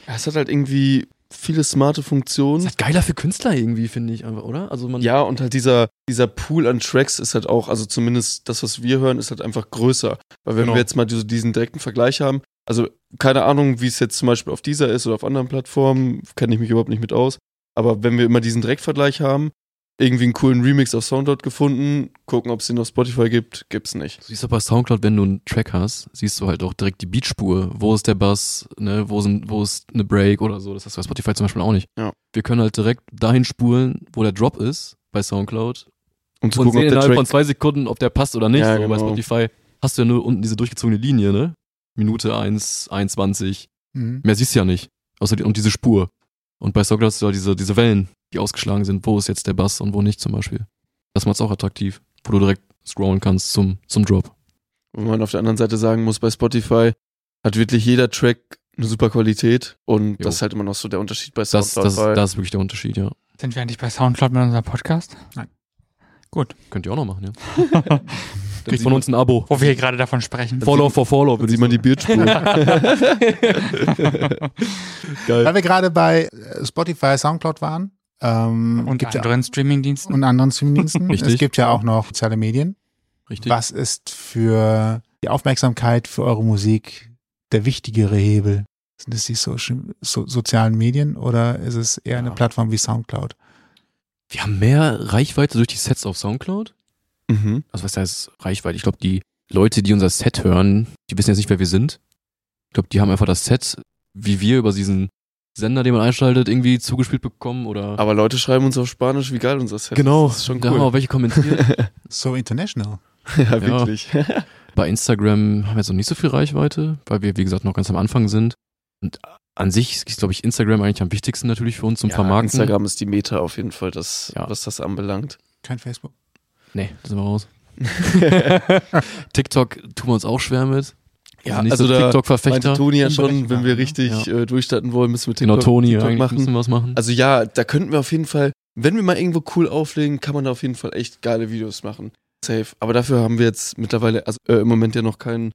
Ja, es hat halt irgendwie viele smarte Ist Funktionen. halt geiler für Künstler irgendwie, finde ich einfach, oder? Also man Ja, und halt dieser, dieser Pool an Tracks ist halt auch, also zumindest das, was wir hören, ist halt einfach größer. Weil wenn Genau. wir jetzt mal diese, diesen direkten Vergleich haben, also keine Ahnung, wie es jetzt zum Beispiel auf dieser ist oder auf anderen Plattformen, kenne ich mich überhaupt nicht mit aus. Aber wenn wir immer diesen Direktvergleich haben, irgendwie einen coolen Remix auf Soundcloud gefunden, gucken, ob es den auf Spotify gibt, gibt's nicht. Du siehst doch bei Soundcloud, wenn du einen Track hast, siehst du halt auch direkt die Beatspur. Wo ist der Bass, ne? wo, sind, wo ist eine Break oder so. Das hast du bei Spotify zum Beispiel auch nicht. Ja. Wir können halt direkt dahin spulen, wo der Drop ist bei Soundcloud. Um zu und gucken, sehen ob der innerhalb von Track. zwei Sekunden, ob der passt oder nicht. Ja, so, Bei genau. Spotify hast du ja nur unten diese durchgezogene Linie, ne? Minute 1, 21. Mhm. Mehr siehst du ja nicht. Außer die, und diese Spur. Und bei Soundcloud hast du ja diese, diese Wellen, die ausgeschlagen sind. Wo ist jetzt der Bass und wo nicht zum Beispiel. Das macht's auch attraktiv, wo du direkt scrollen kannst zum, zum Drop. Wo man auf der anderen Seite sagen muss, bei Spotify hat wirklich jeder Track eine super Qualität und Jo. das ist halt immer noch so der Unterschied bei Das, Soundcloud. das, weil- das ist wirklich der Unterschied, ja. Sind wir eigentlich bei Soundcloud mit unserem Podcast? Könnt ihr auch noch machen, ja. Kriegt von uns ein Abo. Wo wir hier gerade davon sprechen. Follow for Follow, dann würde ich sieht man mal die Bildspur. Weil wir gerade bei äh, Spotify, Soundcloud waren. Ähm, Und gibt's ja- anderen Streamingdiensten. und anderen Streamingdiensten. Richtig. Es gibt ja auch noch soziale Medien. Richtig. Was ist für die Aufmerksamkeit für eure Musik der wichtigere Hebel? Sind es die Social, so, sozialen Medien oder ist es eher eine Ja. Plattform wie Soundcloud? Wir haben mehr Reichweite durch die Sets auf Soundcloud. Mhm. Also was heißt Reichweite? Ich glaube, die Leute, die unser Set hören, die wissen jetzt nicht, wer wir sind. Ich glaube, die haben einfach das Set, wie wir über diesen Sender, den man einschaltet, irgendwie zugespielt bekommen oder Aber Leute schreiben uns auf Spanisch, wie geil unser Set Genau. ist. Das ist schon da haben cool. auch welche kommentiert. So international. ja, wirklich. Bei Instagram haben wir jetzt noch nicht so viel Reichweite, weil wir, wie gesagt, noch ganz am Anfang sind. Und an sich ist, glaube ich, Instagram eigentlich am wichtigsten natürlich für uns zum Ja, Vermarkten. Instagram ist die Meta auf jeden Fall, das, Ja. was das anbelangt. Kein Facebook. Nee, das sind wir raus. TikTok tun wir uns auch schwer mit. Ja, Sind nicht also so da TikTok-Verfechter. Meinte Toni ja schon, Unberechenbar, wenn wir richtig äh, durchstarten wollen, müssen wir Genau, TikTok, Toni, TikTok eigentlich machen. müssen wir was machen. Also ja, da könnten wir auf jeden Fall, wenn wir mal irgendwo cool auflegen, kann man da auf jeden Fall echt geile Videos machen. Safe. Aber dafür haben wir jetzt mittlerweile, also äh, im Moment ja noch keinen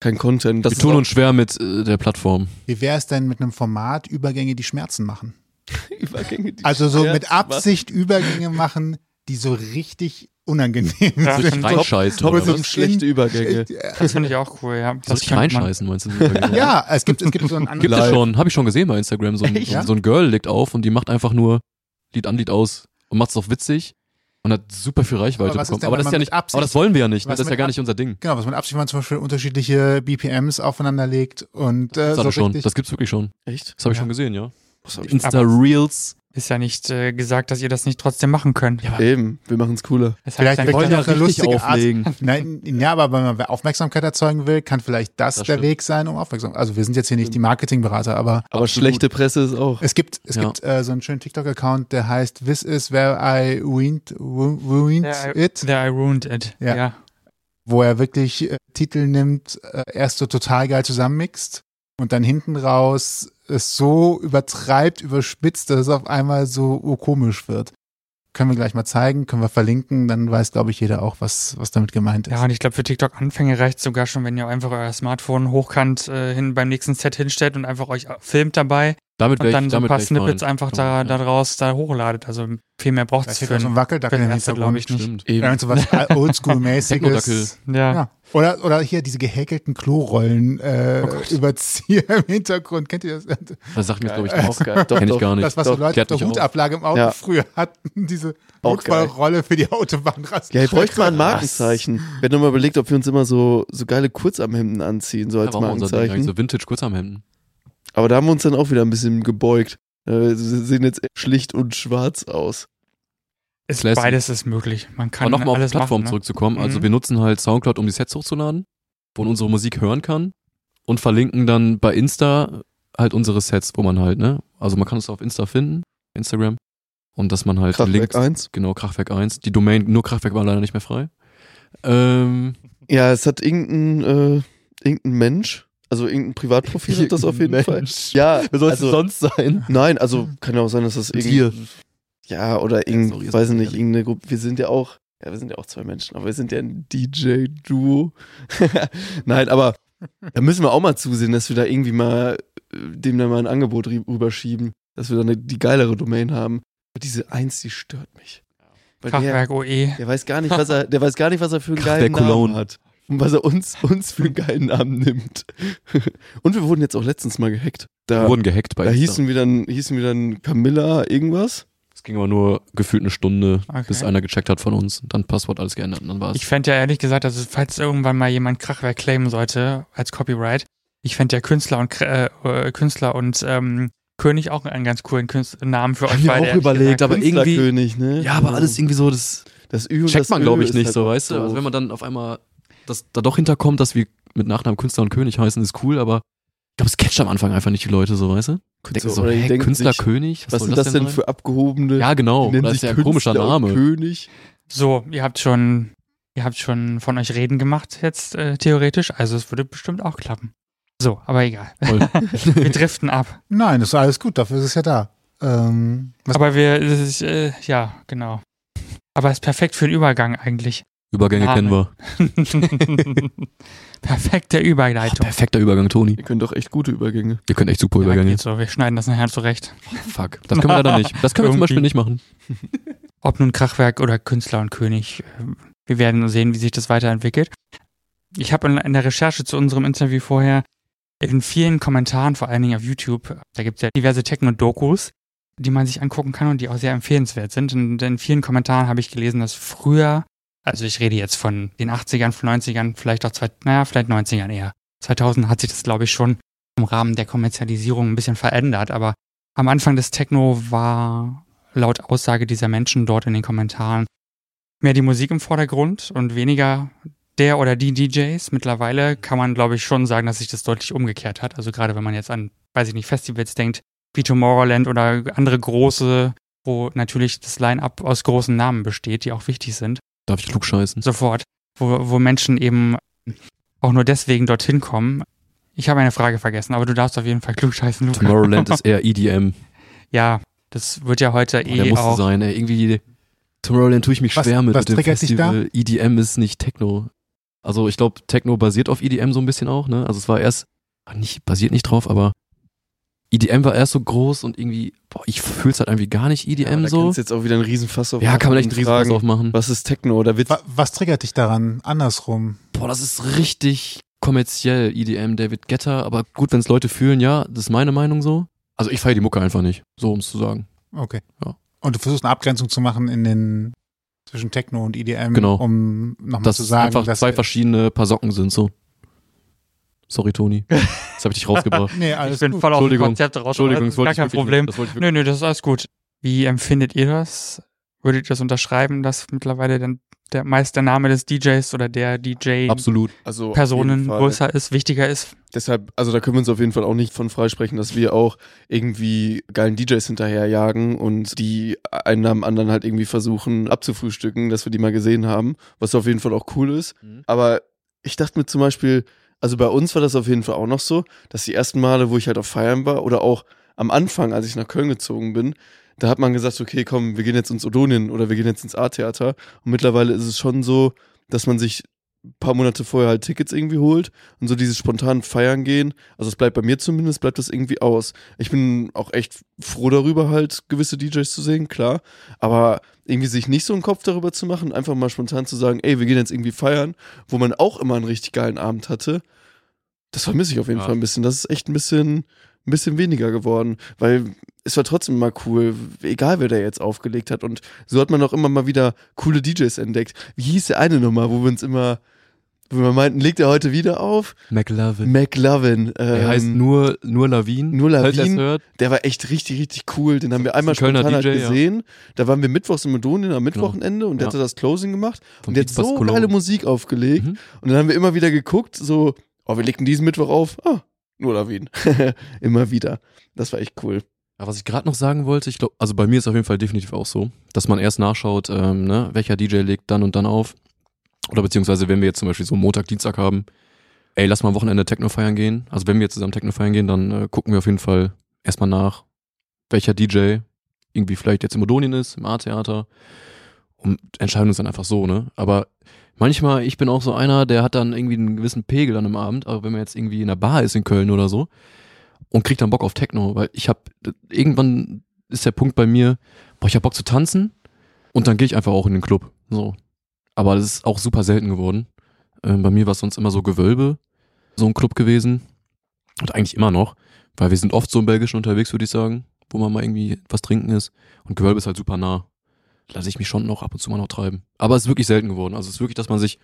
kein Content. Das wir tun ist uns schwer mit äh, der Plattform. Wie wäre es denn mit einem Format Übergänge, die Schmerzen machen? auch Übergänge, die Also so mit Schmerz machen. Absicht Übergänge machen, die so richtig unangenehm Ja. sind. Richtig reinscheißen. Top oder Doppel- was? fünf schlechte Übergänge. Das finde ich auch cool, ja. So Das richtig könnte man, reinscheißen, meinst du? Ja, es gibt, es gibt so einen Gibt es anderen. schon, habe ich schon gesehen bei Instagram. So ein, so, Ja? ein- so ein Girl legt auf und die macht einfach nur Lied an, Lied aus und macht's doch witzig und hat super viel Reichweite Aber was ist bekommen. denn, Aber das wenn ist ja man nicht, mit Absicht- aber das wollen wir ja nicht. ne? Was Das ist ja mit gar Ab- nicht unser Ding. Genau, was man absichtlich mal zum Beispiel unterschiedliche BPMs aufeinander legt und äh, Das so hatte schon. richtig. Das gibt's wirklich schon. Echt? Das habe ich Ja. schon gesehen, ja. Was hab ich Insta Reels. ist ja nicht äh, gesagt, dass ihr das nicht trotzdem machen könnt. Ja, aber Eben, wir machen es cooler. Das Vielleicht heißt, wir wollen dann- ja auch eine lustige Art- auflegen. Nein, ja, aber wenn man Aufmerksamkeit erzeugen will, kann vielleicht das, Das der stimmt. Weg sein, um aufmerksam. Also wir sind jetzt hier nicht die Marketingberater, aber Aber schlechte Presse ist auch. es gibt es Ja. gibt äh, so einen schönen TikTok-Account, der heißt This is where I ruined, ru- ruined There I, it, there I ruined it. Ja. Ja. wo er wirklich äh, Titel nimmt, äh, erst so total geil zusammenmixt und dann hinten raus es so übertreibt, überspitzt, dass es auf einmal so urkomisch wird. Können wir gleich mal zeigen, können wir verlinken, dann weiß, glaube ich, jeder auch, was, was damit gemeint ist. Ja, und ich glaube, für TikTok-Anfänge reicht sogar schon, wenn ihr einfach euer Smartphone hochkant äh, hin beim nächsten Set hinstellt und einfach euch äh, filmt dabei Damit und wäre dann ich, so ein damit paar wär ich Snippets fein. einfach da, Ja. da draus da hochladet. Also viel mehr braucht Da es steht für auch so ein einen. Wackeldackel für im den Erste, Hintergrund. glaub ich, nicht. Stimmt. Eben. Irgend so was Technodackel. oldschool-mäßiges. Ja. Ja. Oder, oder hier diese gehäkelten Klorollen äh, Oh Gott. Überzieher im Hintergrund. Kennt ihr das? Das sagt mir jetzt, glaube ich, Geil. auch. auch geil. Doch, Kenn ich doch. gar nicht. Das, was so Doch, Leute auf klärt der mich auf. Hutablage im Auto Ja. früher hatten, diese Auch geil. Notfallrolle für die Autobahn. Ja, ich bräuchte mal ein Markenzeichen. Wir haben mal überlegt, ob wir uns immer so, so geile Kurzarmhemden anziehen, so als Das war auch unser Ding, Markenzeichen. eigentlich, so Vintage Kurzarmhemden. Aber da haben wir uns dann auch wieder ein bisschen gebeugt. Äh, sie sehen jetzt schlicht und schwarz aus. Ist, Classic. beides ist möglich. Man Aber kann nochmal auf die alles Plattform machen. Ne? zurückzukommen. Also Mhm. wir nutzen halt Soundcloud, um die Sets hochzuladen, wo man unsere Musik hören kann und verlinken dann bei Insta halt unsere Sets, wo man halt, ne? Also man kann uns auf Insta finden, Instagram. Und dass man halt Kraftwerk verlinkt. 1. Genau, Kraftwerk 1. Die Domain, nur Kraftwerk war leider nicht mehr frei. Ähm, Ja, es hat irgendein, äh, irgendein Mensch, also irgendein Privatprofil hat das auf jeden Fall. Ja, Wer soll es also, denn sonst sein? Nein, also kann ja auch sein, dass das Dir. irgendwie. Ja, oder Ja, sorry, irgend, ist weiß ich ehrlich. nicht, irgendeine Gruppe. Wir sind ja auch, ja, wir sind ja auch zwei Menschen, aber wir sind ja ein DJ-Duo. nein, aber da müssen wir auch mal zusehen, dass wir da irgendwie mal äh, dem dann mal ein Angebot rü- rüberschieben, dass wir dann eine, die geilere Domain haben. Aber diese Eins, die stört mich. Weil der, Kraftwerk OE. der weiß gar nicht, was er, der weiß gar nicht, was er für einen geilen Kraftwerk Cologne. Namen hat. Und was er uns, uns für einen geilen Namen nimmt. Und wir wurden jetzt auch letztens mal gehackt. Da, Wir wurden gehackt bei da Insta. hießen wir dann, hießen wir dann Camilla irgendwas. Es ging aber nur gefühlt eine Stunde, Okay. bis einer gecheckt hat von uns. Dann Passwort alles geändert und dann war's. Ich fände ja ehrlich gesagt, also falls irgendwann mal jemand Kraftwerk claimen sollte als Copyright, ich fände ja Künstler und Krä- äh, äh, Künstler und ähm, König auch einen ganz coolen Künst Namen für euch. mir beide, auch ehrlich überlegt, gesagt. aber irgendwie- König, genau ne? ja, aber alles irgendwie so, das das Ü und checkt das man, Ö glaube ich, ist nicht halt so, weißt du? doof. Also wenn man dann auf einmal das da doch hinterkommt, dass wir mit Nachnamen Künstler und König heißen, ist cool, aber ich glaube, es catcht am Anfang einfach nicht die Leute so, weißt du? Denken so, oder die hey, denken Künstler sich, König, was sind das denn, für abgehobene? sein? Ja, die genau, nennen das ist sich ja ein komischer Künstler und Name. König. So, ihr habt schon, ihr habt schon von euch reden gemacht jetzt äh, theoretisch, also es würde bestimmt auch klappen. So, aber egal. Wir driften ab. Nein, das ist alles gut, dafür ist es ja da. Ähm, was, aber wir, das ist, äh, ja, genau. Aber es ist perfekt für den Übergang eigentlich. Übergänge Name. kennen wir. Perfekte Ah, Überleitung. perfekter Übergang, Toni. Ihr könnt doch echt gute Übergänge. Ihr könnt echt super Ja, Übergänge. geht so, wir schneiden das nachher zurecht. Fuck, das können wir leider nicht. Das können wir zum Beispiel Irgendwie. nicht machen. Ob nun Krachwerk oder Künstler und König, ähm, wir werden sehen, wie sich das weiterentwickelt. Ich habe in, in der Recherche zu unserem Interview vorher in vielen Kommentaren, vor allen Dingen auf YouTube, da gibt es ja diverse Techno-Dokus, die man sich angucken kann und die auch sehr empfehlenswert sind. Und in vielen Kommentaren habe ich gelesen, dass früher, also ich rede jetzt von den 80ern, von 90ern, vielleicht auch, zwei, naja, vielleicht 90ern eher. 2000 hat sich das, glaube ich, schon im Rahmen der Kommerzialisierung ein bisschen verändert, aber am Anfang des Techno war laut Aussage dieser Menschen dort in den Kommentaren mehr die Musik im Vordergrund und weniger der oder die DJs. Mittlerweile kann man, glaube ich, schon sagen, dass sich das deutlich umgekehrt hat. Also gerade wenn man jetzt an, weiß ich nicht, Festivals denkt, wie Tomorrowland oder andere große, wo natürlich das Line-up aus großen Namen besteht, die auch wichtig sind, Darf ich klug scheißen? sofort, wo, wo Menschen eben auch nur deswegen dorthin kommen. Ich habe eine Frage vergessen, aber du darfst auf jeden Fall klug scheißen, Luca. Tomorrowland ist eher E EDM. Ja, das wird ja heute Der eh musste auch. sein, ey. Irgendwie, Tomorrowland tue ich mich Was- schwer mit, was mit dem triggert dich Festival. EDM ist nicht Techno. Also ich glaube, Techno basiert auf EDM so ein bisschen auch, ne? Also es war erst, ah, nicht, basiert nicht drauf, aber EDM war erst so groß und irgendwie, boah, ich fühl's halt irgendwie gar nicht Ja, EDM da so. kannst du jetzt auch wieder einen Riesenfass auf Ja, kann man echt einen tragen. Riesenfass aufmachen. Was ist Techno oder Witz? Wa was triggert dich daran? Andersrum. Boah, das ist richtig kommerziell, EDM, David Getter, aber gut, wenn es Leute fühlen, ja, das ist meine Meinung so. Also ich feiere die Mucke einfach nicht, so um es zu sagen. Okay. Ja. Und du versuchst eine Abgrenzung zu machen in den zwischen Techno und EDM, Genau. um nochmal Dass zu es sagen, einfach dass zwei verschiedene Paar Socken sind, so. Sorry, Toni. Das habe ich dich rausgebracht. nee, Ich alles bin gut. voll aus dem Entschuldigung. Konzept raus. Entschuldigung, das das ist wollte gar ich kein wirklich Problem. Nicht, das wollte ich wirklich Nö, nö, das ist alles gut. Wie empfindet ihr das? Würdet ihr das unterschreiben, dass mittlerweile dann der meist der Name des DJs oder der DJ Absolut. Also auf Personen jeden Fall. größer ist, wichtiger ist? Deshalb, also da können wir uns auf jeden Fall auch nicht von freisprechen, dass wir auch irgendwie geilen DJs hinterherjagen und die einen nach dem anderen halt irgendwie versuchen abzufrühstücken, dass wir die mal gesehen haben, was auf jeden Fall auch cool ist. Mhm. Aber ich dachte mir zum Beispiel, also bei uns war das auf jeden Fall auch noch so, dass die ersten Male, wo ich halt auf Feiern war oder auch am Anfang, als ich nach Köln gezogen bin, da hat man gesagt, okay, komm, wir gehen jetzt ins Odonien oder wir gehen jetzt ins A-Theater. Und mittlerweile ist es schon so, dass man sich ein paar Monate vorher halt Tickets irgendwie holt und so dieses spontanen Feiern gehen, also es bleibt bei mir zumindest, bleibt das irgendwie aus. Ich bin auch echt froh darüber, halt gewisse DJs zu sehen, klar. Aber irgendwie sich nicht so einen Kopf darüber zu machen, einfach mal spontan zu sagen, ey, wir gehen jetzt irgendwie feiern, wo man auch immer einen richtig geilen Abend hatte, das vermisse ich auf jeden Ja. Fall ein bisschen. Das ist echt ein bisschen, ein bisschen weniger geworden, weil es war trotzdem mal cool, egal wer da jetzt aufgelegt hat. Und so hat man auch immer mal wieder coole DJs entdeckt. Wie hieß der eine Nummer, wo wir uns immer, wo wir meinten, legt er heute wieder auf? McLovin. McLovin. Ähm, er heißt nur, nur Lavin. nur Falls ihr es Lavin. hört. Der war echt richtig, richtig cool. Den haben wir Ist ein einmal Kölner spontan halt DJ, ja. Genau. gesehen. Da waren wir mittwochs im Medonien am Mittwochenende und der Ja. hatte das Closing gemacht. Vom und der hat Beats so Bascolone. geile Musik aufgelegt. Mhm. Und dann haben wir immer wieder geguckt, so, oh, wir legten diesen Mittwoch auf. Ah, nur Lavin. immer wieder. Das war echt cool. Aber was ich gerade noch sagen wollte, ich glaube, also bei mir ist auf jeden Fall definitiv auch so, dass man erst nachschaut, ähm, ne, welcher DJ legt dann und dann auf. Oder beziehungsweise, wenn wir jetzt zum Beispiel so Montag, Dienstag haben, ey, lass mal am Wochenende Techno feiern gehen. Also wenn wir zusammen Techno feiern gehen, dann äh, gucken wir auf jeden Fall erstmal nach, welcher DJ irgendwie vielleicht jetzt im Odonien ist, im A-Theater und entscheiden uns dann einfach so, ne? Aber manchmal, ich bin auch so einer, der hat dann irgendwie einen gewissen Pegel an einem Abend, aber wenn man jetzt irgendwie in einer Bar ist in Köln oder so und kriegt dann Bock auf Techno, weil ich habe irgendwann ist der Punkt bei mir, boah, ich hab Bock zu tanzen und dann gehe ich einfach auch in den Club, so. Aber das ist auch super selten geworden. Ähm, bei mir war es sonst immer so Gewölbe, so ein Club gewesen und eigentlich immer noch, weil wir sind oft so im Belgischen unterwegs, würde ich sagen, wo man mal irgendwie was trinken ist und Gewölbe ist halt super nah lasse ich mich schon noch ab und zu mal noch treiben. Aber es ist wirklich selten geworden. Also es ist wirklich, dass man sich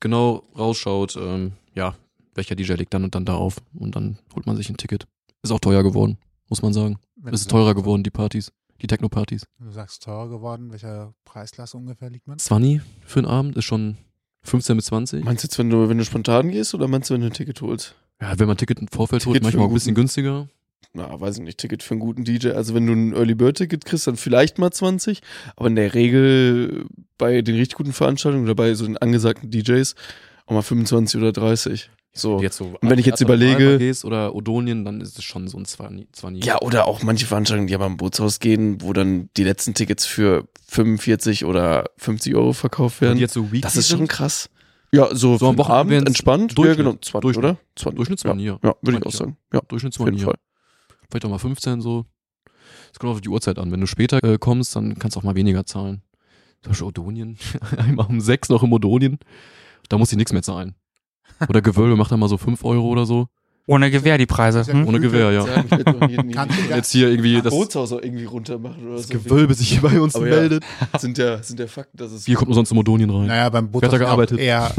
genau rausschaut, ähm, ja, welcher DJ legt dann und dann da auf. Und dann holt man sich ein Ticket. Ist auch teuer geworden, muss man sagen. Wenn Es ist du sagst- teurer geworden, die Partys. Die Techno-Partys. Du sagst teurer geworden. Welcher Preisklasse ungefähr liegt man? 20 für einen Abend ist schon 15 bis 20. Meinst du jetzt, wenn du, wenn du spontan gehst oder meinst du, wenn du ein Ticket holst? Ja, wenn man ein Ticket im Vorfeld holt, Ticket für manchmal auch ein einen bisschen günstiger. Na, weiß ich nicht, Ticket für einen guten DJ. Also wenn du ein Early Bird Ticket kriegst, dann vielleicht mal 20. Aber in der Regel bei den richtig guten Veranstaltungen oder bei so den angesagten DJs auch mal 25 oder 30. So. Jetzt so wenn ich jetzt Theater- überlege- Malmer gehst oder Odonien, dann ist es schon so ein 20. 20. Ja, oder auch manche Veranstaltungen, die aber im Bootshaus gehen, wo dann die letzten Tickets für 45 oder 50 Euro verkauft Wenn die werden. jetzt so weekly Das ist schon sind, krass. Ja, so, So am für den Wochenende Abend wären's entspannt. Durchschnitt. Ja, genau. 20, Durchschnitt. oder? 20. Durchschnittsmann hier. Ja, ja würde ich auch Manche. sagen. Ja, Durchschnitt auf jeden hier. Fall. vielleicht auch mal 15 so. Es kommt auf die Uhrzeit an. Wenn du später äh, kommst, dann kannst du auch mal weniger zahlen. Zum Beispiel Odonien. Einmal um sechs noch im Odonien. Da muss ich nichts mehr zahlen. Oder Gewölbe macht dann mal so 5 Euro oder so. Ohne Gewehr die Preise. Hm? Ohne Gewehr, ja. Sagen, ich hätte noch jeden- Kannst du jeden- gar- Jetzt hier irgendwie das Bootshaus auch irgendwie runter machen oder so. Gewölbe sich hier bei uns Aber ja. meldet. Sind ja, sind ja Fakten, dass es. Hier kommt nur sonst Modonien rein. Naja, beim Hm. Wer Boot hat da gearbeitet? eher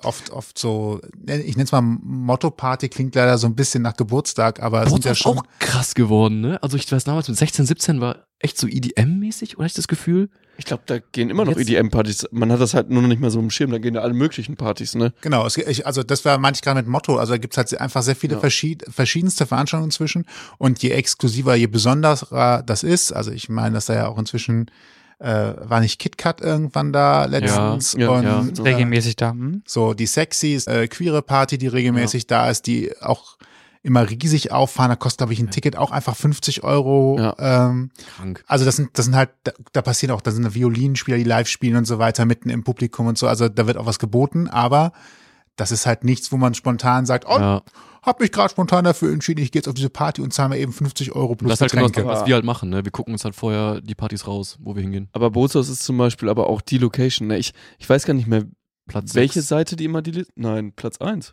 äh, oft, oft so, ne, ich nenne es mal Motto-Party, klingt leider so ein bisschen nach Geburtstag, aber es sind ja Bootshaus schon ist auch krass geworden, ne? Also ich weiß damals mit 16, 17 war echt so EDM-mäßig, oder hatte ich das Gefühl? Ich glaube, da gehen immer noch Jetzt- EDM-Partys. Man hat das halt nur noch nicht mehr so im Schirm. Da gehen ja alle möglichen Partys, ne? Genau, es, ich, also das war manchmal gerade mit Motto. Also da gibt's halt einfach sehr viele Ja. verschied, verschiedenste Veranstaltungen inzwischen. Und je exklusiver, je besonderer das ist, also ich meine, dass da ja auch inzwischen äh, war nicht KitKat irgendwann da letztens ja, und ja. äh, Regelmäßig da. Hm? so die sexy äh, queere Party, die regelmäßig da ist, die auch immer riesig auffahren. Da kostet, glaube ich, ein Ticket auch einfach 50 Euro. Ja. Ähm, Krank. also das sind, das sind halt, da, da passiert auch, da sind Violinspieler, die live spielen und so weiter, mitten im Publikum und so. Also da wird auch was geboten, aber das ist halt nichts, wo man spontan sagt, oh, Ja. hab mich gerade spontan dafür entschieden, ich gehe jetzt auf diese Party und zahle mir eben 50 Euro plus Das ist halt genau das, Getränke. was wir halt machen, ne? Wir gucken uns halt vorher die Partys raus, wo wir hingehen. Aber Bootshaus ist zum Beispiel aber auch die Location. Ne? Ich, ich weiß gar nicht mehr, Platz welche 6, Seite die immer die. Li Nein, Platz 1.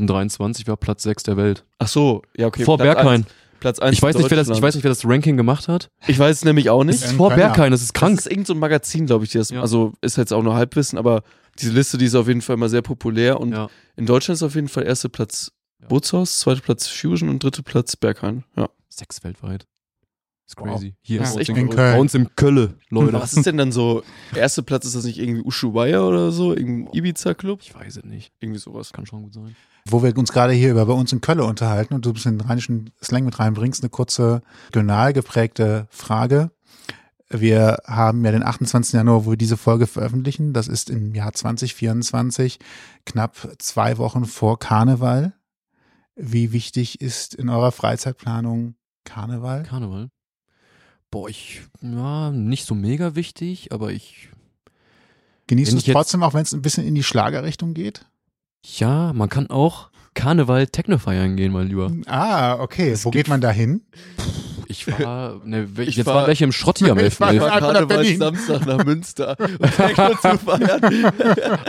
2023 war Platz 6 der Welt. Ach so, ja, okay. vor Platz Berghain. eins. Platz 1. Ich weiß, nicht, wer das, ich weiß nicht, wer das Ranking gemacht hat. Ich weiß es nämlich auch Das nicht. ist vor Kölner. Berghain, das ist krank. Das ist irgend so ein Magazin, glaube ich, die das. Ja. Also ist jetzt auch nur Halbwissen, aber diese Liste, die ist auf jeden Fall immer sehr populär. Und Ja. in Deutschland ist auf jeden Fall erster Platz Ja. Bootshaus, zweiter Platz Fusion und dritter Platz Berghain. Ja. Sechs weltweit. Ist Wow. crazy. Hier Das ist ist echt echt in Köln. bei uns im Kölle, Leute. Was ist denn dann so? Erster Platz ist das nicht irgendwie Ushuaia oder so? Irgendein Ibiza-Club? Ich weiß es nicht. Irgendwie sowas. Kann schon gut sein. Wo wir uns gerade hier über bei uns in Köln unterhalten und du ein bisschen rheinischen Slang mit reinbringst, eine kurze regional geprägte Frage. Wir haben ja den 28. Januar, wo wir diese Folge veröffentlichen. Das ist im Jahr 2024, knapp zwei Wochen vor Karneval. Wie wichtig ist in eurer Freizeitplanung Karneval? Karneval. Boah, ich, ja, nicht so mega wichtig, aber ich, Genießt Wenn du es ich jetzt- trotzdem, auch wenn es ein bisschen in die Schlagerrichtung geht? ja, man kann auch Karneval Techno feiern gehen, mein Lieber. Ah, okay. Es wo gibt- geht man da hin? Ich war, ne, wel- Ich jetzt war- waren welche im Schrott hier am Ich 11. war- War einfach nach Karneval Berlin. Samstag nach Münster, um Techno zu feiern.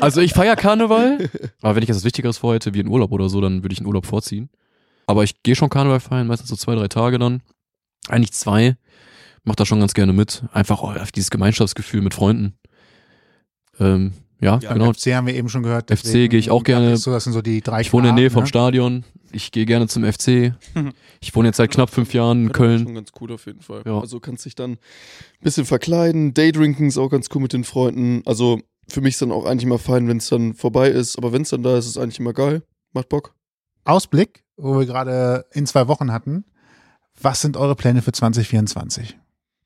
Also ich feiere Karneval, aber wenn ich jetzt was Wichtigeres vorhätte, wie einen Urlaub oder so, dann würde ich einen Urlaub vorziehen. Aber ich gehe schon Karneval feiern, meistens so zwei, drei Tage dann. Eigentlich zwei. Mach da schon ganz gerne mit. Einfach oh, auf dieses Gemeinschaftsgefühl mit Freunden. Ähm, ja, Ja, genau. FC haben wir eben schon gehört. FC deswegen gehe ich auch gerne. dachtest du, das sind so die drei Ich wohne in der Nähe vom ne? Stadion. Ich gehe gerne zum FC. Mhm. Ich wohne jetzt seit knapp fünf Jahren in Ja, das ist Köln. Schon ganz cool auf jeden Fall. Ja. Also kannst dich dann ein bisschen verkleiden, Daydrinken ist auch ganz cool mit den Freunden. Also für mich ist dann auch eigentlich immer fein, wenn es dann vorbei ist. Aber wenn es dann da ist, ist es eigentlich immer geil. Macht Bock. Ausblick, wo wir gerade in zwei Wochen hatten. Was sind eure Pläne für 2024?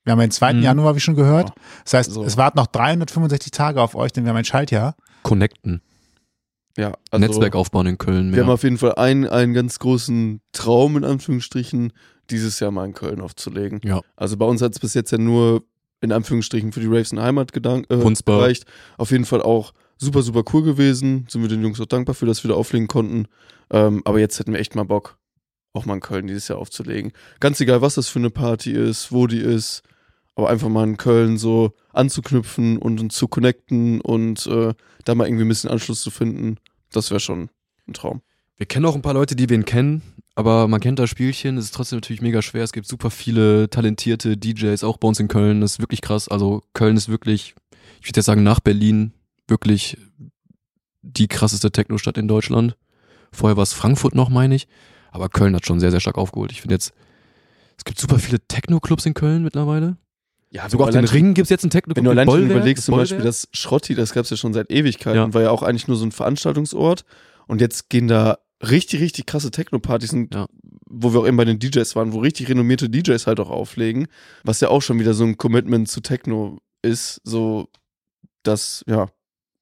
Wir haben ja den 2. Mhm. Also Januar, wie schon gehört. Das heißt, So. es warten noch 365 Tage auf euch, denn wir haben ein Schaltjahr. Connecten. Ja, also Netzwerk aufbauen in Köln. Wir Mehr. haben auf jeden Fall einen, einen ganz großen Traum, in Anführungsstrichen, dieses Jahr mal in Köln aufzulegen. Ja. Also bei uns hat es bis jetzt ja nur, in Anführungsstrichen, für die Raves in Heimat gedank, äh, Brunsbach. gereicht. Auf jeden Fall auch super, super cool gewesen. Sind wir den Jungs auch dankbar für, dass wir da auflegen konnten. Ähm, aber jetzt hätten wir echt mal Bock, auch mal in Köln dieses Jahr aufzulegen. Ganz egal, was das für eine Party ist, wo die ist. Aber einfach mal in Köln so anzuknüpfen und, und zu connecten und äh, da mal irgendwie ein bisschen Anschluss zu finden, das wäre schon ein Traum. Wir kennen auch ein paar Leute, die wir ihn kennen, aber man kennt das Spielchen, es ist trotzdem natürlich mega schwer. Es gibt super viele talentierte DJs, auch bei uns in Köln. Das ist wirklich krass. Also Köln ist wirklich, ich würde jetzt sagen, nach Berlin wirklich die krasseste Techno-Stadt in Deutschland. Vorher war es Frankfurt noch, meine ich. Aber Köln hat schon sehr, sehr stark aufgeholt. Ich finde jetzt, es gibt super viele Techno-Clubs in Köln mittlerweile. Ja, wenn Sogar auf du den allein- Ringen gibt es jetzt einen Techno-Club. Wenn du in allein schon Bollwerk, überlegst, das zum Beispiel Bollwerk. das Schrotti, das gab es ja schon seit Ewigkeiten, Ja. war ja auch eigentlich nur so ein Veranstaltungsort. Und jetzt gehen da richtig, richtig krasse Techno-Partys, sind, Ja. wo wir auch eben bei den DJs waren, wo richtig renommierte DJs halt auch auflegen, was ja auch schon wieder so ein Commitment zu Techno ist, so dass, ja,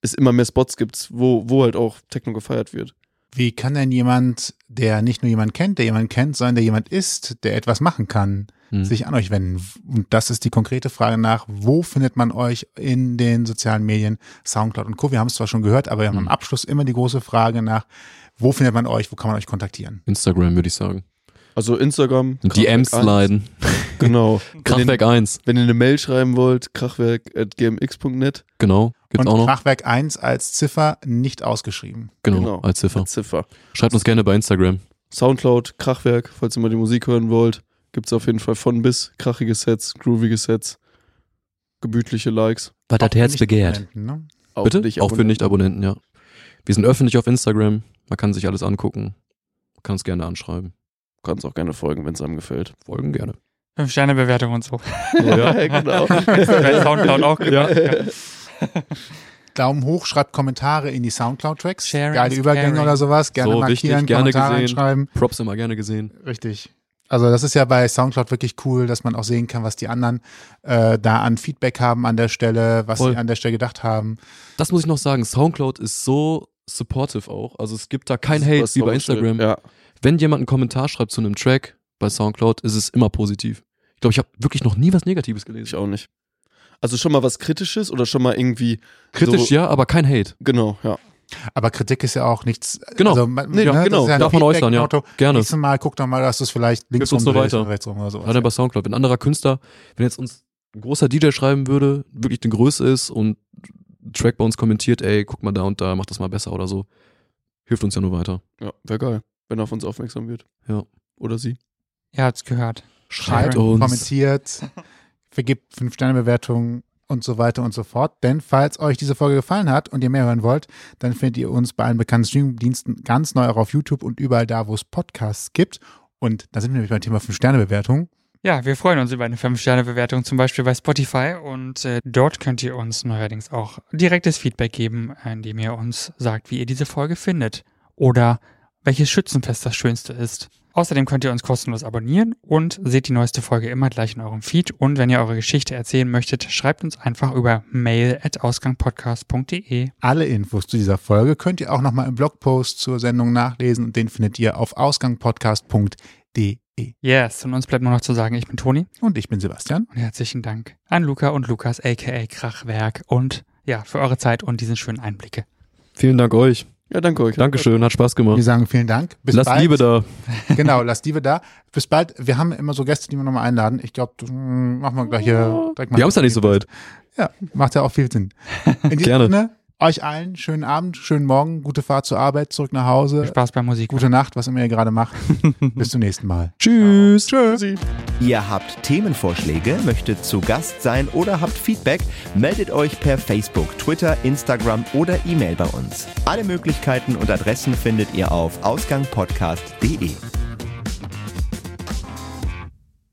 es immer mehr Spots gibt, wo, wo halt auch Techno gefeiert wird. Wie kann denn jemand, der nicht nur jemand kennt, der jemand kennt, sondern der jemand ist, der etwas machen kann, Hm. sich an euch wenden? Und das ist die konkrete Frage nach, wo findet man euch in den sozialen Medien, Soundcloud und Co. Wir haben es zwar schon gehört, aber wir haben am Mhm. Abschluss immer die große Frage nach, wo findet man euch, wo kann man euch kontaktieren? Instagram, würde ich sagen. Also Instagram. DMs Kraftwerk leiden. eins, Genau. wenn, ihr, Kraftwerk 1, wenn ihr eine Mail schreiben wollt, krachwerk.gmx.net. genau. Gibt's und auch noch. Fachwerk 1 als Ziffer nicht ausgeschrieben. Genau, Genau. als Ziffer. Ziffer. Schreibt uns gerne bei Instagram. Soundcloud, Krachwerk, falls ihr mal die Musik hören wollt, gibt's auf jeden Fall von bis krachige Sets, groovige Sets, gemütliche Likes. Was das Herz begehrt. Abonnenten, Ne? Auch Bitte? nicht auch für abonnieren. Nicht-Abonnenten, ja. Wir sind öffentlich auf Instagram. Man kann sich alles angucken. Man kann es gerne anschreiben. Kannst auch gerne folgen, wenn es einem gefällt. Folgen gerne. Fünf-Sterne-Bewertung und so. Ja, genau. Bei Soundcloud auch gemacht. Ja. Daumen hoch, schreibt Kommentare in die Soundcloud-Tracks. Sharing Geile is Übergänge caring. oder sowas. Gerne So, wichtig, markieren, gerne Kommentare gesehen. reinschreiben. Props immer gerne gesehen. Richtig. Also das ist ja bei Soundcloud wirklich cool, dass man auch sehen kann, was die anderen äh, da an Feedback haben an der Stelle, was Voll. sie an der Stelle gedacht haben. Das muss ich noch sagen. Soundcloud ist so supportive auch. Also es gibt da kein Das Hate ist wie bei auch Instagram. schön. Ja. Wenn jemand einen Kommentar schreibt zu einem Track bei Soundcloud, ist es immer positiv. Ich glaube, ich habe wirklich noch nie was Negatives Ich gelesen. auch nicht. Also schon mal was Kritisches oder schon mal irgendwie. Kritisch so, ja, aber kein Hate. Genau, ja. Aber Kritik ist ja auch nichts. Genau. Also, man, Nee, das genau. ist ein Darf man Feedback äußern, ja. Motto. Gerne. Nächstes Mal guck doch mal, dass du es vielleicht links uns rum so drehst weiter. und rechts rum oder sowas. Gerade bei Soundcloud. Wenn ein anderer Künstler, wenn jetzt uns ein großer DJ schreiben würde, wirklich eine Größe ist und ein Track bei uns kommentiert, ey, guck mal da und da, mach das mal besser oder so, hilft uns ja nur weiter. ja Wäre geil, wenn er auf uns aufmerksam wird. Ja. Oder sie. Ihr habt's gehört. Schreibt schreibt, uns. kommentiert, vergibt 5-Sterne-Bewertungen und so weiter und so fort. Denn falls euch diese Folge gefallen hat und ihr mehr hören wollt, dann findet ihr uns bei allen bekannten Streamingdiensten ganz neu auch auf YouTube und überall da, wo es Podcasts gibt. Und da sind wir nämlich beim Thema 5-Sterne-Bewertung. Ja, wir freuen uns über eine 5-Sterne-Bewertung, zum Beispiel bei Spotify. Und äh, dort könnt ihr uns neuerdings auch direktes Feedback geben, indem ihr uns sagt, wie ihr diese Folge findet. Oder welches Schützenfest das schönste ist. Außerdem könnt ihr uns kostenlos abonnieren und seht die neueste Folge immer gleich in eurem Feed. Und wenn ihr eure Geschichte erzählen möchtet, schreibt uns einfach über mail at ausgangpodcast.de. Alle Infos zu dieser Folge könnt ihr auch nochmal im Blogpost zur Sendung nachlesen und den findet ihr auf ausgangpodcast.de. Yes, und uns bleibt nur noch zu sagen, ich bin Toni. Und ich bin Sebastian. Und herzlichen Dank an Luca und Lukas, aka Krachwerk. Und ja, für eure Zeit und diesen schönen Einblicke. Vielen Dank euch. Ja, danke euch. Dankeschön, hat Spaß Wir gemacht. sagen vielen Dank. Bis Lasst bald. Liebe da. Genau, lasst Liebe da. Bis bald. Wir haben immer so Gäste, die wir nochmal einladen. Ich glaube, machen wir gleich hier direkt mal. Wir haben es ja nicht so weit. Ja, macht ja auch viel Sinn. In diesem Gerne. Sinne, euch allen schönen Abend, schönen Morgen, gute Fahrt zur Arbeit, zurück nach Viel Hause, Spaß bei Musik. gute Nacht, was immer ihr gerade macht. Bis zum nächsten Mal. Tschüss. Tschüssi. Ihr habt Themenvorschläge, möchtet zu Gast sein oder habt Feedback, meldet euch per Facebook, Twitter, Instagram oder E-Mail bei uns. Alle Möglichkeiten und Adressen findet ihr auf ausgangpodcast.de.